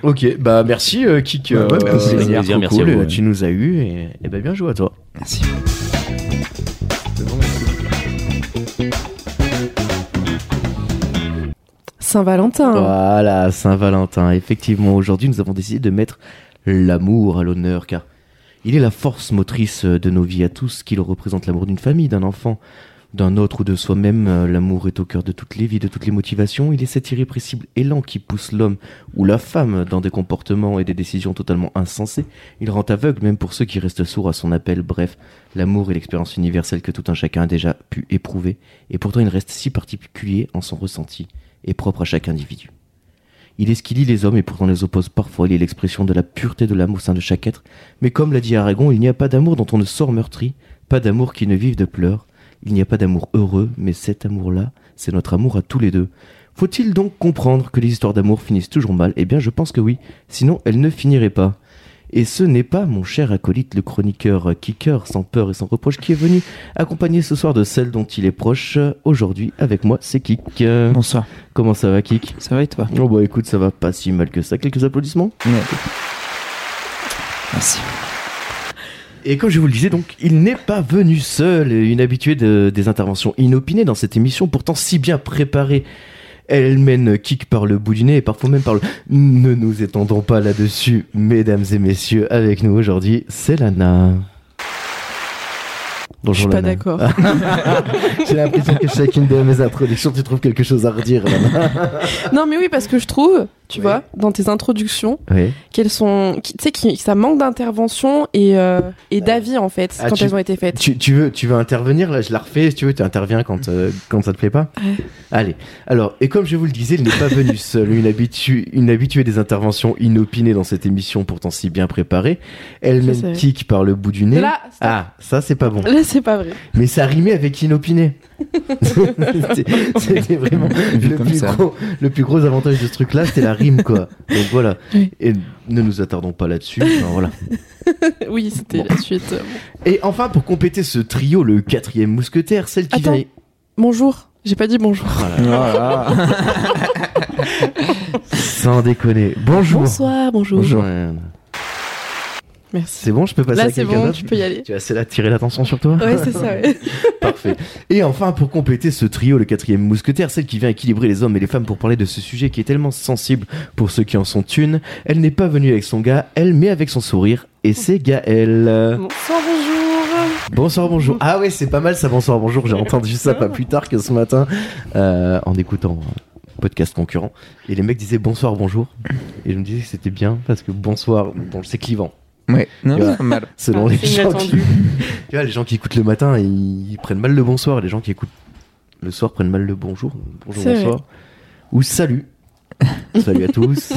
Speaker 1: Ok, bah merci euh, Kik. euh,
Speaker 8: Ouais, ouais, merci.
Speaker 1: plaisir,
Speaker 6: Avec Bah, plaisir,
Speaker 1: trop
Speaker 6: merci
Speaker 1: cool,
Speaker 6: à vous,
Speaker 1: euh,
Speaker 6: ouais.
Speaker 1: Tu nous as eu et, et bah, bien joué à toi.
Speaker 10: Saint-Valentin.
Speaker 1: Voilà, Saint-Valentin. Effectivement, aujourd'hui, nous avons décidé de mettre l'amour à l'honneur, car il est la force motrice de nos vies à tous, qu'il représente l'amour d'une famille, d'un enfant, d'un autre ou de soi-même. Euh, L'amour est au cœur de toutes les vies, de toutes les motivations. Il est cet irrépressible élan qui pousse l'homme ou la femme dans des comportements et des décisions totalement insensées. Il rend aveugle même pour ceux qui restent sourds à son appel. Bref, l'amour est l'expérience universelle que tout un chacun a déjà pu éprouver, et pourtant il reste si particulier en son ressenti et propre à chaque individu. Il est ce qui lie les hommes et pourtant les oppose parfois. Il est l'expression de la pureté de l'âme au sein de chaque être. Mais comme l'a dit Aragon, il n'y a pas d'amour dont on ne sort meurtri, pas d'amour qui ne vive de pleurs. Il n'y a pas d'amour heureux, mais cet amour-là, c'est notre amour à tous les deux. Faut-il donc comprendre que les histoires d'amour finissent toujours mal Eh bien, je pense que oui, sinon elles ne finiraient pas. Et ce n'est pas mon cher acolyte, le chroniqueur euh, kicker sans peur et sans reproche, qui est venu accompagner ce soir de celle dont il est proche. Euh, Aujourd'hui, avec moi, c'est Kik. Euh,
Speaker 2: Bonsoir.
Speaker 1: Comment ça va, Kik
Speaker 2: Ça va et toi
Speaker 1: Oh bah écoute, ça va pas si mal que ça. Quelques applaudissements.
Speaker 2: Merci.
Speaker 1: Et comme je vous le disais, donc, il n'est pas venu seul. Une habituée de- des interventions inopinées dans cette émission, pourtant si bien préparée. Elle mène kick par le bout du nez et parfois même par le... Ne nous étendons pas là-dessus, mesdames et messieurs, avec nous aujourd'hui, c'est Lana. Bonjour
Speaker 10: Je suis pas
Speaker 1: Lana.
Speaker 10: d'accord.
Speaker 1: J'ai l'impression que chacune de mes introductions, tu trouves quelque chose à redire, Lana.
Speaker 10: non, mais oui, parce que je trouve, tu
Speaker 1: Oui.
Speaker 10: vois, dans tes introductions,
Speaker 1: Oui.
Speaker 10: qu'elles sont. qui- Tu sais, qui- que ça manque d'intervention et, euh, et d'avis, en fait,
Speaker 1: ah,
Speaker 10: quand
Speaker 1: tu-
Speaker 10: elles ont été faites.
Speaker 1: Tu, tu veux, tu veux intervenir là Je la refais. Si tu veux, tu interviens quand, euh, quand ça te plaît pas.
Speaker 10: Ouais.
Speaker 1: Allez. Alors, et comme je vous le disais, il n'est pas venu seul. Une, habitu- une habituée des interventions inopinées dans cette émission, pourtant si bien préparée. Elle
Speaker 10: Ça,
Speaker 1: même
Speaker 10: c'est-
Speaker 1: kick par le bout du nez.
Speaker 10: Là, stop.
Speaker 1: ah, ça c'est pas bon.
Speaker 10: Là, c'est pas vrai.
Speaker 1: Mais ça rimait avec inopiné. C'était- c'était vraiment
Speaker 2: Vu
Speaker 1: le
Speaker 2: comme
Speaker 1: plus,
Speaker 2: ça.
Speaker 1: gros, le plus gros avantage de ce truc-là, c'était la rime, quoi. Donc voilà.
Speaker 10: Oui.
Speaker 1: Et ne nous attardons pas là-dessus. Enfin, voilà.
Speaker 10: oui, c'était la suite. Euh,
Speaker 1: Et enfin, pour compléter ce trio, le quatrième mousquetaire, celle qui
Speaker 10: Attends.
Speaker 1: vient.
Speaker 10: Bonjour. J'ai pas dit bonjour.
Speaker 1: Sans déconner. Bonjour.
Speaker 10: Bonsoir, bonjour.
Speaker 1: Ouais.
Speaker 10: Merci.
Speaker 1: C'est bon, je peux passer à
Speaker 10: Là, c'est
Speaker 1: quelqu'un
Speaker 10: bon,
Speaker 1: d'autre
Speaker 10: tu peux y aller.
Speaker 1: Tu as celle attirer l'attention sur toi
Speaker 10: Ouais, c'est ça, ouais.
Speaker 1: Parfait. Et enfin, pour compléter ce trio, le quatrième mousquetaire, celle qui vient équilibrer les hommes et les femmes pour parler de ce sujet qui est tellement sensible pour ceux qui en sont une, elle n'est pas venue avec son gars, elle, mais avec son sourire. Et c'est Gaël.
Speaker 10: Bonsoir, bonjour.
Speaker 1: Bonsoir, bonjour. Ah ouais, c'est pas mal ça, bonsoir, bonjour. J'ai entendu ça pas plus tard que ce matin euh, en écoutant un podcast concurrent. Et les mecs disaient bonsoir, bonjour. Et je me disais que c'était bien parce que bonsoir, bon, c'est clivant.
Speaker 2: Ouais, non,
Speaker 1: Ouais.
Speaker 2: c'est pas mal.
Speaker 1: Selon
Speaker 10: Ah,
Speaker 1: les
Speaker 10: c'est
Speaker 1: gens qui...
Speaker 10: inattendu.
Speaker 1: Tu vois, les gens qui écoutent le matin, ils prennent mal le bonsoir. Les gens qui écoutent le soir prennent mal le bonjour. Bonjour,
Speaker 10: C'est
Speaker 1: bonsoir. Ou salut. salut à tous.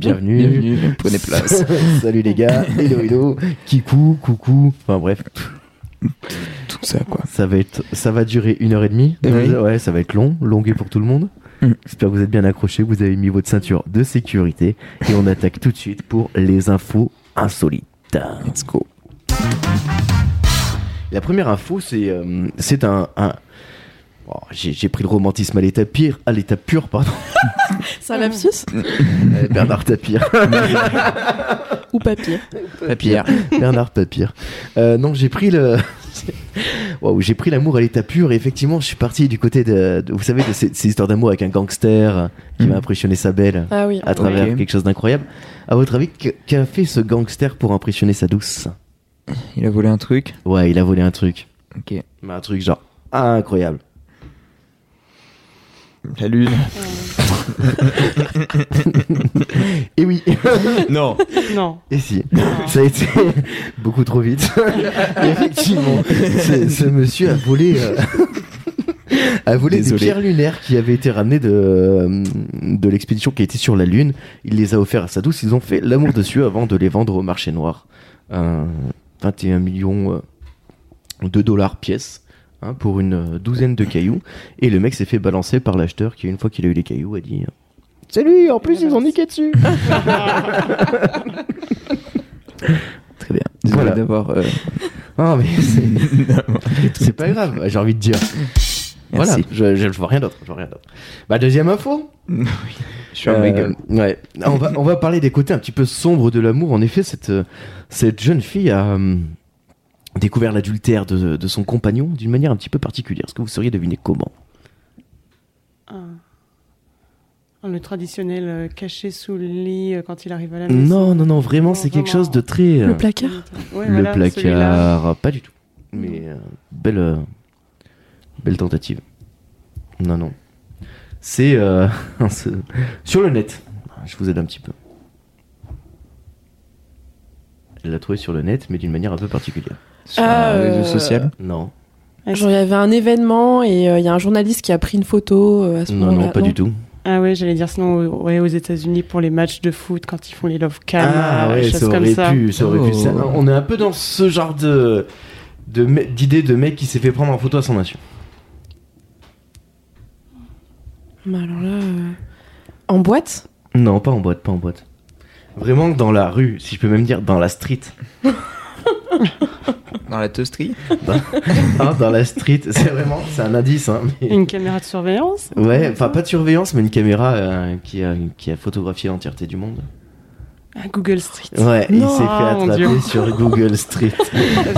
Speaker 1: Bienvenue.
Speaker 2: Bienvenue, prenez place.
Speaker 1: salut les gars. Hello, hello. Kikou, coucou. Enfin bref,
Speaker 2: Tout ça, quoi.
Speaker 1: ça va, être, ça va durer une heure et demie.
Speaker 2: Eh oui.
Speaker 1: Ouais, ça va être long. Longué pour tout le monde.
Speaker 2: Mm.
Speaker 1: J'espère que vous êtes bien accrochés. que Vous avez mis votre ceinture de sécurité. Et on attaque tout de suite pour les infos insolites.
Speaker 2: Let's go.
Speaker 1: La première info, c'est euh, c'est un. un- Oh, J'ai j'ai pris le romantisme à l'état pire, à l'état pur, pardon.
Speaker 10: C'est un lapsus
Speaker 1: Euh, Bernard Tapir.
Speaker 10: ou papier
Speaker 1: Papier. Bernard Papir. Euh, non, j'ai pris le. Waouh, j'ai pris l'amour à l'état pur et effectivement, je suis parti du côté de, de- vous savez, de ces, ces histoires d'amour avec un gangster euh, qui m'a impressionné sa belle euh,
Speaker 10: Ah oui.
Speaker 1: à travers
Speaker 2: Mm. Ok.
Speaker 1: quelque chose d'incroyable. À votre avis, que- qu'a fait ce gangster pour impressionner sa douce
Speaker 2: Il a volé un truc.
Speaker 1: Ouais, il a volé un truc,
Speaker 2: Ok.
Speaker 1: mais un truc genre incroyable.
Speaker 2: La lune.
Speaker 1: Et Eh oui,
Speaker 2: non.
Speaker 10: Non.
Speaker 1: et si, ça a été beaucoup trop vite. Et effectivement, ce, ce monsieur a volé. euh, a volé
Speaker 2: Désolé.
Speaker 1: des pierres lunaires qui avaient été ramenées de, euh, de l'expédition qui a été sur la Lune. Il les a offerts à sa douce. Ils ont fait l'amour dessus avant de les vendre au marché noir. Euh, 21 millions euh, de dollars pièce hein, pour une euh, douzaine de cailloux. Et le mec s'est fait balancer par l'acheteur qui, une fois qu'il a eu les cailloux, a dit euh, C'est lui, en plus ils ont niqué dessus
Speaker 2: Très bien. Désolé
Speaker 1: Voilà.
Speaker 2: d'avoir. euh,
Speaker 1: Non, mais c'est c'est pas grave, j'ai envie de dire. Voilà,
Speaker 2: Merci.
Speaker 1: je, je, je vois rien d'autre. je vois rien d'autre. Bah, deuxième info
Speaker 2: Je suis un
Speaker 1: Euh,
Speaker 2: mec.
Speaker 1: ouais. On va, on va parler des côtés un petit peu sombres de l'amour. En effet, cette, euh, cette jeune fille a euh, découvert l'adultère de, de son compagnon d'une manière un petit peu particulière. Est-ce que vous sauriez deviner comment
Speaker 11: Le traditionnel euh, caché sous le lit euh, quand il arrive à la maison.
Speaker 1: Non, non, non, vraiment,
Speaker 11: Non,
Speaker 1: c'est quelque
Speaker 11: vraiment.
Speaker 1: chose de très. euh,
Speaker 10: Le placard
Speaker 11: Ouais,
Speaker 1: le
Speaker 11: voilà, celui-là.
Speaker 1: placard, pas du tout. Mais euh, belle, euh, belle tentative. Non, non. C'est euh, c'est- sur le net. Je vous aide un petit peu. Elle l'a trouvé sur le net, mais d'une manière un peu particulière.
Speaker 2: Sur
Speaker 10: Ah,
Speaker 2: un réseau
Speaker 10: euh,
Speaker 2: social.
Speaker 1: Non,
Speaker 10: Genre, il y avait un événement et euh, il y a un journaliste qui a pris une photo euh, à ce
Speaker 1: non,
Speaker 10: moment-là.
Speaker 1: non, pas du tout.
Speaker 11: Ah ouais, j'allais dire sinon au- ouais, aux États-Unis pour les matchs de foot quand ils font les love
Speaker 1: Ah,
Speaker 11: cam, euh, des choses comme
Speaker 1: aurait
Speaker 11: ça.
Speaker 1: pu, ça aurait pu.
Speaker 2: Oh.
Speaker 1: Ça- On est un peu dans ce genre de de me- d'idée de mec qui s'est fait prendre en photo à son insu.
Speaker 10: Mais alors là, euh, en boîte
Speaker 1: Non, pas en boîte, pas en boîte. Vraiment dans la rue, si je peux même dire dans la street.
Speaker 2: Dans la toasterie.
Speaker 1: Hein, dans la street, c'est vraiment, c'est un indice. Hein, mais-
Speaker 11: Une caméra de surveillance.
Speaker 1: Ouais, enfin pas de surveillance, mais une caméra euh, qui, a, qui a photographié l'entièreté du monde.
Speaker 11: Ah, Google Street.
Speaker 1: Ouais, il
Speaker 11: Non,
Speaker 1: s'est fait
Speaker 11: ah, mon Dieu.
Speaker 1: attraper sur Google Street.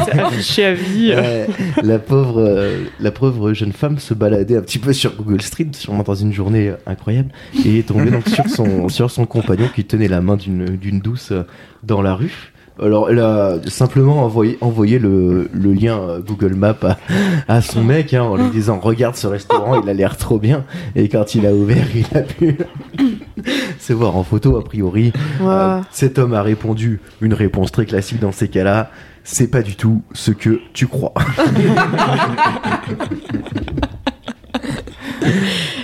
Speaker 11: C'est affiché à vie. euh.
Speaker 1: Ouais, la, pauvre, euh, la pauvre jeune femme se baladait un petit peu sur Google Street, sûrement dans une journée euh, incroyable, et est tombée donc sur son, sur son compagnon qui tenait la main d'une d'une douce euh, dans la rue. Alors, elle a simplement envoyé, envoyé le, le lien euh, Google Maps à, à son mec hein, en lui disant Regarde ce restaurant, il a l'air trop bien. Et quand il a ouvert, il a pu se voir en photo, a priori. Euh,
Speaker 10: Ouah.
Speaker 1: cet homme a répondu une réponse très classique dans ces cas-là. C'est pas du tout ce que tu crois.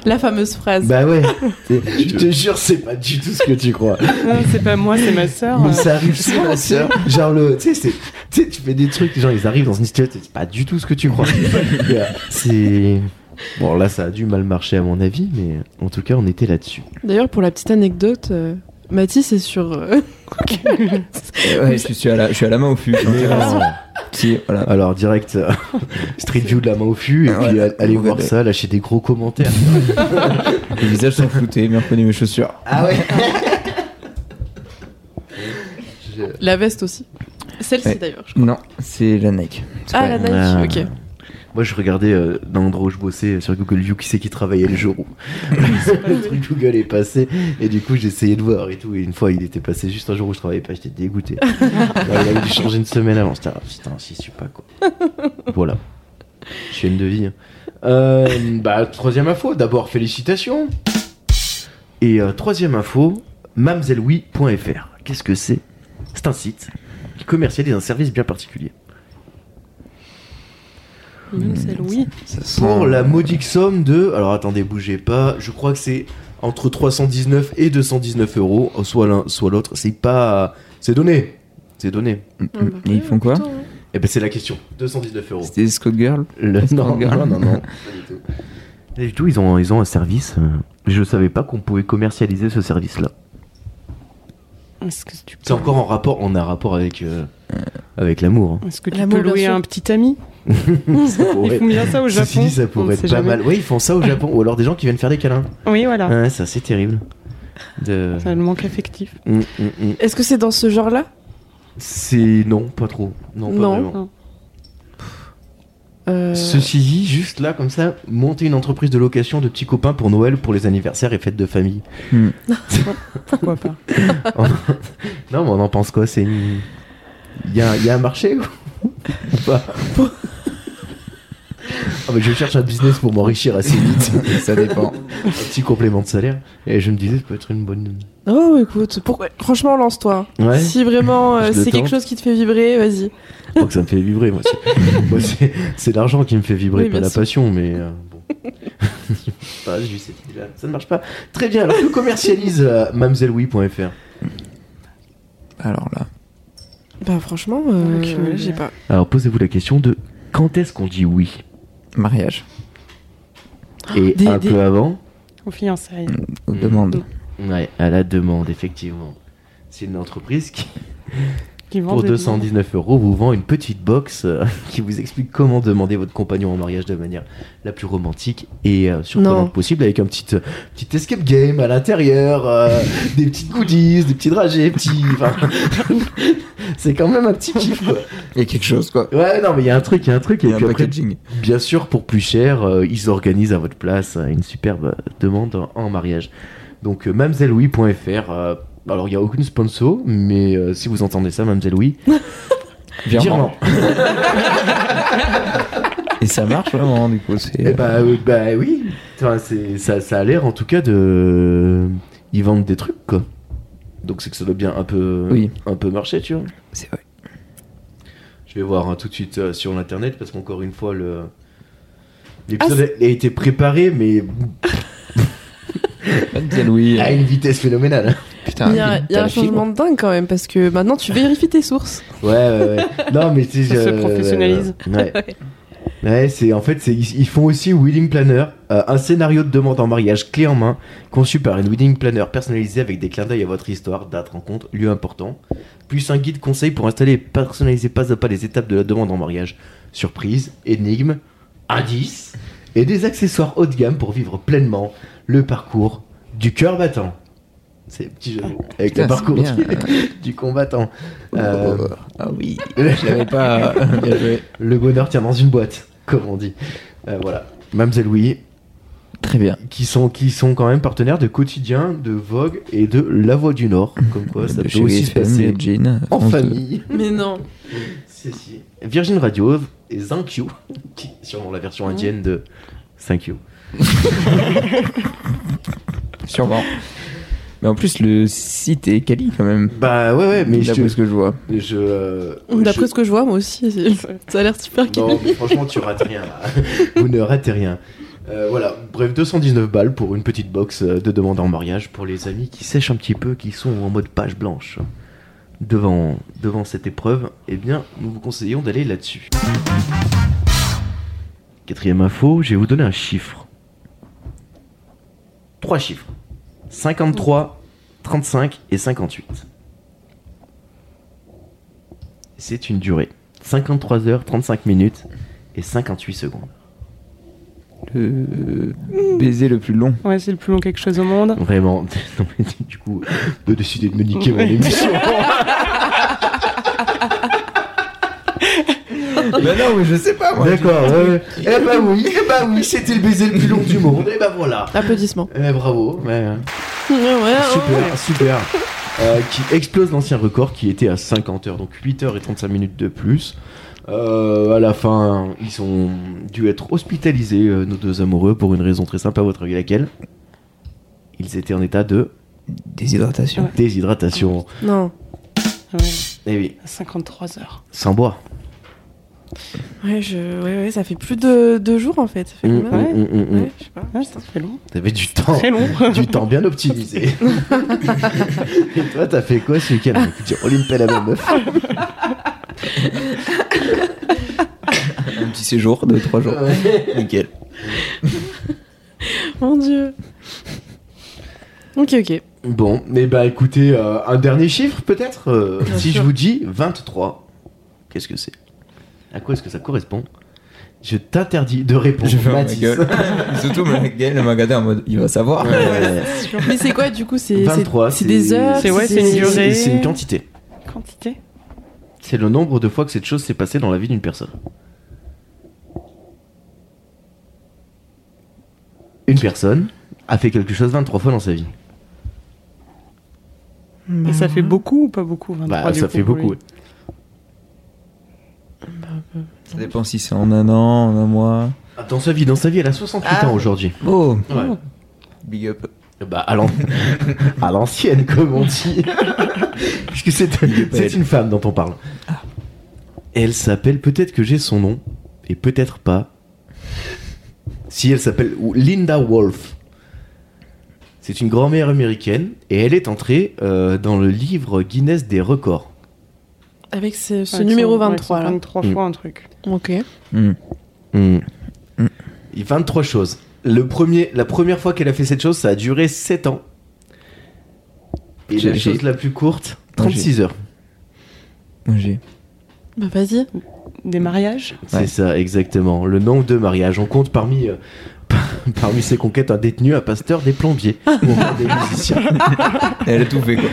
Speaker 10: La fameuse phrase.
Speaker 1: bah ouais. C'est- Je te jure, c'est pas du tout ce que tu crois.
Speaker 11: Non, c'est pas moi, c'est ma sœur.
Speaker 1: Mais ça arrive souvent, sœur. Genre le, euh, tu sais, c'est- tu sais, tu fais des trucs, genre ils arrivent dans une situation, c'est pas du tout ce que tu crois. c'est bon là, ça a dû mal marcher à mon avis, mais en tout cas, on était là-dessus.
Speaker 10: D'ailleurs, pour la petite anecdote, euh, Mathis est sur. euh, Google.
Speaker 2: Ouais, je suis à la, je suis à la main au fût.
Speaker 1: Alors,
Speaker 2: Si, voilà.
Speaker 1: Euh, alors, direct euh, Street View de la main au fût et
Speaker 2: Ouais.
Speaker 1: puis allez
Speaker 2: On
Speaker 1: voir
Speaker 2: verra.
Speaker 1: ça, lâchez des gros commentaires.
Speaker 2: Les visages sont floutés, bien reconnu mes chaussures.
Speaker 1: Ah ouais.
Speaker 10: la veste aussi. Celle-ci
Speaker 2: Ouais.
Speaker 10: d'ailleurs. je crois.
Speaker 2: Non, c'est la Nike. C'est pas-
Speaker 10: Ah, la
Speaker 1: Ah.
Speaker 10: Nike, ok.
Speaker 1: Moi, je regardais euh, dans l'endroit où je bossais euh, sur Google View qui c'est qui travaillait le jour où le truc Google est passé. Et du coup, j'essayais de voir et tout. Et une fois, il était passé juste un jour où je travaillais pas. J'étais dégoûté. Ouais, il avait dû changer une semaine avant. J'étais, ah, putain, si je suis pas quoi. Voilà. Je suis une de vie. hein. Euh, bah, troisième info. D'abord, félicitations. Et euh, troisième info, mamzelleoui.fr. Qu'est-ce que c'est C'est un site qui commercialise un service bien particulier.
Speaker 10: Même celle, oui.
Speaker 2: Ça sent-
Speaker 1: pour la modique somme de. Alors attendez, bougez pas. Je crois que c'est entre 319 et 219 euros, oh, soit l'un, soit l'autre. C'est pas. C'est donné. C'est donné.
Speaker 10: Ah bah,
Speaker 2: Et ils font quoi
Speaker 10: plutôt, ouais.
Speaker 1: Eh ben c'est la question. 219 euros.
Speaker 2: C'était Scott Girl.
Speaker 1: Le- Non,
Speaker 2: Girl.
Speaker 1: non, non, non. Pas du tout. Pas du tout, ils ont, ils ont un service. euh, Je savais pas qu'on pouvait commercialiser ce service-là.
Speaker 11: Est-ce que tu
Speaker 1: C'est encore en rapport, on a un rapport avec, euh, avec l'amour. hein.
Speaker 11: Est-ce que tu
Speaker 10: L'amour,
Speaker 11: peux
Speaker 10: bien
Speaker 11: louer
Speaker 10: sûr.
Speaker 11: un petit ami
Speaker 1: Ça pourrait-
Speaker 11: Ils font bien ça au
Speaker 1: Ceci
Speaker 11: Japon,
Speaker 1: dit, ça
Speaker 11: on ne
Speaker 1: pourrait être
Speaker 11: sait
Speaker 1: pas
Speaker 11: jamais.
Speaker 1: mal. Euh. Oui, ils font ça au Japon. Ou alors des gens qui viennent faire des câlins.
Speaker 11: Oui, voilà.
Speaker 1: Ah. Ouais, ça, c'est terrible. De...
Speaker 11: Ça le manque affectif.
Speaker 1: Mm, mm, mm.
Speaker 10: Est-ce que c'est dans ce genre-là
Speaker 1: C'est non, pas trop. Non, pas vraiment.
Speaker 10: Euh,
Speaker 1: Ceci dit, juste là, comme ça, monter une entreprise de location de petits copains pour Noël, pour les anniversaires et fêtes de famille.
Speaker 11: Pourquoi pas
Speaker 1: On- non, mais on en pense quoi C'est une. Il y a, il y a un marché ou ou pas Ah, mais Je cherche un business pour m'enrichir assez vite, ça dépend. Un petit complément de salaire. Et je me disais, ça peut être une bonne.
Speaker 10: Oh, écoute, pourquoi- franchement, lance-toi.
Speaker 1: Ouais.
Speaker 10: Si vraiment euh,
Speaker 1: Je le
Speaker 10: c'est quelque
Speaker 1: tente.
Speaker 10: chose qui te fait vibrer, vas-y.
Speaker 1: Je crois que ça me fait vibrer, moi. c'est- moi, c'est- C'est l'argent qui me fait vibrer,
Speaker 10: Oui,
Speaker 1: pas
Speaker 10: bien
Speaker 1: la
Speaker 10: sûr.
Speaker 1: passion, mais. euh, bon. Ah, j'ai eu cette idée-là. Ça ne marche pas. Très bien, alors que commercialise euh, mamzelleoui.fr
Speaker 2: Alors là.
Speaker 10: Bah, franchement, euh,
Speaker 11: Aucune
Speaker 10: j'ai
Speaker 11: idée.
Speaker 10: pas.
Speaker 1: Alors posez-vous la question de quand est-ce qu'on dit oui
Speaker 2: Mariage.
Speaker 1: Et
Speaker 11: Des-
Speaker 1: un
Speaker 11: des-
Speaker 1: peu Mm. avant
Speaker 11: Aux fiançailles.
Speaker 2: Aux
Speaker 10: Mm.
Speaker 2: demandes.
Speaker 1: Ouais, à la demande, effectivement. C'est une entreprise qui,
Speaker 11: Qui vendent
Speaker 1: pour
Speaker 11: des
Speaker 1: 219 euros, vous vend une petite box euh, qui vous explique comment demander votre compagnon en mariage de manière la plus romantique et euh, surprenante
Speaker 10: Non.
Speaker 1: possible, avec un petit, euh, petit escape game à l'intérieur, euh, des petites goodies, des petits dragées, petits. enfin, C'est quand même un petit kiff, quoi.
Speaker 2: Il y a quelque chose, quoi.
Speaker 1: Ouais, non, mais il y a un truc, il y a un truc.
Speaker 2: Il
Speaker 1: Et
Speaker 2: y a un
Speaker 1: puis après,
Speaker 2: packaging.
Speaker 1: bien sûr, pour plus cher, euh, ils organisent à votre place euh, une superbe euh, demande en, en mariage. Donc, euh, mamzellelouis.fr. euh, alors, il n'y a aucune sponsor, mais euh, si vous entendez ça, Mamselle Louis, virement.
Speaker 2: Virement. Et ça marche vraiment, du coup. c'est-
Speaker 1: Eh bah, euh, bah oui, Enfin, c'est- ça, ça a l'air en tout cas de. Ils vendent des trucs, quoi. Donc, c'est que ça doit bien un peu,
Speaker 2: Oui.
Speaker 1: un peu marcher, tu vois.
Speaker 2: C'est vrai.
Speaker 1: Je vais voir hein, tout de suite euh, sur l'internet parce qu'encore une fois, le...
Speaker 2: Ah,
Speaker 1: l'épisode a a été préparé, mais
Speaker 2: Louis. euh,
Speaker 1: à une vitesse phénoménale.
Speaker 2: Putain,
Speaker 10: Il y a, il y a un changement de dingue quand même, parce que maintenant tu vérifies tes sources.
Speaker 1: Ouais, ouais, ouais. Non, mais tu sais,
Speaker 11: Ça se
Speaker 1: euh,
Speaker 11: professionnalise.
Speaker 1: Ouais. Ouais, c'est en fait, c'est, ils, ils font aussi Wedding Planner, euh, un scénario de demande en mariage clé en main, conçu par une Wedding Planner personnalisée avec des clins d'œil à votre histoire, date, rencontre, lieu important, plus un guide conseil pour installer et personnaliser pas à pas les étapes de la demande en mariage, surprise, énigme, indice, et des accessoires haut de gamme pour vivre pleinement le parcours du cœur battant. C'est le petit jeu de mots. avec le
Speaker 2: Ah, Putain, c'est
Speaker 1: parcours
Speaker 2: bien.
Speaker 1: du- du combattant. Euh,
Speaker 2: Ah oui. Je l'avais pas. Bien joué.
Speaker 1: le bonheur tient dans une boîte, comme on dit. Euh, voilà. Mamselle Louis,
Speaker 2: Très bien.
Speaker 1: qui sont, qui sont quand même partenaires de Quotidien, de Vogue et de La Voix du Nord. Comme quoi, ça
Speaker 2: De
Speaker 1: peut
Speaker 2: chez
Speaker 1: aussi se
Speaker 2: GSM,
Speaker 1: passer
Speaker 2: le jean,
Speaker 1: en
Speaker 2: France deux.
Speaker 1: famille.
Speaker 10: Mais non.
Speaker 1: Si, si. Virgin Radio et ZenQ, qui est sûrement la version indienne de 5
Speaker 2: Sûrement. Mais en plus, le site est quali quand même.
Speaker 1: Bah ouais, ouais, mais je.
Speaker 2: D'après ce que je vois.
Speaker 1: je, euh,
Speaker 10: D'après
Speaker 1: je-
Speaker 10: ce que je vois, moi aussi, c'est- ça a l'air super
Speaker 1: Non,
Speaker 10: quali.
Speaker 1: mais franchement, tu rates rien. là. Vous ne ratez rien. Euh, voilà, bref, 219 balles pour une petite box euh, de demande en mariage pour les amis qui sèchent un petit peu, qui sont en mode page blanche devant, devant cette épreuve. Eh bien, nous vous conseillons d'aller là-dessus. Quatrième info, je vais vous donner un chiffre. Trois chiffres. 53, 35 et 58. C'est une durée. 53 heures, 35 minutes et 58 secondes.
Speaker 2: Le baiser le plus long.
Speaker 11: Ouais, c'est le plus long quelque chose au monde.
Speaker 1: Vraiment. Non, mais du coup, de décider de me niquer mon
Speaker 11: Ouais.
Speaker 1: émission.
Speaker 2: Bah non, mais je sais pas moi.
Speaker 1: D'accord, ouais. ben, Eh bah oui, eh bah oui, c'était le baiser le plus long du monde. Eh bah voilà.
Speaker 10: Applaudissements.
Speaker 1: Eh bah bravo. Ouais.
Speaker 10: Ouais, ouais, Ah, ouais.
Speaker 1: Super, super. Euh, qui explose l'ancien record qui était à 50 heures, donc 8 heures et 35 minutes de plus. Euh, à la fin, ils ont dû être hospitalisés, euh, nos deux amoureux, pour une raison très simple, à votre avis laquelle Ils étaient en état de
Speaker 2: Déshydratation.
Speaker 1: déshydratation.
Speaker 10: Non.
Speaker 11: Ouais,
Speaker 1: Eh oui,
Speaker 11: à 53 heures.
Speaker 1: sans boire.
Speaker 10: Ouais, je... ouais, ouais, ça fait plus de deux jours en fait. Ça fait
Speaker 1: Mm,
Speaker 10: combien
Speaker 1: mm, mm, mm, mm.
Speaker 10: Ouais, je sais pas.
Speaker 11: Ouais, ça fait long.
Speaker 1: T'avais du temps.
Speaker 11: Très long.
Speaker 1: du temps bien optimisé. Et toi, t'as fait quoi ce week-end Tu roulais une à la meuf.
Speaker 2: Un petit séjour de 3 jours.
Speaker 1: Nickel.
Speaker 10: Mon dieu. Ok, ok.
Speaker 1: Bon, mais bah écoutez, euh, un dernier chiffre peut-être Euh,
Speaker 10: Bien
Speaker 1: Si
Speaker 10: sûr.
Speaker 1: je vous dis 23, qu'est-ce que c'est À quoi est-ce que ça correspond Je t'interdis de répondre.
Speaker 2: J'ai fait ma
Speaker 1: Mathis.
Speaker 2: gueule. Et surtout, ma gueule, elle m'a regardé en mode il va savoir.
Speaker 1: Ouais.
Speaker 10: Mais c'est quoi, du coup C'est c'est-
Speaker 1: 23,
Speaker 10: c'est des heures
Speaker 11: c'est- ouais, c'est une durée.
Speaker 1: C'est une quantité.
Speaker 11: Quantité
Speaker 1: C'est le nombre de fois que cette chose s'est passée dans la vie d'une personne. Une personne a fait quelque chose 23 fois dans sa vie.
Speaker 11: Et
Speaker 10: Ben.
Speaker 11: ça fait beaucoup ou pas beaucoup 23,
Speaker 1: Bah,
Speaker 11: du
Speaker 1: ça
Speaker 11: coup,
Speaker 1: fait
Speaker 11: pour
Speaker 1: beaucoup.
Speaker 11: lui.
Speaker 2: Ça dépend si c'est en un an, en un mois.
Speaker 1: Dans sa vie, dans sa vie, elle a 68
Speaker 2: Ah.
Speaker 1: ans aujourd'hui.
Speaker 2: Oh
Speaker 1: Ouais.
Speaker 2: Big up.
Speaker 1: Bah, à l'an- à l'ancienne, comme on dit. Puisque c'est c'est une femme dont on parle.
Speaker 2: Ah.
Speaker 1: Et elle s'appelle, peut-être que j'ai son nom, et peut-être pas. Si elle s'appelle Linda Wolf. C'est une grand-mère américaine, et elle est entrée euh, dans le livre Guinness des records.
Speaker 10: Avec ce, ce
Speaker 11: Ouais,
Speaker 10: numéro
Speaker 11: c'est- ouais,
Speaker 10: 23
Speaker 11: c'est
Speaker 10: là.
Speaker 11: 23
Speaker 1: Mm.
Speaker 11: fois un truc.
Speaker 10: Ok.
Speaker 2: Hmm.
Speaker 1: Et 23 choses. Le premier, la première fois qu'elle a fait cette chose, ça a duré 7 ans. Et
Speaker 2: J'ai-
Speaker 1: la chose
Speaker 2: j'ai-
Speaker 1: la plus courte,
Speaker 2: Moi, j'ai-
Speaker 1: 36 heures.
Speaker 2: Moi j'ai.
Speaker 10: Bah vas-y.
Speaker 11: Des mariages
Speaker 1: C'est ça, exactement. Le nombre de mariages. On compte parmi, euh, par- parmi ses conquêtes un détenu, un pasteur, des plombiers, ou encore des musiciens.
Speaker 2: Elle a tout fait quoi.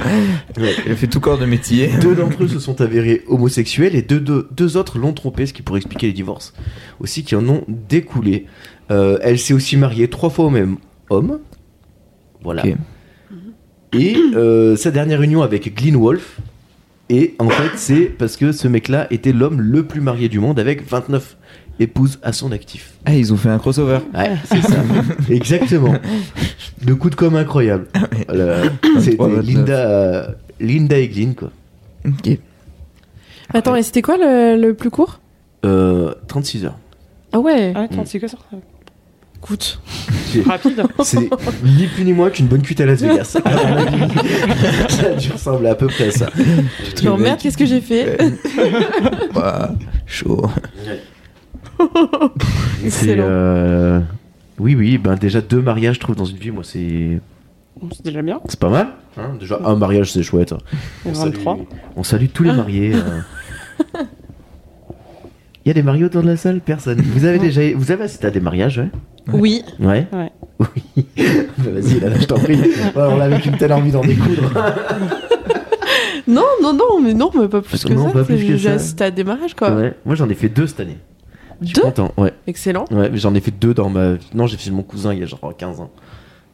Speaker 1: Ouais.
Speaker 2: Elle a fait tout corps de métier.
Speaker 1: Deux d'entre eux se sont avérés homosexuels et deux, deux, deux autres l'ont trompée, ce qui pourrait expliquer les divorces aussi qui en ont découlé. Euh, elle s'est aussi mariée trois fois au même homme. Voilà.
Speaker 2: Ok.
Speaker 1: Et euh, sa dernière union avec Glyn Wolf. Et en fait, c'est parce que ce mec-là était l'homme le plus marié du monde avec 29 épouses à son actif.
Speaker 2: Ah, ils ont fait un crossover.
Speaker 1: Ouais, c'est ça. Exactement. De coup de com' incroyable.
Speaker 2: Oh
Speaker 1: Voilà. C'était
Speaker 2: 23, 29.
Speaker 1: Linda, euh, Linda et Glyn, quoi.
Speaker 2: Ok.
Speaker 10: Attends, et c'était quoi le, le plus court
Speaker 1: Euh, 36 heures.
Speaker 10: Ah ouais.
Speaker 11: Ah, attends, c'est quoi ça
Speaker 10: Écoute.
Speaker 1: C'est-
Speaker 11: Rapide
Speaker 1: C'est ni plus ni moins qu'une bonne cuite à Las Vegas. À mon avis, ça a dû ressembler à peu près à ça.
Speaker 2: Le
Speaker 10: Genre
Speaker 2: mec,
Speaker 10: merde, qu'est-ce que j'ai fait
Speaker 2: bah, chaud.
Speaker 1: C'est.
Speaker 10: Excellent.
Speaker 1: euh, Oui, oui, ben déjà deux mariages, je trouve, dans une vie, moi, c'est.
Speaker 11: Bon, C'est déjà bien.
Speaker 1: C'est pas mal. hein. déjà un mariage, c'est chouette. hein.
Speaker 11: Et
Speaker 1: salue- Ah.
Speaker 11: 23.
Speaker 1: on salue tous les mariés. euh. Il y a des mariés autour de la salle Personne. Vous avez déjà. Vous avez assisté à des mariages, ouais
Speaker 10: Oui.
Speaker 1: Ouais.
Speaker 11: Ouais.
Speaker 1: Oui. Bah, Vas-y, là, là, je t'en prie. Ouais, on l'a avec une telle envie d'en découdre.
Speaker 10: Non, non, non, mais non, mais pas plus que
Speaker 1: Non,
Speaker 10: ça.
Speaker 1: pas plus
Speaker 10: c'est
Speaker 1: que
Speaker 10: juste
Speaker 1: ça.
Speaker 10: à démarrage quoi.
Speaker 1: Ouais. Moi, j'en ai fait deux cette année. Je suis
Speaker 10: Deux
Speaker 1: content, ouais.
Speaker 10: Excellent.
Speaker 1: Ouais, mais j'en ai fait deux dans ma. Non, j'ai fait mon cousin il y a genre 15 ans.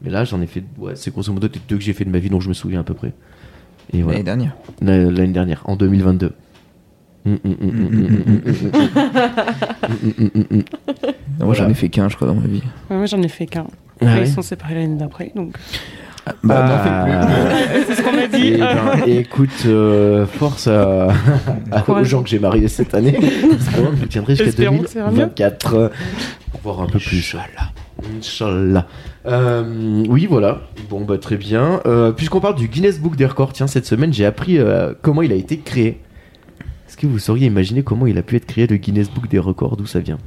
Speaker 1: Mais là, j'en ai fait. Ouais, c'est grosso modo les deux que j'ai fait de ma vie dont je me souviens à peu près. Et voilà.
Speaker 2: L'année dernière.
Speaker 1: L'année l'année dernière, en 2022. Mm, mm, mm, mm, mm, mm, mm, mm, mm, mm, mm, mm, mm.
Speaker 2: Non, moi j'en
Speaker 1: Voilà.
Speaker 2: ai fait qu'un, je crois, dans ma vie.
Speaker 11: Ouais, moi, j'en ai fait qu'un.
Speaker 1: Ah
Speaker 11: Après,
Speaker 1: ouais
Speaker 11: Ils sont séparés l'année d'après, donc.
Speaker 1: Ah.
Speaker 11: c'est ce qu'on m'a
Speaker 1: Eh
Speaker 11: dit. euh,
Speaker 1: ben, écoute, euh, force à, à- aux
Speaker 11: Courage.
Speaker 1: gens que j'ai mariés cette année. Parce que moi, je me tiendrai jusqu'à
Speaker 11: Espérons que ça ira mieux.
Speaker 1: 2024. euh, Voir un peu plus. Inch'Allah. Euh, oui, voilà. Bon, bah très bien. Euh, Puisqu'on parle du Guinness Book des records, tiens, cette semaine, j'ai appris euh, comment il a été créé. Est-ce que vous sauriez imaginer comment il a pu être créé, le Guinness Book des records, d'où ça vient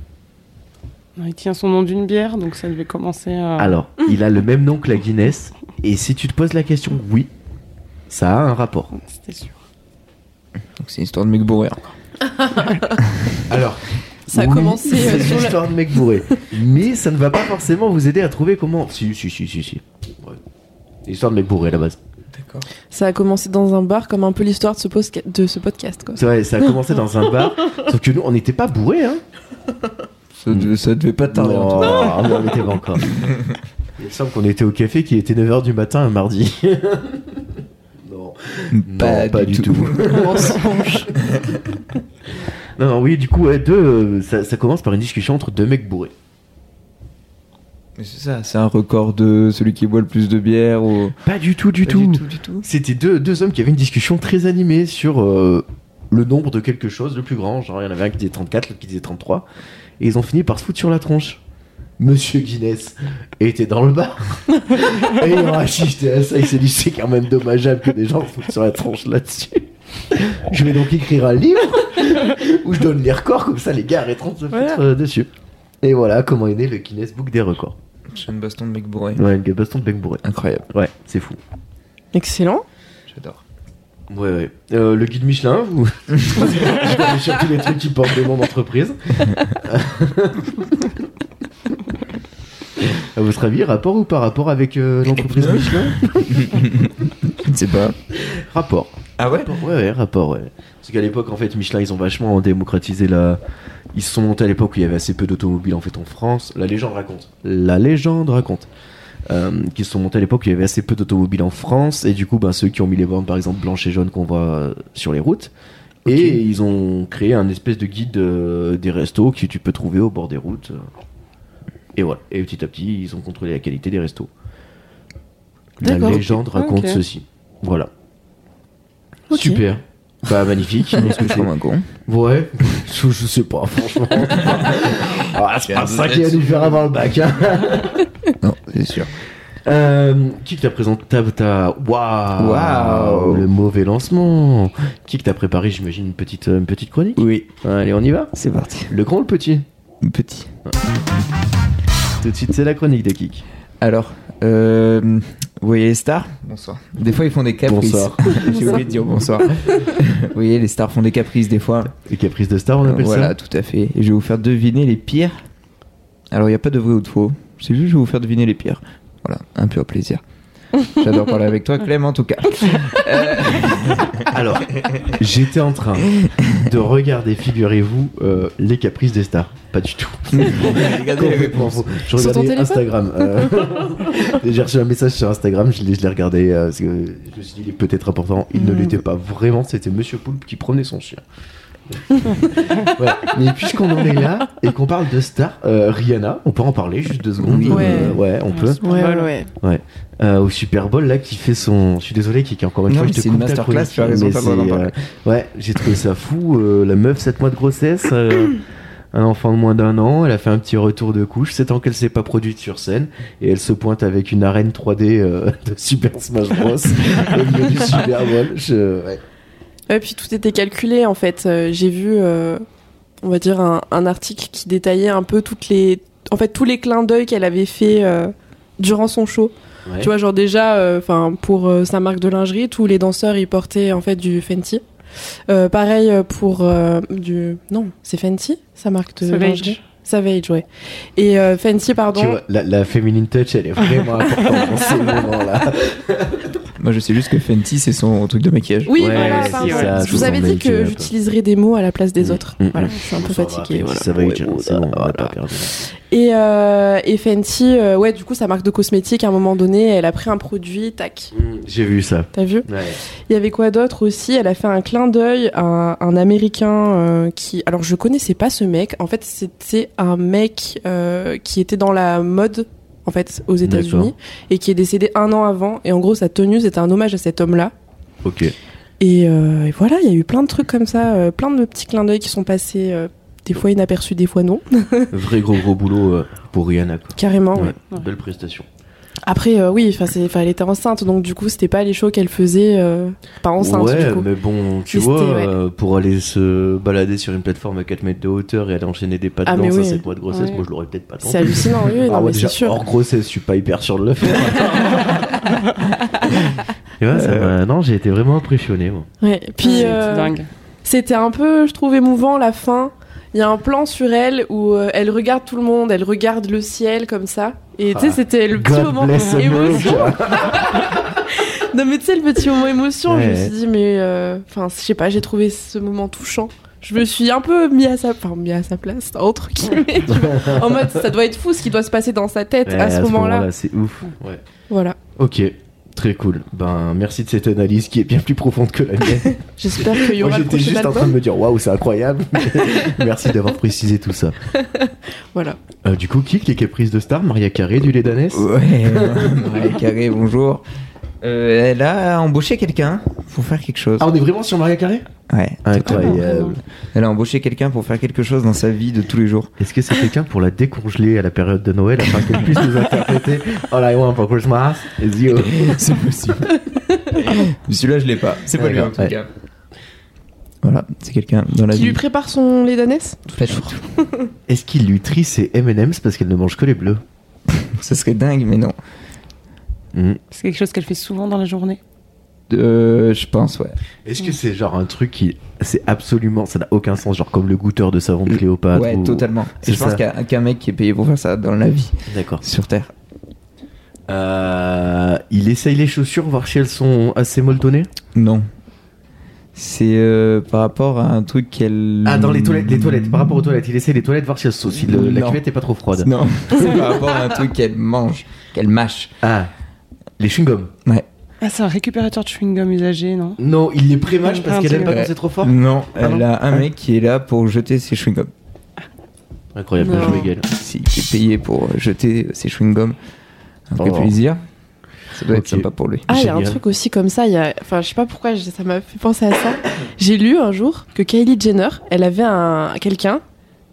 Speaker 11: Non, il tient son nom d'une bière, donc ça devait commencer à.
Speaker 1: Alors, il a le même nom que la Guinness. Et si tu te poses la question, oui, ça a un rapport.
Speaker 11: C'était sûr.
Speaker 2: Donc c'est une histoire de mec bourré encore.
Speaker 1: Alors,
Speaker 10: Ça a commencé, euh,
Speaker 1: C'est
Speaker 10: sur la-
Speaker 1: l'histoire de mec bourré. Mais ça ne va pas forcément vous aider à trouver comment. Si, si, si, si, si. Ouais. Histoire de mec bourré à la base.
Speaker 2: D'accord.
Speaker 10: Ça a commencé dans un bar, comme un peu l'histoire de ce, posca- de ce podcast quoi.
Speaker 1: C'est vrai, ça a commencé dans un bar. Sauf que nous, on n'était pas bourrés, hein.
Speaker 2: Ça, devait- ça devait pas tarder. en tout
Speaker 1: Non, ah on n'était pas encore. Il me semble qu'on était au café qui était 9h du matin un mardi. non.
Speaker 2: cas.
Speaker 1: Non, pas du tout. Non, non, oui, du coup, ouais, deux, euh, ça, ça commence par une discussion entre deux mecs bourrés.
Speaker 2: Mais c'est ça, c'est un record de celui qui boit le plus de bière ou.
Speaker 1: Pas du tout, du
Speaker 2: Pas
Speaker 1: tout.
Speaker 2: Du tout, du tout.
Speaker 1: C'était deux, deux hommes qui avaient une discussion très animée sur euh, le nombre de quelque chose, le plus grand. Genre, il y en avait un qui disait 34, l'autre qui disait 33. Et ils ont fini par se foutre sur la tronche. Monsieur Guinness était dans le bar. et il a assisté à ça. Il s'est dit, c'est quand même dommageable que des gens se foutent sur la tronche là-dessus. Je vais donc écrire un livre où je donne les records, comme ça les gars arrêteront de se foutre
Speaker 11: Voilà.
Speaker 1: euh, dessus. Et voilà comment est né le Guinness Book des records.
Speaker 2: C'est une baston de mec bourré.
Speaker 1: Ouais, le baston de Bec bourré.
Speaker 2: Incroyable.
Speaker 1: Ouais, c'est fou.
Speaker 10: Excellent.
Speaker 2: J'adore.
Speaker 1: Ouais, ouais. Euh, le guide Michelin, vous Je vais aller sur tous les trucs qui portent le nom d'entreprise. à votre avis, rapport ou pas rapport avec euh, l'entreprise Michelin
Speaker 2: Je ne sais pas.
Speaker 1: Rapport.
Speaker 2: Ah ouais
Speaker 1: rapport, Ouais, ouais, rapport, ouais. Parce qu'à l'époque, en fait, Michelin, ils ont vachement démocratisé la. Ils se sont montés à l'époque où il y avait assez peu d'automobiles en fait en France. La légende raconte. La légende raconte. Euh, qui se sont montés à l'époque où il y avait assez peu d'automobiles en France et du coup ben, ceux qui ont mis les bornes par exemple blanches et jaunes qu'on voit euh, sur les routes et ils ont créé un espèce de guide euh, des restos que tu peux trouver au bord des routes et voilà et petit à petit ils ont contrôlé la qualité des restos la
Speaker 10: D'accord.
Speaker 1: légende
Speaker 10: Ok.
Speaker 1: raconte
Speaker 10: Ok.
Speaker 1: ceci voilà
Speaker 10: Ok.
Speaker 1: super bah magnifique
Speaker 2: On se couche comme un con.
Speaker 1: ouais je, je sais pas franchement Ah, c'est pas ça qui va nous faire avoir le bac hein.
Speaker 2: Non, c'est sûr.
Speaker 1: Euh, qui que t'a présenté t'as- t'as- Waouh
Speaker 2: Waouh.
Speaker 1: Le mauvais lancement Qui que t'a préparé, j'imagine, une petite, euh, une petite chronique
Speaker 2: Oui.
Speaker 1: Allez, on y va
Speaker 2: C'est parti.
Speaker 1: Le grand ou le petit
Speaker 2: Petit.
Speaker 1: Tout de suite, c'est la chronique des kicks.
Speaker 2: Alors, euh, vous voyez les stars Bonsoir. Des fois, ils font des caprices.
Speaker 1: Bonsoir.
Speaker 2: J'ai oublié de dire bonsoir. vous voyez, les stars font des caprices des fois.
Speaker 1: Les caprices de star, on appelle
Speaker 2: voilà,
Speaker 1: ça
Speaker 2: tout à fait. Et je vais vous faire deviner les pires. Alors, il n'y a pas de vrai ou de faux. C'est juste, je vais vous faire deviner les pires. Voilà, un pur plaisir. J'adore parler avec toi, Clem, en tout cas.
Speaker 1: Alors, j'étais en train de regarder, figurez-vous, euh, les caprices des stars. Pas du tout.
Speaker 2: Regardez les
Speaker 1: Complètement
Speaker 2: réponses.
Speaker 1: faux. Je
Speaker 10: Sur ton
Speaker 1: regardais
Speaker 10: téléphone
Speaker 1: Instagram. euh, J'ai reçu un message sur Instagram, je l'ai je l'ai regardé euh, parce que je me suis dit, il est peut-être important. Il
Speaker 2: Mm.
Speaker 1: ne l'était pas vraiment, c'était Monsieur Poulpe qui promenait son chien. Voilà. Mais puisqu'on en est là et qu'on parle de stars, euh, Rihanna, on peut en parler juste deux secondes.
Speaker 10: Oui.
Speaker 1: euh, ouais on peut.
Speaker 10: Ouais, ouais, ouais.
Speaker 1: Ouais. Euh, au Super Bowl, là, qui fait son. Je suis désolé, qui, qui encore une
Speaker 2: Non,
Speaker 1: fois,
Speaker 2: mais
Speaker 1: je te
Speaker 2: c'est une
Speaker 1: coupe ta
Speaker 2: masterclass,
Speaker 1: chronique,
Speaker 2: tu as raison,
Speaker 1: mais
Speaker 2: t'as le droit
Speaker 1: c'est,
Speaker 2: d'en parler.
Speaker 1: euh, Ouais, j'ai trouvé ça fou. euh, la meuf, 7 mois de grossesse, euh, un enfant de moins d'un an, elle a fait un petit retour de couche. C'est tant qu'elle s'est pas produite sur scène. Et elle se pointe avec une arène 3D euh, de Super Smash Bros. au milieu du Super Bowl. Je- ouais.
Speaker 10: Et puis tout était calculé en fait. Euh, J'ai vu, euh, on va dire, un, un article qui détaillait un peu toutes les, en fait, tous les clins d'œil qu'elle avait fait euh, durant son show.
Speaker 1: Ouais.
Speaker 10: Tu vois, genre déjà, enfin, pour euh, sa marque de lingerie, tous les danseurs ils portaient en fait du Fenty. Euh, pareil euh, pour euh, du non, c'est Fenty, sa marque de
Speaker 11: Savage.
Speaker 10: lingerie. Savage, ouais. Et euh, Fenty,
Speaker 1: Tu
Speaker 10: pardon.
Speaker 1: vois, la, la féminine touch, elle est vraiment importante dans ces moments-là.
Speaker 2: Moi, je sais juste que Fenty, c'est son truc de maquillage.
Speaker 10: Oui,
Speaker 1: Ouais,
Speaker 10: voilà.
Speaker 1: c'est
Speaker 10: pardon.
Speaker 1: ça,
Speaker 10: je vous
Speaker 1: tout
Speaker 10: avais
Speaker 1: en
Speaker 10: dit que
Speaker 1: make-up.
Speaker 10: j'utiliserais des mots à la place des autres.
Speaker 1: mm,
Speaker 10: Voilà,
Speaker 1: mm.
Speaker 10: je suis un peu
Speaker 1: Ça va,
Speaker 10: fatiguée. voilà.
Speaker 1: Ça va, Ujian, hein, c'est bon, on l'a pas perdu.
Speaker 10: Et, euh, et Fenty, euh, ouais, du coup, sa marque de cosmétiques, à un moment donné, elle a pris un produit, tac.
Speaker 1: Mm, J'ai vu ça.
Speaker 10: T'as vu
Speaker 1: Ouais.
Speaker 10: Il y avait quoi d'autre aussi Elle a fait un clin d'œil à un Américain euh, qui... Alors, je connaissais pas ce mec. En fait, c'était un mec euh, qui était dans la mode, en fait, aux États-Unis,
Speaker 1: D'accord.
Speaker 10: et qui est décédé un an avant. Et en gros, sa tenue, c'était un hommage à cet homme-là.
Speaker 1: Ok.
Speaker 10: Et, euh, et voilà, il y a eu plein de trucs comme ça, euh, plein de petits clins d'œil qui sont passés, euh, des fois inaperçus, des fois non.
Speaker 1: Vrai gros gros boulot euh, pour Rihanna. quoi.
Speaker 10: Carrément, ouais.
Speaker 1: Oh, Ouais, Belle prestation.
Speaker 10: Après, euh, oui, enfin, c'est- enfin, elle était enceinte, donc du coup, c'était pas les shows qu'elle faisait euh, pas enceinte.
Speaker 1: ouais,
Speaker 10: du coup.
Speaker 1: mais bon, tu
Speaker 10: Mais
Speaker 1: vois,
Speaker 10: c'était, ouais.
Speaker 1: euh, pour aller se balader sur une plateforme à 4 mètres de hauteur et aller enchaîner des pas de
Speaker 10: Ah, mais
Speaker 1: danse à
Speaker 10: oui.
Speaker 1: 7 mois de grossesse,
Speaker 11: Ouais.
Speaker 1: moi je l'aurais peut-être pas
Speaker 10: C'est
Speaker 1: tenté.
Speaker 10: hallucinant, oui, non,
Speaker 1: Ah ouais,
Speaker 10: mais c'est
Speaker 1: déjà,
Speaker 10: sûr.
Speaker 1: hors grossesse, je suis pas hyper sûr de le faire. Tu vois, ça m'a- non, j'ai été vraiment impressionné. Moi.
Speaker 10: Ouais. Puis
Speaker 11: Ah, C'est
Speaker 10: euh,
Speaker 11: dingue.
Speaker 10: c'était un peu, je trouve, émouvant la fin. Il y a un plan sur elle où euh, elle regarde tout le monde, elle regarde le ciel comme ça. Et tu sais,
Speaker 1: Ah.
Speaker 10: c'était le petit
Speaker 1: God
Speaker 10: moment
Speaker 1: bless
Speaker 10: émotion.
Speaker 1: America.
Speaker 10: Non, mais tu sais, le petit moment émotion, je me
Speaker 1: Ouais.
Speaker 10: suis dit, mais euh, enfin, je sais pas, j'ai trouvé ce moment touchant. Je me suis un peu mis à sa, enfin, mis à sa place, entre guillemets. tu vois. en mode, ça doit être fou ce qui doit se passer dans sa tête
Speaker 1: Ouais,
Speaker 10: à ce moment-là.
Speaker 1: c'est ouf. Ouais.
Speaker 10: voilà.
Speaker 1: Ok, très cool. Ben, merci de cette analyse qui est bien plus profonde que la mienne.
Speaker 10: J'espère qu'il y
Speaker 1: Moi
Speaker 10: aura le
Speaker 1: j'étais
Speaker 10: prochain
Speaker 1: juste en train de
Speaker 10: album.
Speaker 1: me dire waouh c'est incroyable. Merci d'avoir précisé tout ça.
Speaker 10: Voilà.
Speaker 1: Euh, du coup kick les caprices de star Maria Carré du lait d'Anès.
Speaker 2: Ouais, Maria Carré, bonjour. Euh, elle a embauché quelqu'un pour faire quelque chose.
Speaker 1: Ah on est vraiment sur Maria Carré
Speaker 2: Ouais.
Speaker 1: Incroyable.
Speaker 2: Elle a embauché quelqu'un pour faire quelque chose dans sa vie de tous les jours.
Speaker 1: Est-ce que c'est quelqu'un pour la décongeler à la période de Noël afin qu'elle puisse nous interpréter All I want for Christmas is you.
Speaker 2: C'est possible. Celui-là, je l'ai pas. C'est pas lui en tout
Speaker 1: Ouais.
Speaker 2: cas. Voilà, c'est quelqu'un dans la
Speaker 10: Qui
Speaker 2: vie.
Speaker 10: lui prépare son lait d'anès
Speaker 2: Pas du tout.
Speaker 1: Est-ce qu'il lui trie ses M&M's parce qu'elle ne mange que les bleus
Speaker 2: Ça serait dingue, mais non.
Speaker 1: Hmm.
Speaker 11: C'est quelque chose qu'elle fait souvent dans la journée.
Speaker 2: Euh, je pense, ouais.
Speaker 1: Est-ce
Speaker 10: Mm.
Speaker 1: que c'est genre un truc qui. C'est absolument. Ça n'a aucun sens, genre comme le goûteur de savon de Cléopâtre.
Speaker 2: ouais,
Speaker 1: ou-
Speaker 2: totalement. Et
Speaker 1: C'est
Speaker 2: je pense
Speaker 1: ça.
Speaker 2: qu'un qu'un mec qui est payé pour faire ça dans la vie.
Speaker 1: D'accord.
Speaker 2: Sur Terre.
Speaker 1: Euh, il essaye les chaussures, voir si elles sont assez molletonnées
Speaker 2: Non. C'est euh, par rapport à un truc qu'elle.
Speaker 1: Ah, dans les toilettes, les toilettes, par rapport aux toilettes. Il essaie les toilettes, voir si, elles sont- si le- la
Speaker 2: Non.
Speaker 1: cuvette est pas trop froide.
Speaker 2: Non, c'est par rapport à un truc qu'elle mange, qu'elle mâche.
Speaker 1: Ah, les chewing-gums.
Speaker 2: Ouais.
Speaker 11: Ah, c'est un récupérateur de chewing-gum usagé, non
Speaker 1: Non, il les prémâche
Speaker 11: Ah,
Speaker 1: parce qu'elle
Speaker 11: c'est
Speaker 1: aime pas
Speaker 11: vrai.
Speaker 1: quand c'est trop fort.
Speaker 2: Non,
Speaker 1: Ah
Speaker 2: elle
Speaker 1: non
Speaker 2: a un mec qui est là pour jeter ses chewing-gums.
Speaker 1: Incroyable, bien joué, Gaël.
Speaker 2: Si, qui est payé pour euh, jeter ses chewing-gums. Un
Speaker 1: Oh.
Speaker 2: peu plaisir. Ça doit être
Speaker 1: Ok.
Speaker 2: sympa pour lui.
Speaker 10: Ah, il y a un truc aussi comme ça. il Y a... Enfin, je sais pas pourquoi j'ai- ça m'a fait penser à ça. J'ai lu un jour que Kylie Jenner, elle avait un quelqu'un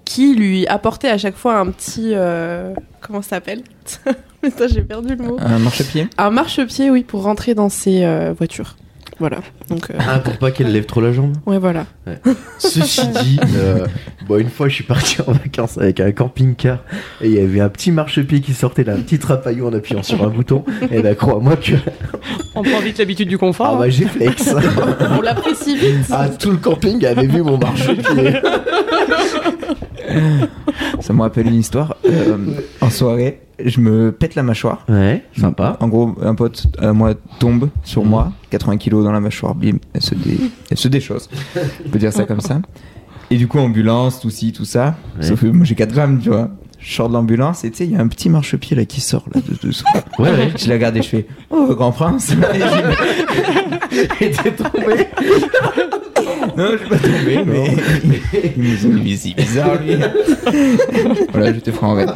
Speaker 10: qui lui apportait à chaque fois un petit euh, comment ça s'appelle Putain, j'ai perdu le mot.
Speaker 2: Un marchepied
Speaker 10: Un marchepied, oui, pour rentrer dans ses euh, voitures. Voilà. Donc, euh,
Speaker 1: Ah, pour pas qu'elle lève trop la jambe
Speaker 10: ouais, voilà.
Speaker 1: Ouais. Ceci dit, euh, bon, une fois je suis parti en vacances avec un camping-car et il y avait un petit marchepied qui sortait d'un petit trapaillou en appuyant sur un bouton. Et bah crois-moi que
Speaker 11: On prend vite l'habitude du confort.
Speaker 1: ah bah, j'ai flex.
Speaker 10: On l'apprécie vite.
Speaker 1: Ah, tout le camping avait vu mon marchepied.
Speaker 2: Ça me rappelle une histoire. Euh, en soirée, je me pète la mâchoire.
Speaker 1: Ouais, Mhm.
Speaker 2: sympa. En gros, un pote à moi tombe sur moi, 80 kilos dans la mâchoire, bim, elle se, dé... elle se déchausse. On peut dire ça comme ça. Et du coup, ambulance, tout ci, tout ça.
Speaker 1: Ouais.
Speaker 2: Sauf que moi j'ai 4 grammes, tu vois. Je sors de l'ambulance et tu sais, il y a un petit marchepied là qui sort là de dessous.
Speaker 1: Ouais, ouais.
Speaker 2: Je la regarde et je fais Oh, grand prince
Speaker 1: Et t'es tombé.
Speaker 2: Non, je suis pas tombé, mais. Ils me sont lui, c'est bizarre lui. voilà, je te ferai en verre.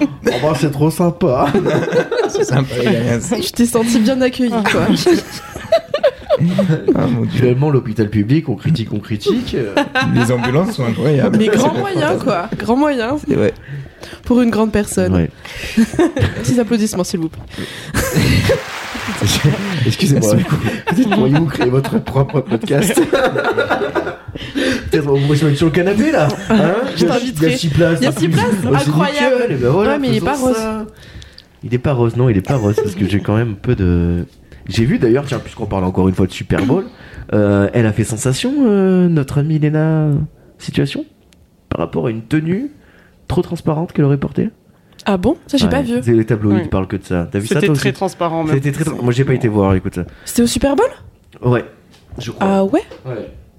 Speaker 1: Oh bah, c'est trop sympa.
Speaker 2: C'est sympa, il y a rien.
Speaker 10: Je t'ai senti bien accueilli, quoi.
Speaker 2: Ah, mon Dieu.
Speaker 1: Actuellement, l'hôpital public, on critique, on critique. euh,
Speaker 2: Les ambulances sont incroyables.
Speaker 10: Mais grand
Speaker 2: C'est
Speaker 10: moyen, quoi. Grand moyen
Speaker 2: Et ouais.
Speaker 10: pour une grande personne.
Speaker 1: Ouais.
Speaker 10: Petits applaudissements, s'il vous plaît.
Speaker 1: Excusez-moi. Peut-être pourriez-vous créer votre propre podcast Peut-être on pourrait se mettre sur le canapé là hein
Speaker 10: Je
Speaker 1: Il y a-
Speaker 10: t'inviterai.
Speaker 1: Il y a six places.
Speaker 10: Il y a six
Speaker 1: Oh,
Speaker 10: places
Speaker 1: c'est nickel.
Speaker 10: Incroyable.
Speaker 1: Eh ben voilà,
Speaker 10: Ouais, mais il est pas
Speaker 1: faisons
Speaker 10: rose.
Speaker 1: ça. Il est pas rose, non, il est pas rose parce que j'ai quand même peu de. J'ai vu d'ailleurs, tiens, puisqu'on parle encore une fois de Super Bowl, euh, elle a fait sensation, euh, notre amie Léna Situation, par rapport à une tenue trop transparente qu'elle aurait portée.
Speaker 10: Ah bon Ça, j'ai
Speaker 1: Ouais,
Speaker 10: pas vu.
Speaker 1: C'est les tabloïds
Speaker 11: Ouais.
Speaker 1: qui parlent que de ça. T'as vu ça
Speaker 11: C'était
Speaker 1: toi
Speaker 11: très
Speaker 1: aussi
Speaker 11: transparent, même.
Speaker 1: C'était très. Moi j'ai pas été voir, écoute.
Speaker 10: C'était au Super Bowl
Speaker 1: Ouais, je crois.
Speaker 10: Ah ouais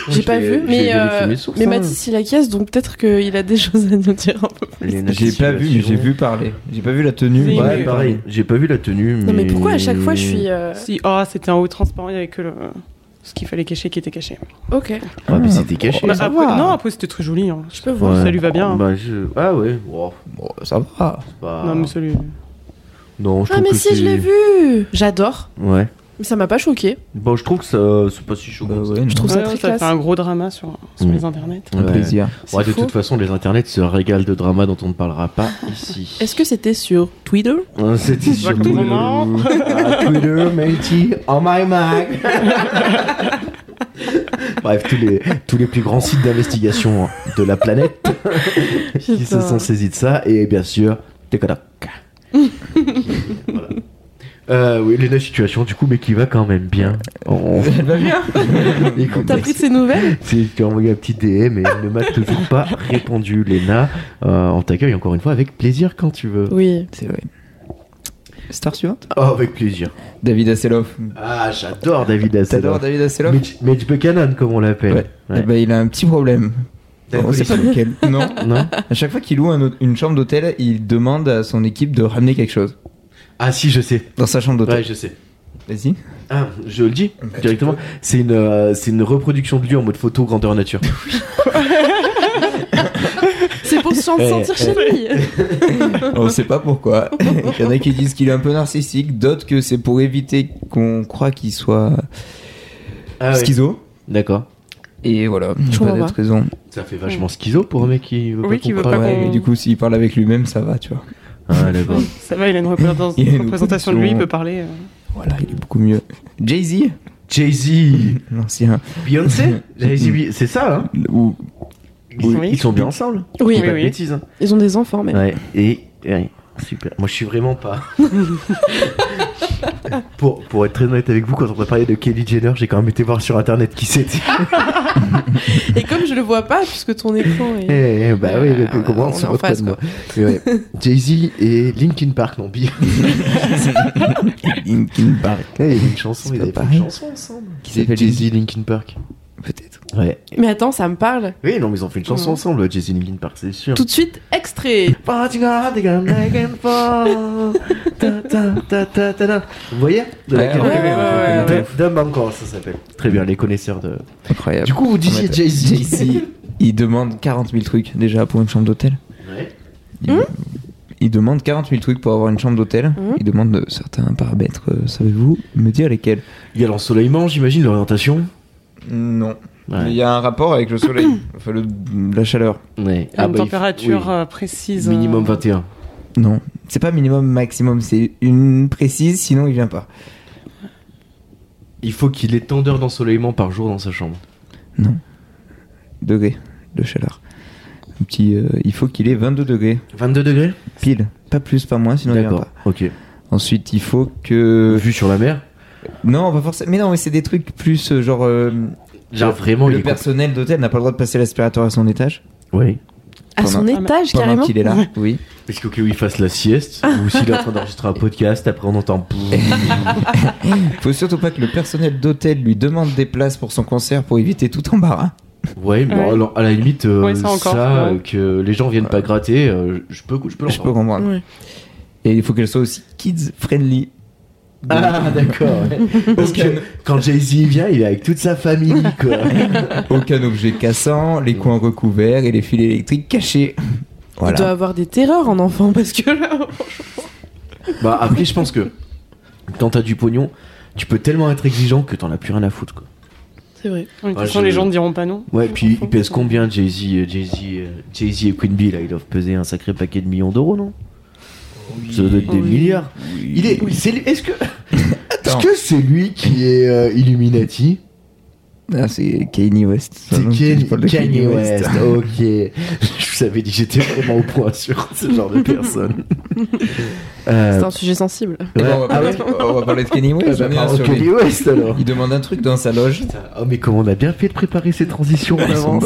Speaker 10: J'ai pas vu, mais, euh, mais Mathis il acquiesce, donc peut-être qu'il a des choses à nous dire un peu.
Speaker 2: J'ai pas vu, mais j'ai vu parler. J'ai pas vu la tenue.
Speaker 11: C'est
Speaker 2: mais-
Speaker 1: Ouais,
Speaker 11: vu.
Speaker 1: pareil. J'ai pas vu la tenue. Mais...
Speaker 10: Non mais pourquoi à chaque fois je suis... euh,
Speaker 11: Si, oh, c'était en haut transparent, il y avait que le... ce qu'il fallait cacher qui était caché.
Speaker 10: Ok,
Speaker 1: Ah, mais c'était caché.
Speaker 11: Bah,
Speaker 2: Oh, ça
Speaker 11: après-
Speaker 2: va.
Speaker 11: non, après c'était très joli. hein.
Speaker 10: je peux voir.
Speaker 1: Ouais.
Speaker 11: Ça lui va bien.
Speaker 1: Bah, je- Ah ouais. wow,
Speaker 2: Bon, ça va. Bah
Speaker 1: c'est pas-
Speaker 11: Non, mais ça lui-
Speaker 1: Non, je
Speaker 10: Ah
Speaker 1: trouve
Speaker 10: mais
Speaker 1: que
Speaker 10: si, je l'ai
Speaker 1: c'est-
Speaker 10: vu J'adore,
Speaker 1: Ouais.
Speaker 10: mais ça m'a pas choqué.
Speaker 1: Bon, je trouve que ça, c'est pas si chaud.
Speaker 2: Bah ouais,
Speaker 10: Je trouve
Speaker 11: Ouais,
Speaker 10: ça
Speaker 11: ouais,
Speaker 10: très
Speaker 11: ça
Speaker 10: classe.
Speaker 11: fait un gros drama sur, sur
Speaker 1: Mm.
Speaker 11: les internets.
Speaker 2: Un plaisir.
Speaker 10: C'est
Speaker 1: Ouais, de
Speaker 10: faux.
Speaker 1: toute façon, les internets se régalent de dramas dont on ne parlera pas ici.
Speaker 10: Est-ce que c'était sur Twitter
Speaker 1: Hein, C'était sur
Speaker 11: Exactement.
Speaker 1: Ah, Twitter, matey, on my Mac. Bref, tous les, tous les plus grands sites d'investigation de la planète qui se
Speaker 10: Putain.
Speaker 1: sont saisis de ça. Et bien sûr, Tekodak. voilà. Euh, oui, Lena Situation, du coup, mais qui va quand même bien. On-
Speaker 2: Elle va bien.
Speaker 1: Écoute,
Speaker 10: T'as pris de ses nouvelles
Speaker 1: c'est- tu as envoyé un petit DM et elle ne m'a toujours pas répondu. Léna, euh, on t'accueille encore une fois avec plaisir quand tu veux.
Speaker 10: Oui.
Speaker 2: C'est vrai. Star suivante
Speaker 1: Oh, avec plaisir.
Speaker 2: David Asseloff.
Speaker 1: Ah, j'adore David Hasselhoff.
Speaker 2: T'adores David Asseloff
Speaker 1: Mitch, Mitch Buchanan, comme on l'appelle.
Speaker 2: Ouais.
Speaker 1: Ouais.
Speaker 2: Eh ben, il a un petit problème.
Speaker 11: Eh,
Speaker 1: T'as une
Speaker 2: Bon, Oh, c'est pas lequel. Non.
Speaker 1: Non
Speaker 2: À chaque fois qu'il loue un hôte- une chambre d'hôtel, il demande à son équipe de ramener quelque chose
Speaker 1: Ah si, je sais.
Speaker 2: dans sa chambre d'hôtel.
Speaker 1: Ouais, je sais.
Speaker 2: Vas-y.
Speaker 1: Ah, je le dis directement. C'est une, euh, c'est une reproduction de lui en mode photo grandeur nature.
Speaker 10: C'est pour se
Speaker 1: Eh,
Speaker 10: sentir chez lui
Speaker 2: On sait pas pourquoi. Il y en a qui disent qu'il est un peu narcissique, d'autres que c'est pour éviter qu'on croie qu'il soit
Speaker 1: Ah, ouais.
Speaker 2: schizo.
Speaker 1: D'accord.
Speaker 2: Et voilà,
Speaker 10: Je
Speaker 2: pas
Speaker 10: comprends
Speaker 2: d'autres
Speaker 10: pas.
Speaker 2: raisons.
Speaker 1: Ça fait vachement schizo pour un mec qui veut
Speaker 11: Oui,
Speaker 1: pas
Speaker 11: qui veut
Speaker 1: qu'on
Speaker 11: pas
Speaker 1: parle.
Speaker 2: Ouais,
Speaker 11: qu'on-
Speaker 2: mais du coup, s'il parle avec lui-même, ça va, tu vois.
Speaker 1: Ah, d'accord.
Speaker 11: Ça va, il a une représentation,
Speaker 2: Il a une
Speaker 11: représentation de lui, il
Speaker 2: opposition.
Speaker 11: peut parler. euh.
Speaker 2: Voilà, il est beaucoup mieux. Jay-Z
Speaker 1: Jay-Z,
Speaker 2: L'ancien.
Speaker 1: Beyoncé, Jay-Z, oui, c'est ça. Hein
Speaker 2: Ou
Speaker 1: Ils-
Speaker 11: Oui.
Speaker 1: Ils sont bien ensemble.
Speaker 10: Oui, bah,
Speaker 1: Dis pas de
Speaker 11: oui.
Speaker 1: bêtises, hein.
Speaker 10: ils ont des enfants même.
Speaker 1: Ouais. Et ouais. super. Moi, je suis vraiment pas. pour, pour être très honnête avec vous, quand on a parlé de Kelly Jenner, j'ai quand même été voir sur internet qui c'était.
Speaker 10: Et comme je le vois pas, puisque ton écran est.
Speaker 1: Eh, eh, bah oui, mais
Speaker 10: on
Speaker 1: comment
Speaker 10: est
Speaker 1: on se
Speaker 10: en
Speaker 1: moque pas
Speaker 10: face,
Speaker 1: de moi Mais ouais, Jay-Z et Linkin Park, non, bien. Linkin Park. Il y avait une chanson, ils avaient fait une chanson ensemble. Qui s'appelle Jay-Z Linkin Park. Peut-être. Ouais.
Speaker 10: Mais attends, ça me parle.
Speaker 1: Oui, non, mais ils ont fait une chanson
Speaker 10: Ouais.
Speaker 1: ensemble, Jay-Z Linkin Park, c'est sûr.
Speaker 10: Tout de suite, extrait.
Speaker 1: Vous voyez De
Speaker 10: Ouais,
Speaker 1: laquelle-
Speaker 10: ouais, ouais, ouais, ouais, ouais.
Speaker 1: Dumb and Cold, ça s'appelle. Très bien, les connaisseurs de.
Speaker 2: Incroyable.
Speaker 1: Du coup, vous disiez Jay-Z.
Speaker 2: il demande 40 000 trucs déjà pour une chambre d'hôtel.
Speaker 1: Ouais.
Speaker 2: Il, il demande 40 000 trucs pour avoir une chambre d'hôtel.
Speaker 11: Mhm.
Speaker 2: Il demande euh, certains paramètres, euh, savez-vous me dire lesquels
Speaker 1: Il y a l'ensoleillement, j'imagine, l'orientation
Speaker 2: Non.
Speaker 1: Ouais.
Speaker 2: Il y a un rapport avec le soleil, enfin, le- la chaleur.
Speaker 1: Ouais.
Speaker 11: Une température euh, précise. euh,
Speaker 1: 21.
Speaker 2: Non, c'est pas minimum, maximum, c'est une précise, sinon il vient pas.
Speaker 1: Il faut qu'il ait tant d'heures d'ensoleillement par jour dans sa chambre.
Speaker 2: Non. Degré de chaleur. Un petit, euh, il faut qu'il ait 22 degrés.
Speaker 1: 22 degrés
Speaker 2: Pile. Pas plus, pas moins, sinon il vient
Speaker 1: D'accord,
Speaker 2: pas.
Speaker 1: ok.
Speaker 2: Ensuite, il faut que.
Speaker 1: Vue sur la mer
Speaker 2: Non, pas forcément. Mais non, mais c'est des trucs plus euh, genre. euh,
Speaker 1: Genre
Speaker 2: le-
Speaker 1: vraiment, il
Speaker 2: Le
Speaker 1: est
Speaker 2: personnel d'hôtel n'a pas le droit de passer l'aspirateur à son étage.
Speaker 1: Oui.
Speaker 10: À son étage,
Speaker 2: pendant
Speaker 10: carrément
Speaker 2: qu'il est là, oui.
Speaker 1: Est-ce qu'au cas où il fasse la sieste, ou s'il est en train d'enregistrer un podcast, après on entend.
Speaker 2: Faut surtout pas que le personnel d'hôtel lui demande des places pour son concert pour éviter tout embarras.
Speaker 1: Ouais, mais
Speaker 2: Ouais.
Speaker 1: alors à la limite, euh,
Speaker 2: Ouais,
Speaker 1: ça,
Speaker 2: ça encore, ouais.
Speaker 1: euh, que les gens viennent pas gratter, euh, je peux, je peux
Speaker 2: Je peux comprendre.
Speaker 1: Ouais.
Speaker 2: Et il faut qu'elle soit aussi kids friendly.
Speaker 1: Ah, d'accord. ouais. Parce que quand Jay-Z vient, il est avec toute sa famille, quoi.
Speaker 2: Aucun objet cassant, les coins recouverts et les fils électriques cachés.
Speaker 10: Il doit avoir des terreurs en enfant parce que là.
Speaker 1: Bah, après, je pense que quand t'as du pognon, tu peux tellement être exigeant que t'en as plus rien à foutre, quoi.
Speaker 11: C'est vrai. De toute
Speaker 1: Ouais,
Speaker 11: façon,
Speaker 1: je-
Speaker 11: les gens ne diront pas non.
Speaker 1: Ouais, puis ils pèsent combien Jay-Z euh, Jay-Z euh, Jay-Z et Queen Bee, là, ils doivent peser un sacré paquet de millions d'euros, non Ça doit être des
Speaker 11: Oui.
Speaker 1: milliards. Il est. c'est lui- Est-ce que. Est-ce que c'est lui qui est euh, Illuminati
Speaker 2: Ah, c'est Kanye West. ça,
Speaker 1: C'est
Speaker 2: non, tu
Speaker 1: Ken-
Speaker 2: parles de
Speaker 1: Kanye West. ok. Je vous avais dit que j'étais vraiment au point sur ce genre de personne. Euh,
Speaker 10: C'est un sujet sensible.
Speaker 2: Eh ben, on, va parler, on va parler Eh ben, de Kanye West.
Speaker 1: Ah bah,
Speaker 2: on est
Speaker 1: parlons
Speaker 2: sur
Speaker 1: de Kanye
Speaker 2: les-
Speaker 1: West, alors.
Speaker 2: Il demande un truc dans sa loge.
Speaker 1: Oh, mais comment on a bien fait de préparer ces transitions en avance.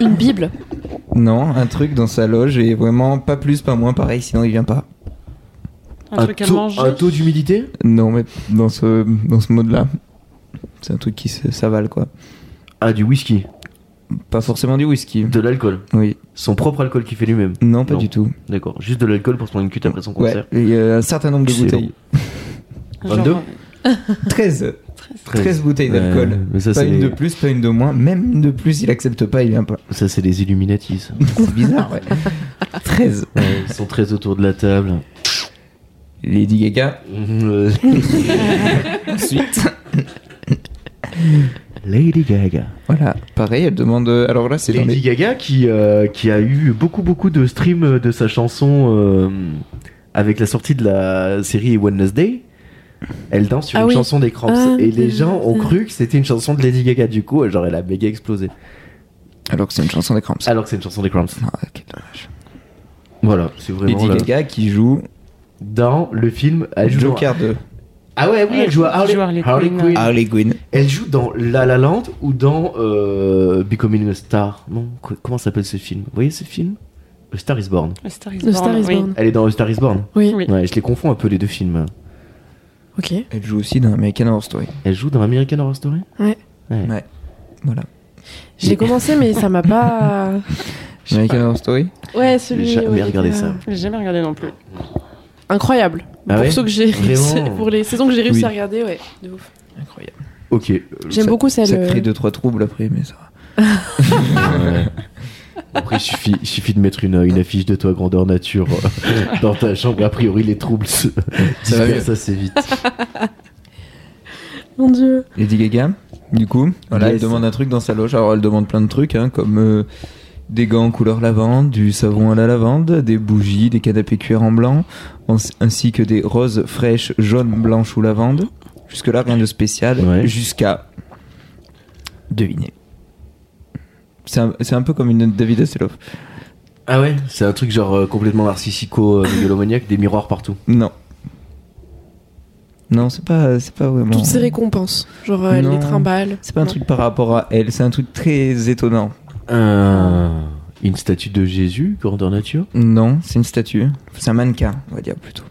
Speaker 10: Une Bible.
Speaker 2: Non, un truc dans sa loge et vraiment pas plus, pas moins, pareil, sinon il vient pas.
Speaker 11: Un truc à manger.
Speaker 1: taux d'humidité
Speaker 2: Non, mais dans ce, dans ce mode-là, c'est un truc qui se- s'avale quoi.
Speaker 1: Ah, du whisky
Speaker 2: Pas forcément du whisky.
Speaker 1: De l'alcool
Speaker 2: Oui.
Speaker 1: Son propre alcool qu'il fait lui-même
Speaker 2: Non, pas du tout.
Speaker 1: D'accord, juste de l'alcool pour se prendre une cute après son
Speaker 2: Ouais,
Speaker 1: concert.
Speaker 2: il y a un certain nombre de
Speaker 1: C'est
Speaker 2: bouteilles.
Speaker 1: long. 22
Speaker 11: euh,
Speaker 2: 13
Speaker 1: Treize.
Speaker 2: 13 bouteilles d'alcool.
Speaker 1: Ouais, mais ça,
Speaker 2: pas
Speaker 1: c'est
Speaker 2: une
Speaker 1: les-
Speaker 2: de plus, pas une de moins. Même une de plus, il accepte pas, il vient pas.
Speaker 1: Ça, c'est les Illuminati, ça.
Speaker 2: C'est bizarre, ouais. 13.
Speaker 1: Ouais, ils sont très autour de la table.
Speaker 2: Lady Gaga. Ensuite.
Speaker 1: Lady Gaga.
Speaker 2: Voilà, pareil, elle demande. euh, Alors là, c'est dans
Speaker 1: Lady
Speaker 2: les.
Speaker 1: Gaga qui, euh, qui a eu beaucoup beaucoup de streams de sa chanson euh, avec la sortie de la série Wednesday. Elle danse sur
Speaker 10: Ah
Speaker 1: une
Speaker 10: oui.
Speaker 1: chanson des Cramps
Speaker 10: Ah,
Speaker 1: et les
Speaker 10: euh,
Speaker 1: gens ont
Speaker 10: euh.
Speaker 1: cru que c'était une chanson de Lady Gaga du coup, genre elle a méga explosé.
Speaker 2: Alors que c'est une chanson des Cramps.
Speaker 1: Alors que c'est une chanson des Cramps.
Speaker 2: Ah.
Speaker 1: Voilà, c'est vraiment
Speaker 2: Lady
Speaker 1: là.
Speaker 2: Gaga qui joue.
Speaker 1: Dans le film, elle joue dans-
Speaker 2: Joker 2.
Speaker 1: Ah ouais, oui, elle joue à Harley, Harley Quinn.
Speaker 2: Harley Quinn.
Speaker 1: Elle joue dans La La Land ou dans euh, Becoming a Star Non, qu- comment s'appelle ce film Vous voyez ce film A Star is Born.
Speaker 11: A Star is
Speaker 10: Le Star
Speaker 11: Born,
Speaker 10: is
Speaker 11: oui.
Speaker 10: Born.
Speaker 1: Elle est dans A Star is Born
Speaker 10: Oui. Oui.
Speaker 1: Ouais, je les confonds un peu les deux films.
Speaker 10: Ok.
Speaker 2: Elle joue aussi dans American Horror Story.
Speaker 1: Elle joue dans American Horror Story
Speaker 10: Ouais.
Speaker 1: Ouais.
Speaker 2: Voilà.
Speaker 10: J'ai commencé, mais ça m'a pas.
Speaker 2: American Horror Story
Speaker 10: Ouais, celui.
Speaker 1: J'ai jamais
Speaker 10: ouais,
Speaker 1: regardé
Speaker 10: euh,
Speaker 1: ça.
Speaker 11: J'ai jamais regardé non plus.
Speaker 10: Incroyable.
Speaker 1: Ah
Speaker 10: pour
Speaker 1: ouais
Speaker 10: ceux que j'ai réussi,
Speaker 1: Vraiment
Speaker 10: pour les saisons que j'ai réussi
Speaker 2: Oui.
Speaker 10: à regarder, ouais, de ouf.
Speaker 2: Incroyable.
Speaker 1: Ok. euh,
Speaker 10: J'aime
Speaker 2: Ça-
Speaker 10: beaucoup celle.
Speaker 2: Ça crée
Speaker 10: euh,
Speaker 2: 2-3 troubles après, mais ça va.
Speaker 1: Ouais. Après, il suffit, il suffit de mettre une, une affiche de toi grandeur nature euh, dans ta chambre. A priori, les troubles se
Speaker 2: Ça va mieux.
Speaker 1: ça assez vite.
Speaker 10: Mon dieu.
Speaker 2: Lady Gaga, du coup, voilà,
Speaker 1: Yes.
Speaker 2: elle demande un truc dans sa loge. Alors elle demande plein de trucs, hein, comme euh, des gants couleur lavande, du savon à la lavande, des bougies, des canapés cuir en blanc, ans- ainsi que des roses fraîches, jaunes, blanches ou lavande. Jusque-là, rien de spécial.
Speaker 1: Ouais.
Speaker 2: Jusqu'à. Devinez. C'est un, c'est un peu comme une David Hasselhoff.
Speaker 1: Ah ouais C'est un truc genre euh, complètement narcissico, euh, mégalomaniaque, des miroirs partout.
Speaker 2: Non. Non, c'est pas, c'est pas vraiment.
Speaker 10: Toutes ces récompenses, genre euh, elle
Speaker 2: Non,
Speaker 10: les trimballe.
Speaker 2: C'est pas un
Speaker 10: Non.
Speaker 2: truc par rapport à elle, c'est un truc très étonnant.
Speaker 1: Une statue de Jésus, grandeur nature
Speaker 2: Non, c'est une statue. C'est un mannequin, on va dire plutôt.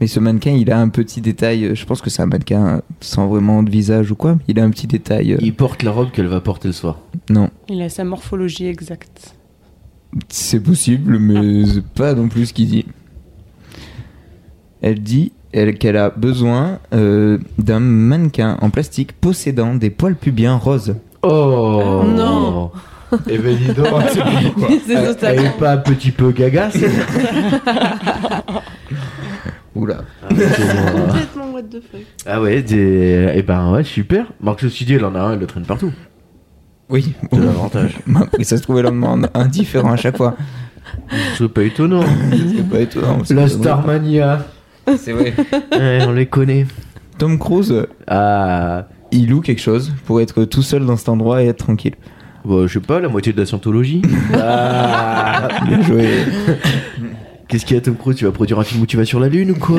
Speaker 2: Mais ce mannequin, il a un petit détail. euh, Je pense que c'est un mannequin euh, sans vraiment de visage ou quoi. mais Il a un petit détail. euh,
Speaker 1: Il porte la robe qu'elle va porter le soir.
Speaker 2: Non,
Speaker 11: Il a sa morphologie exacte.
Speaker 2: c'est possible, mais c'est pas non plus ce qu'il dit. Elle dit elle- qu'elle a besoin euh, d'un mannequin en plastique possédant des poils pubiens roses.
Speaker 1: Oh
Speaker 2: Non.
Speaker 1: Eh ben dis donc,
Speaker 2: C'est
Speaker 1: elle,
Speaker 2: totalement-
Speaker 1: elle est pas un petit peu gaga, c'est
Speaker 2: Oula.
Speaker 1: Euh.
Speaker 10: Complètement what the fuck.
Speaker 1: Ah ouais, des... eh ben ouais, super. Marc, ceci dit, elle en a un, elle le traîne partout.
Speaker 2: Oui.
Speaker 1: C'est l'avantage.
Speaker 2: Et ça se trouve, elle en demande un différent à chaque fois.
Speaker 1: C'est pas étonnant.
Speaker 2: C'est pas étonnant. parce
Speaker 1: La
Speaker 2: que-
Speaker 1: Starmania.
Speaker 2: C'est vrai.
Speaker 1: Ouais, on les connaît. Ah,
Speaker 2: Tom Cruise, il loue quelque chose pour être tout seul dans cet endroit et être tranquille.
Speaker 1: Bah, je sais pas, la moitié de la scientologie. Ah.
Speaker 2: Bien joué.
Speaker 1: Qu'est-ce qu'il y a, Tom Cruise Tu vas produire un film où tu vas sur la Lune ou quoi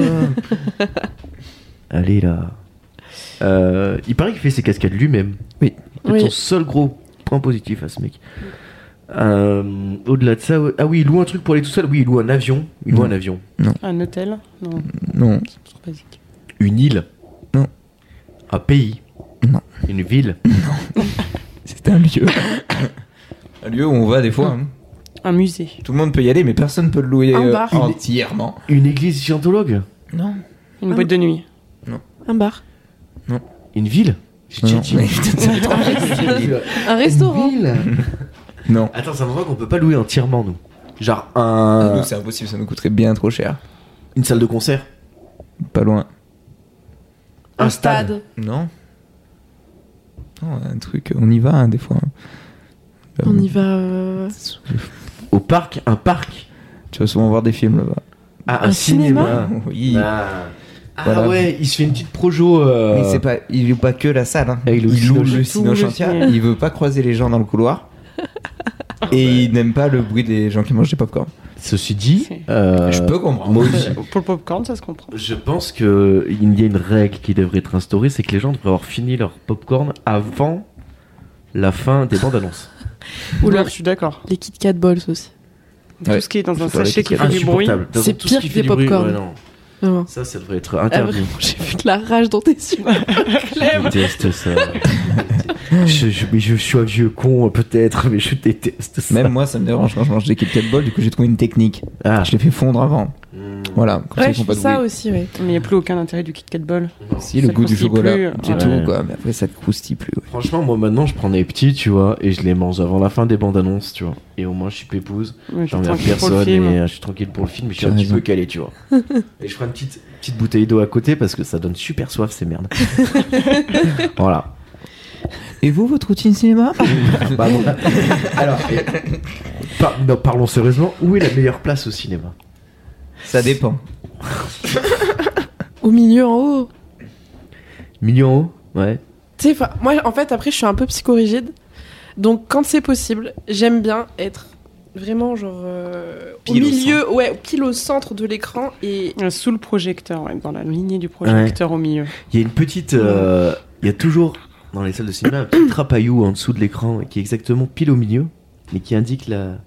Speaker 1: Allez là. Euh, il paraît qu'il fait ses cascades lui-même.
Speaker 2: Oui.
Speaker 1: C'est
Speaker 10: Oui.
Speaker 1: ton seul gros point positif à ce mec. Euh, Au-delà de ça, ouais- ah oui, il loue un truc pour aller tout seul. Oui, il loue un avion. Il loue
Speaker 2: Non.
Speaker 1: un avion.
Speaker 2: Non.
Speaker 11: Un hôtel Non.
Speaker 2: Non.
Speaker 11: C'est trop basique.
Speaker 1: Une île.
Speaker 2: Non.
Speaker 1: Un pays.
Speaker 2: Non.
Speaker 1: Une ville.
Speaker 2: C'est un lieu. un lieu où on va des fois. hein.
Speaker 11: Un musée.
Speaker 2: Tout le monde peut y aller, mais personne peut le louer
Speaker 10: Un
Speaker 2: euh,
Speaker 10: bar.
Speaker 2: entièrement.
Speaker 1: Une église scientologue.
Speaker 2: Non.
Speaker 11: Une boîte de nuit.
Speaker 10: Un bar.
Speaker 1: Une ville. J'ai déjà
Speaker 2: Non,
Speaker 1: dit.
Speaker 2: mais putain, c'est trop facile.
Speaker 10: Un restaurant.
Speaker 2: Non.
Speaker 1: Attends, c'est un endroit qu'on peut pas louer entièrement, nous. Genre
Speaker 2: Ah,
Speaker 1: un...
Speaker 2: nous, c'est impossible, ça nous coûterait bien trop cher.
Speaker 1: une salle de concert.
Speaker 2: Pas loin.
Speaker 1: Un,
Speaker 2: Non. Non, un truc, on y va hein, des fois. hein. Euh,
Speaker 10: On y va. euh,
Speaker 1: Au parc, un parc.
Speaker 2: Tu vas souvent voir des films là-bas.
Speaker 1: Ah,
Speaker 10: un Un cinéma
Speaker 2: Oui.
Speaker 1: Ah, Ah
Speaker 2: Voilà.
Speaker 1: ouais, il se fait une petite projo. euh,
Speaker 2: Mais c'est pas, il loue pas que la salle. hein.
Speaker 1: Et il loue
Speaker 2: il loue
Speaker 1: le
Speaker 2: le
Speaker 11: tout
Speaker 2: cinoche
Speaker 11: le
Speaker 2: entier.
Speaker 11: cinéma.
Speaker 2: Il veut pas croiser les gens dans le couloir. Et il n'aime pas le bruit des gens qui mangent des popcorn.
Speaker 1: Ceci dit,
Speaker 11: C'est-
Speaker 1: euh,
Speaker 2: Je peux comprendre.
Speaker 1: moi aussi.
Speaker 11: Pour le popcorn, ça se comprend.
Speaker 1: Je pense que il y a une règle qui devrait être instaurée, c'est que les gens devraient avoir fini leur popcorn avant la fin des bandes annonces.
Speaker 11: Oula, je suis d'accord.
Speaker 10: Les Kit Kat Balls aussi.
Speaker 2: Ouais.
Speaker 11: Tout ce qui est dans un
Speaker 2: Je parlais
Speaker 11: sachet
Speaker 2: des
Speaker 11: qui fait du bruit.
Speaker 1: Insupportable.
Speaker 10: C'est
Speaker 1: Tout ce qui
Speaker 10: pire que
Speaker 1: fait
Speaker 10: des
Speaker 1: du bruit,
Speaker 10: popcorn.
Speaker 1: ouais, non.
Speaker 10: Vraiment.
Speaker 1: Ça, ça devrait être
Speaker 10: Ah,
Speaker 1: interdit.
Speaker 10: vraiment, J'ai vu de la rage dans tes yeux.
Speaker 1: Je déteste ça. je, je- mais je suis un vieux con, euh, peut-être, mais je déteste ça.
Speaker 2: Même moi, ça me dérange quand je mange des Kit Kat Balls. Du coup, j'ai trouvé une technique.
Speaker 1: Ah.
Speaker 2: Je les fais fondre avant.
Speaker 1: Mm.
Speaker 2: Voilà. Comme ça,
Speaker 10: Ouais,
Speaker 2: ils font
Speaker 10: je
Speaker 2: pas
Speaker 10: fais
Speaker 2: de
Speaker 10: ça
Speaker 2: bruit.
Speaker 10: aussi, ouais.
Speaker 11: Mais il n'y a plus aucun intérêt du Kit Kat Ball.
Speaker 2: Si le
Speaker 11: Ça
Speaker 2: goût du
Speaker 11: croustille
Speaker 2: chocolat,
Speaker 11: plus,
Speaker 2: c'est
Speaker 11: ouais.
Speaker 2: tout quoi. Mais après, ça te croustille plus. ouais.
Speaker 1: Franchement, moi maintenant, je prends des petits, tu vois, et je les mange avant la fin des bandes annonces, tu vois. Et au moins, je suis pépouse,
Speaker 11: Ouais,
Speaker 1: j'en
Speaker 11: t'es
Speaker 1: regarde
Speaker 11: tranquille pour le
Speaker 1: personne, et
Speaker 11: film.
Speaker 1: euh, je suis tranquille pour le film, mais je suis
Speaker 2: T'as
Speaker 1: un petit
Speaker 2: raison.
Speaker 1: peu calé, tu vois. et je prends une petite, petite bouteille d'eau à côté parce que ça donne super soif, ces merdes. voilà.
Speaker 2: Et vous, votre routine cinéma
Speaker 1: Bah, bon. Alors, et- par- non, parlons sérieusement, où est la meilleure place au cinéma
Speaker 2: Ça dépend.
Speaker 10: Au milieu, en haut.
Speaker 1: Million haut Ouais.
Speaker 10: Tu sais, 'fin, moi, en fait, après, je suis un peu psychorigide. Donc, quand c'est possible, j'aime bien être vraiment, genre, euh, au
Speaker 1: Pile au
Speaker 10: milieu, ouais, pile au centre de l'écran. Et
Speaker 11: Euh, Sous le projecteur, ouais, dans la lignée du projecteur au milieu.
Speaker 1: Il y a une petite. euh, Il y a toujours dans les salles de cinéma un petit trapaillou en dessous de l'écran qui est exactement pile au milieu mais qui indique la,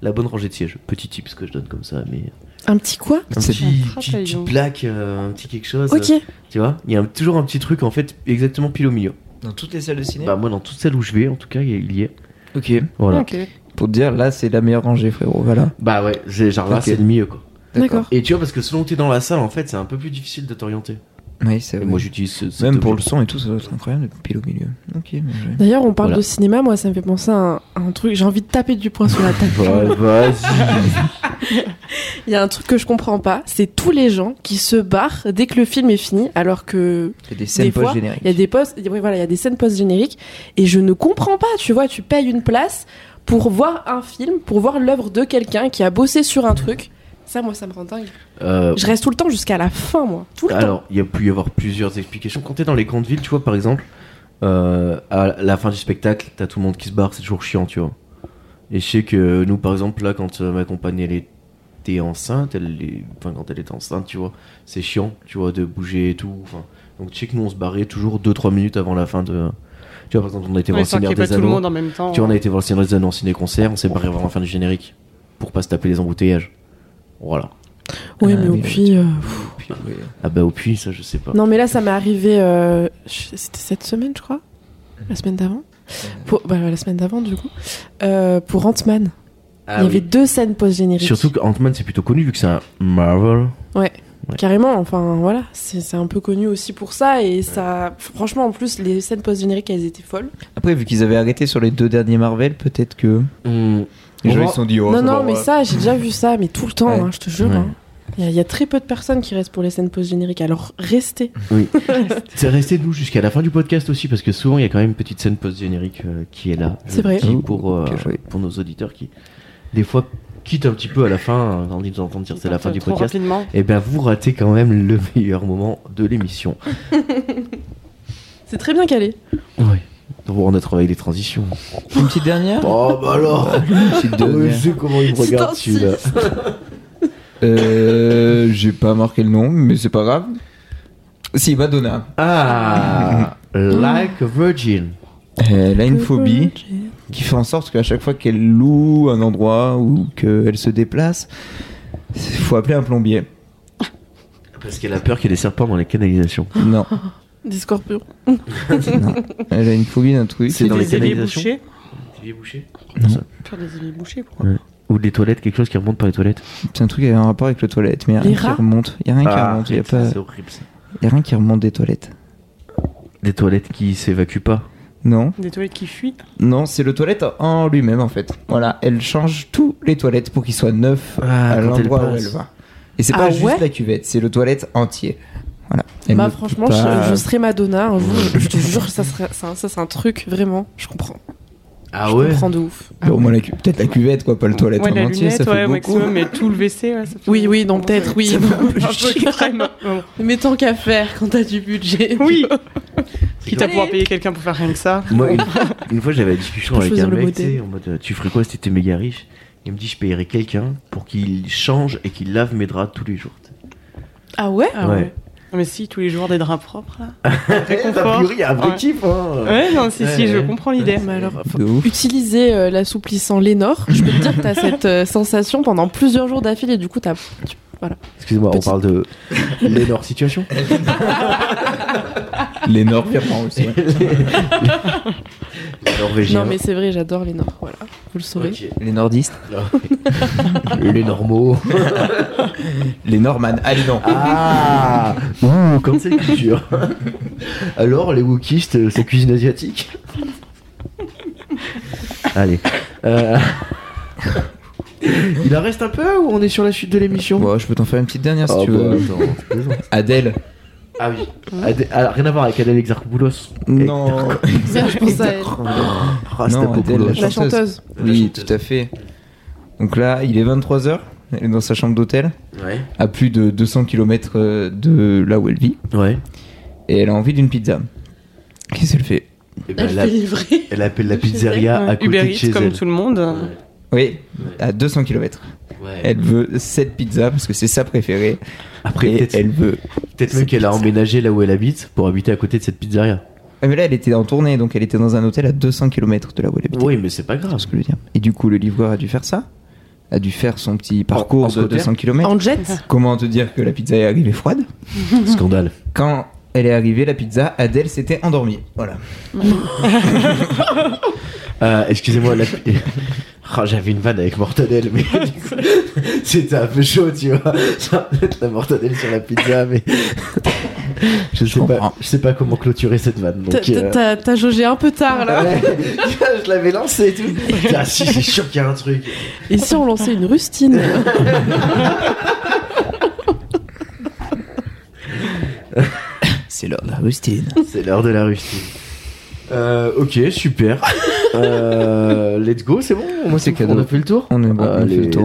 Speaker 1: la bonne rangée de sièges. Petit tips que je donne comme ça, mais.
Speaker 10: un petit quoi
Speaker 1: Un
Speaker 2: C'est-
Speaker 1: petit,
Speaker 11: Un
Speaker 1: petit,
Speaker 11: trapaillou.
Speaker 1: petite plaque, euh, un petit quelque chose.
Speaker 10: Ok.
Speaker 1: euh, tu vois Il y a un- toujours un petit truc en fait exactement pile au milieu.
Speaker 2: Dans toutes les salles de cinéma
Speaker 1: Bah, moi, dans toutes celles où je vais, en tout cas, il y a- il y est.
Speaker 2: Ok.
Speaker 1: Voilà.
Speaker 11: Ok.
Speaker 2: Pour te dire, là, c'est la meilleure rangée, frérot. Voilà.
Speaker 1: Bah, ouais, c'est- genre là,
Speaker 2: Ok.
Speaker 1: c'est le milieu quoi.
Speaker 10: D'accord.
Speaker 1: Et tu vois, parce que selon où t'es dans la salle, en fait, c'est un peu plus difficile de t'orienter.
Speaker 2: Oui, c'est
Speaker 1: Et
Speaker 2: vrai.
Speaker 1: moi, j'utilise ce- cet
Speaker 2: Même pour le
Speaker 1: objet.
Speaker 2: son et tout, ça doit être incroyable de pile au milieu. Ok, bien joué.
Speaker 10: D'ailleurs, on parle
Speaker 1: Voilà.
Speaker 10: de cinéma, moi, ça me fait penser à un, à un truc. J'ai envie de taper du poing sur la table.
Speaker 1: Ouais, vas-y.
Speaker 10: Il y a un truc que je comprends pas, c'est tous les gens qui se barrent dès que le film est fini, alors que
Speaker 2: C'est des scènes
Speaker 10: Des fois,
Speaker 2: post-génériques.
Speaker 10: Il y a des postes, oui, voilà, il y a des scènes post-génériques et je ne comprends pas, tu vois, tu payes une place pour voir un film, pour voir l'œuvre de quelqu'un qui a bossé sur un truc. Ça, moi, ça me rend dingue.
Speaker 1: Euh,
Speaker 10: Je reste tout le temps jusqu'à la fin, moi. Tout le temps.
Speaker 1: Alors, il y a pu y avoir plusieurs explications. Quand t'es dans les grandes villes, tu vois, par exemple, euh, à la fin du spectacle, t'as tout le monde qui se barre, c'est toujours chiant, tu vois. Et je sais que nous, par exemple, là, quand euh, ma compagne, elle est t'es enceinte, elle est... enfin, quand elle est enceinte, tu vois, c'est chiant, tu vois, de bouger et tout. Enfin, donc tu sais que nous, on se barrait toujours 2-3 minutes avant la fin de. Tu vois, par exemple, on a été
Speaker 11: Ouais,
Speaker 1: voir le
Speaker 11: histoire
Speaker 1: Seigneur
Speaker 11: qu'il y ait
Speaker 1: des
Speaker 11: pas tout le
Speaker 1: Anneaux.
Speaker 11: monde en même temps,
Speaker 1: tu vois, on a
Speaker 11: ouais.
Speaker 1: été voir le Seigneur des Anneaux en ciné-concert, on s'est barré avant la fin du générique pour pas se taper les embouteillages. Voilà.
Speaker 10: Oui, mais au puits. euh, pff.
Speaker 1: Ah bah, au puits, ça, je sais pas.
Speaker 10: Non, mais là, ça m'est arrivé. euh, je- C'était cette semaine, je crois. La semaine d'avant. Pour... Bah, la semaine d'avant, du coup. Euh, pour Ant-Man.
Speaker 1: Ah
Speaker 10: Il y
Speaker 1: oui.
Speaker 10: avait deux scènes post-génériques.
Speaker 1: Surtout que Ant-Man, c'est plutôt connu vu que c'est un Marvel.
Speaker 10: Ouais.
Speaker 1: Ouais.
Speaker 10: Carrément, enfin voilà, c'est c'est un peu connu aussi pour ça et ça. Franchement, en plus, les scènes post-génériques elles étaient folles.
Speaker 2: Après, vu qu'ils avaient arrêté sur les deux derniers Marvel, peut-être que. Les
Speaker 1: On
Speaker 2: gens
Speaker 1: va-
Speaker 2: ils se sont dit, oh,
Speaker 10: non,
Speaker 2: c'est
Speaker 10: non,
Speaker 2: pas
Speaker 10: mais
Speaker 2: grave.
Speaker 10: ça, j'ai déjà vu ça, mais tout le temps,
Speaker 2: Ouais.
Speaker 10: hein, je te jure.
Speaker 1: Ouais.
Speaker 10: hein. Il y, a- il y a très peu de personnes qui restent pour les scènes post-génériques, alors restez.
Speaker 1: Oui. c'est resté nous jusqu'à la fin du podcast aussi parce que souvent il y a quand même une petite scène post-générique euh, qui est là.
Speaker 10: C'est vrai.
Speaker 1: Qui, pour, euh, pour nos auditeurs qui, des fois, quittent un petit peu à la fin, euh, quand ils nous entendent dire c'est la fin
Speaker 11: partent
Speaker 1: du
Speaker 11: trop
Speaker 1: podcast.
Speaker 11: rapidement.
Speaker 1: Et bien, vous ratez quand même le meilleur moment de l'émission.
Speaker 10: C'est très bien calé.
Speaker 1: Donc, On a travaillé les transitions.
Speaker 2: Une petite dernière Ah
Speaker 1: Oh bah alors Je sais comment il me regarde celui-là.
Speaker 2: Euh, J'ai pas marqué le nom, mais c'est pas grave. Si, Madonna.
Speaker 1: Ah Like a Virgin.
Speaker 2: Euh, Elle a une phobie qui fait en sorte qu'à chaque fois qu'elle loue un endroit ou qu'elle se déplace, il faut appeler un plombier.
Speaker 1: Parce qu'elle a peur qu'il y ait des serpents dans les canalisations.
Speaker 2: Non.
Speaker 10: Des scorpions.
Speaker 2: Non. Elle a une phobie d'un truc.
Speaker 1: C'est dans les canalisations
Speaker 11: Faire des éviers bouchés, pourquoi
Speaker 1: Ouais. Ou des toilettes, quelque chose qui remonte par les toilettes.
Speaker 2: C'est un truc qui a un rapport avec les toilettes, mais il y a
Speaker 1: Les
Speaker 2: rien qui
Speaker 1: rats
Speaker 2: remonte. Il y a rien
Speaker 1: Ah,
Speaker 2: qui remonte. Il y a
Speaker 1: arrête, ça,
Speaker 2: pas.
Speaker 1: c'est horrible, ça.
Speaker 2: Il y a rien qui remonte des toilettes.
Speaker 1: Des toilettes qui s'évacuent pas.
Speaker 2: Non.
Speaker 11: Des toilettes qui fuient.
Speaker 2: Non, c'est le toilette en lui-même en fait. Voilà, elle change tous les toilettes pour qu'ils soient neufs
Speaker 1: Ah,
Speaker 2: à
Speaker 1: quand elle
Speaker 2: l'endroit où
Speaker 1: passe.
Speaker 2: elle va. Et c'est
Speaker 10: Ah
Speaker 2: pas juste
Speaker 10: ouais
Speaker 2: la cuvette, c'est le toilette entier. Voilà. Elle
Speaker 10: Bah
Speaker 2: ne
Speaker 10: franchement,
Speaker 2: peut pas-
Speaker 10: je, je serais Madonna un jour, je te jure, ça, serait, ça, ça, c'est un truc vraiment, je comprends.
Speaker 1: Ah
Speaker 10: je comprends de ouf.
Speaker 2: Bon, au moins la cu- peut-être la cuvette quoi, pas le toilette
Speaker 11: Ouais,
Speaker 2: en
Speaker 11: la
Speaker 2: entier,
Speaker 11: lunette,
Speaker 2: ça fait
Speaker 11: ouais, au
Speaker 2: beaucoup.
Speaker 11: maximum, mais tout le WC, ouais, ça fait-
Speaker 10: Oui, oui, non, peut-être, oui.
Speaker 11: Ça fait un peu
Speaker 10: Un peu
Speaker 11: chier,
Speaker 10: quand même.
Speaker 11: Bon.
Speaker 10: Mais tant qu'à faire quand t'as du budget.
Speaker 11: Oui.
Speaker 1: Quitte
Speaker 11: Quitte à pouvoir payer quelqu'un pour faire rien que ça.
Speaker 1: Moi, une, une fois, j'avais la discussion
Speaker 11: Pour
Speaker 1: avec un
Speaker 11: choisir le
Speaker 1: mec, tu
Speaker 11: modèle.
Speaker 1: sais, en mode, euh, tu ferais quoi si t'étais méga riche Il me dit, je payerais quelqu'un pour qu'il change et qu'il lave mes draps tous les jours.
Speaker 10: Ah ouais
Speaker 11: Ah
Speaker 1: Ouais.
Speaker 11: Non, Mais si, tous les jours des draps propres, là.
Speaker 1: A priori, il y a un vrai
Speaker 11: Ouais.
Speaker 1: kiff, hein.
Speaker 11: Ouais, non, si,
Speaker 1: Ouais,
Speaker 11: si, je
Speaker 1: ouais.
Speaker 11: comprends l'idée.
Speaker 10: Mais Bah alors,
Speaker 2: De ouf.
Speaker 10: utiliser euh, l'assouplissant Lénore, je peux te dire que t'as cette euh, sensation pendant plusieurs jours d'affilée, du coup t'as... tu- Voilà.
Speaker 1: Excusez-moi, on parle de l'énorme situation.
Speaker 2: L'énorme virement aussi.
Speaker 1: Les Norvégiens.
Speaker 10: Non mais c'est vrai, j'adore Lénore, voilà, vous le saurez.
Speaker 1: Ok.
Speaker 2: Les nordistes,
Speaker 1: Les normaux.
Speaker 2: les normannes. Allez non.
Speaker 1: Ah Ouh, comme c'est culture. Alors, les wokistes, euh, c'est cuisine asiatique Allez. Euh, Il en reste un peu ou on est sur la suite de l'émission
Speaker 2: Bon, je peux t'en faire une petite dernière si
Speaker 1: Ah
Speaker 2: tu
Speaker 1: bah,
Speaker 2: veux.
Speaker 1: attends, je plaisante.
Speaker 2: Adèle.
Speaker 1: Ah oui. Adé- ah, rien à voir avec Adèle Exarchopoulos. Ah,
Speaker 2: Non.
Speaker 10: Merde, je pense à elle.
Speaker 1: Oh,
Speaker 2: Non, Adèle,
Speaker 1: Rastapopoulos.
Speaker 2: la
Speaker 10: La
Speaker 2: chanteuse.
Speaker 10: chanteuse.
Speaker 2: Oui, tout à fait. Donc là, il est 23h, elle est dans sa chambre d'hôtel.
Speaker 1: Ouais.
Speaker 2: à plus de 200 km euh, de là où elle vit
Speaker 1: Ouais.
Speaker 2: et elle a envie d'une pizza. Qu'est-ce qu'elle fait
Speaker 1: Eh ben,
Speaker 10: Elle
Speaker 1: elle,
Speaker 10: fait
Speaker 1: a-
Speaker 10: livrer.
Speaker 1: elle appelle la pizzeria à côté
Speaker 11: Uber
Speaker 1: de
Speaker 11: Eats,
Speaker 1: chez
Speaker 11: comme
Speaker 1: elle.
Speaker 11: tout le monde.
Speaker 2: Oui, à 200 km.
Speaker 1: Ouais.
Speaker 2: Elle veut cette pizza parce que c'est sa préférée.
Speaker 1: Après,
Speaker 2: et
Speaker 1: peut-être-
Speaker 2: elle veut.
Speaker 1: Peut-être même
Speaker 2: cette
Speaker 1: qu'elle a
Speaker 2: pizza.
Speaker 1: emménagé là où elle habite pour habiter à côté de cette pizzeria.
Speaker 2: Ah, Mais là, elle était en tournée, donc elle était dans un hôtel à 200 km de là où elle habitait.
Speaker 1: Oui, mais c'est pas grave.
Speaker 2: C'est ce que je veux dire. Et du coup, le livreur a dû faire ça A dû faire son petit parcours
Speaker 1: en
Speaker 2: de
Speaker 1: scooter
Speaker 2: 200 km
Speaker 10: En jet
Speaker 2: Comment te dire que la pizza est arrivée froide
Speaker 1: Scandale.
Speaker 2: Quand elle est arrivée, la pizza, Adèle s'était endormie. Voilà.
Speaker 1: Euh, Excusez-moi, la... Ah, j'avais une vanne avec mortadelle, mais du coup, c'était un peu chaud, tu vois. Genre, mettre la mortadelle sur la pizza, mais je sais pas,
Speaker 2: comprends.
Speaker 1: je sais pas comment clôturer cette vanne.
Speaker 10: T'as-
Speaker 1: Donc,
Speaker 10: t'as-
Speaker 1: euh,
Speaker 10: T'as t'as jaugé un peu tard là.
Speaker 1: ouais. je l'avais lancé et tout. Ah si, c'est sûr qu'il y a un truc.
Speaker 10: Et si on lançait une rustine
Speaker 2: C'est l'heure de la rustine.
Speaker 1: C'est l'heure de la rustine. Euh, ok, super. Euh, let's go, c'est bon. Moi,
Speaker 2: C'est
Speaker 1: On
Speaker 2: cadeau.
Speaker 1: a fait le tour.
Speaker 2: On a, on a fait
Speaker 1: Allez,
Speaker 2: le tour.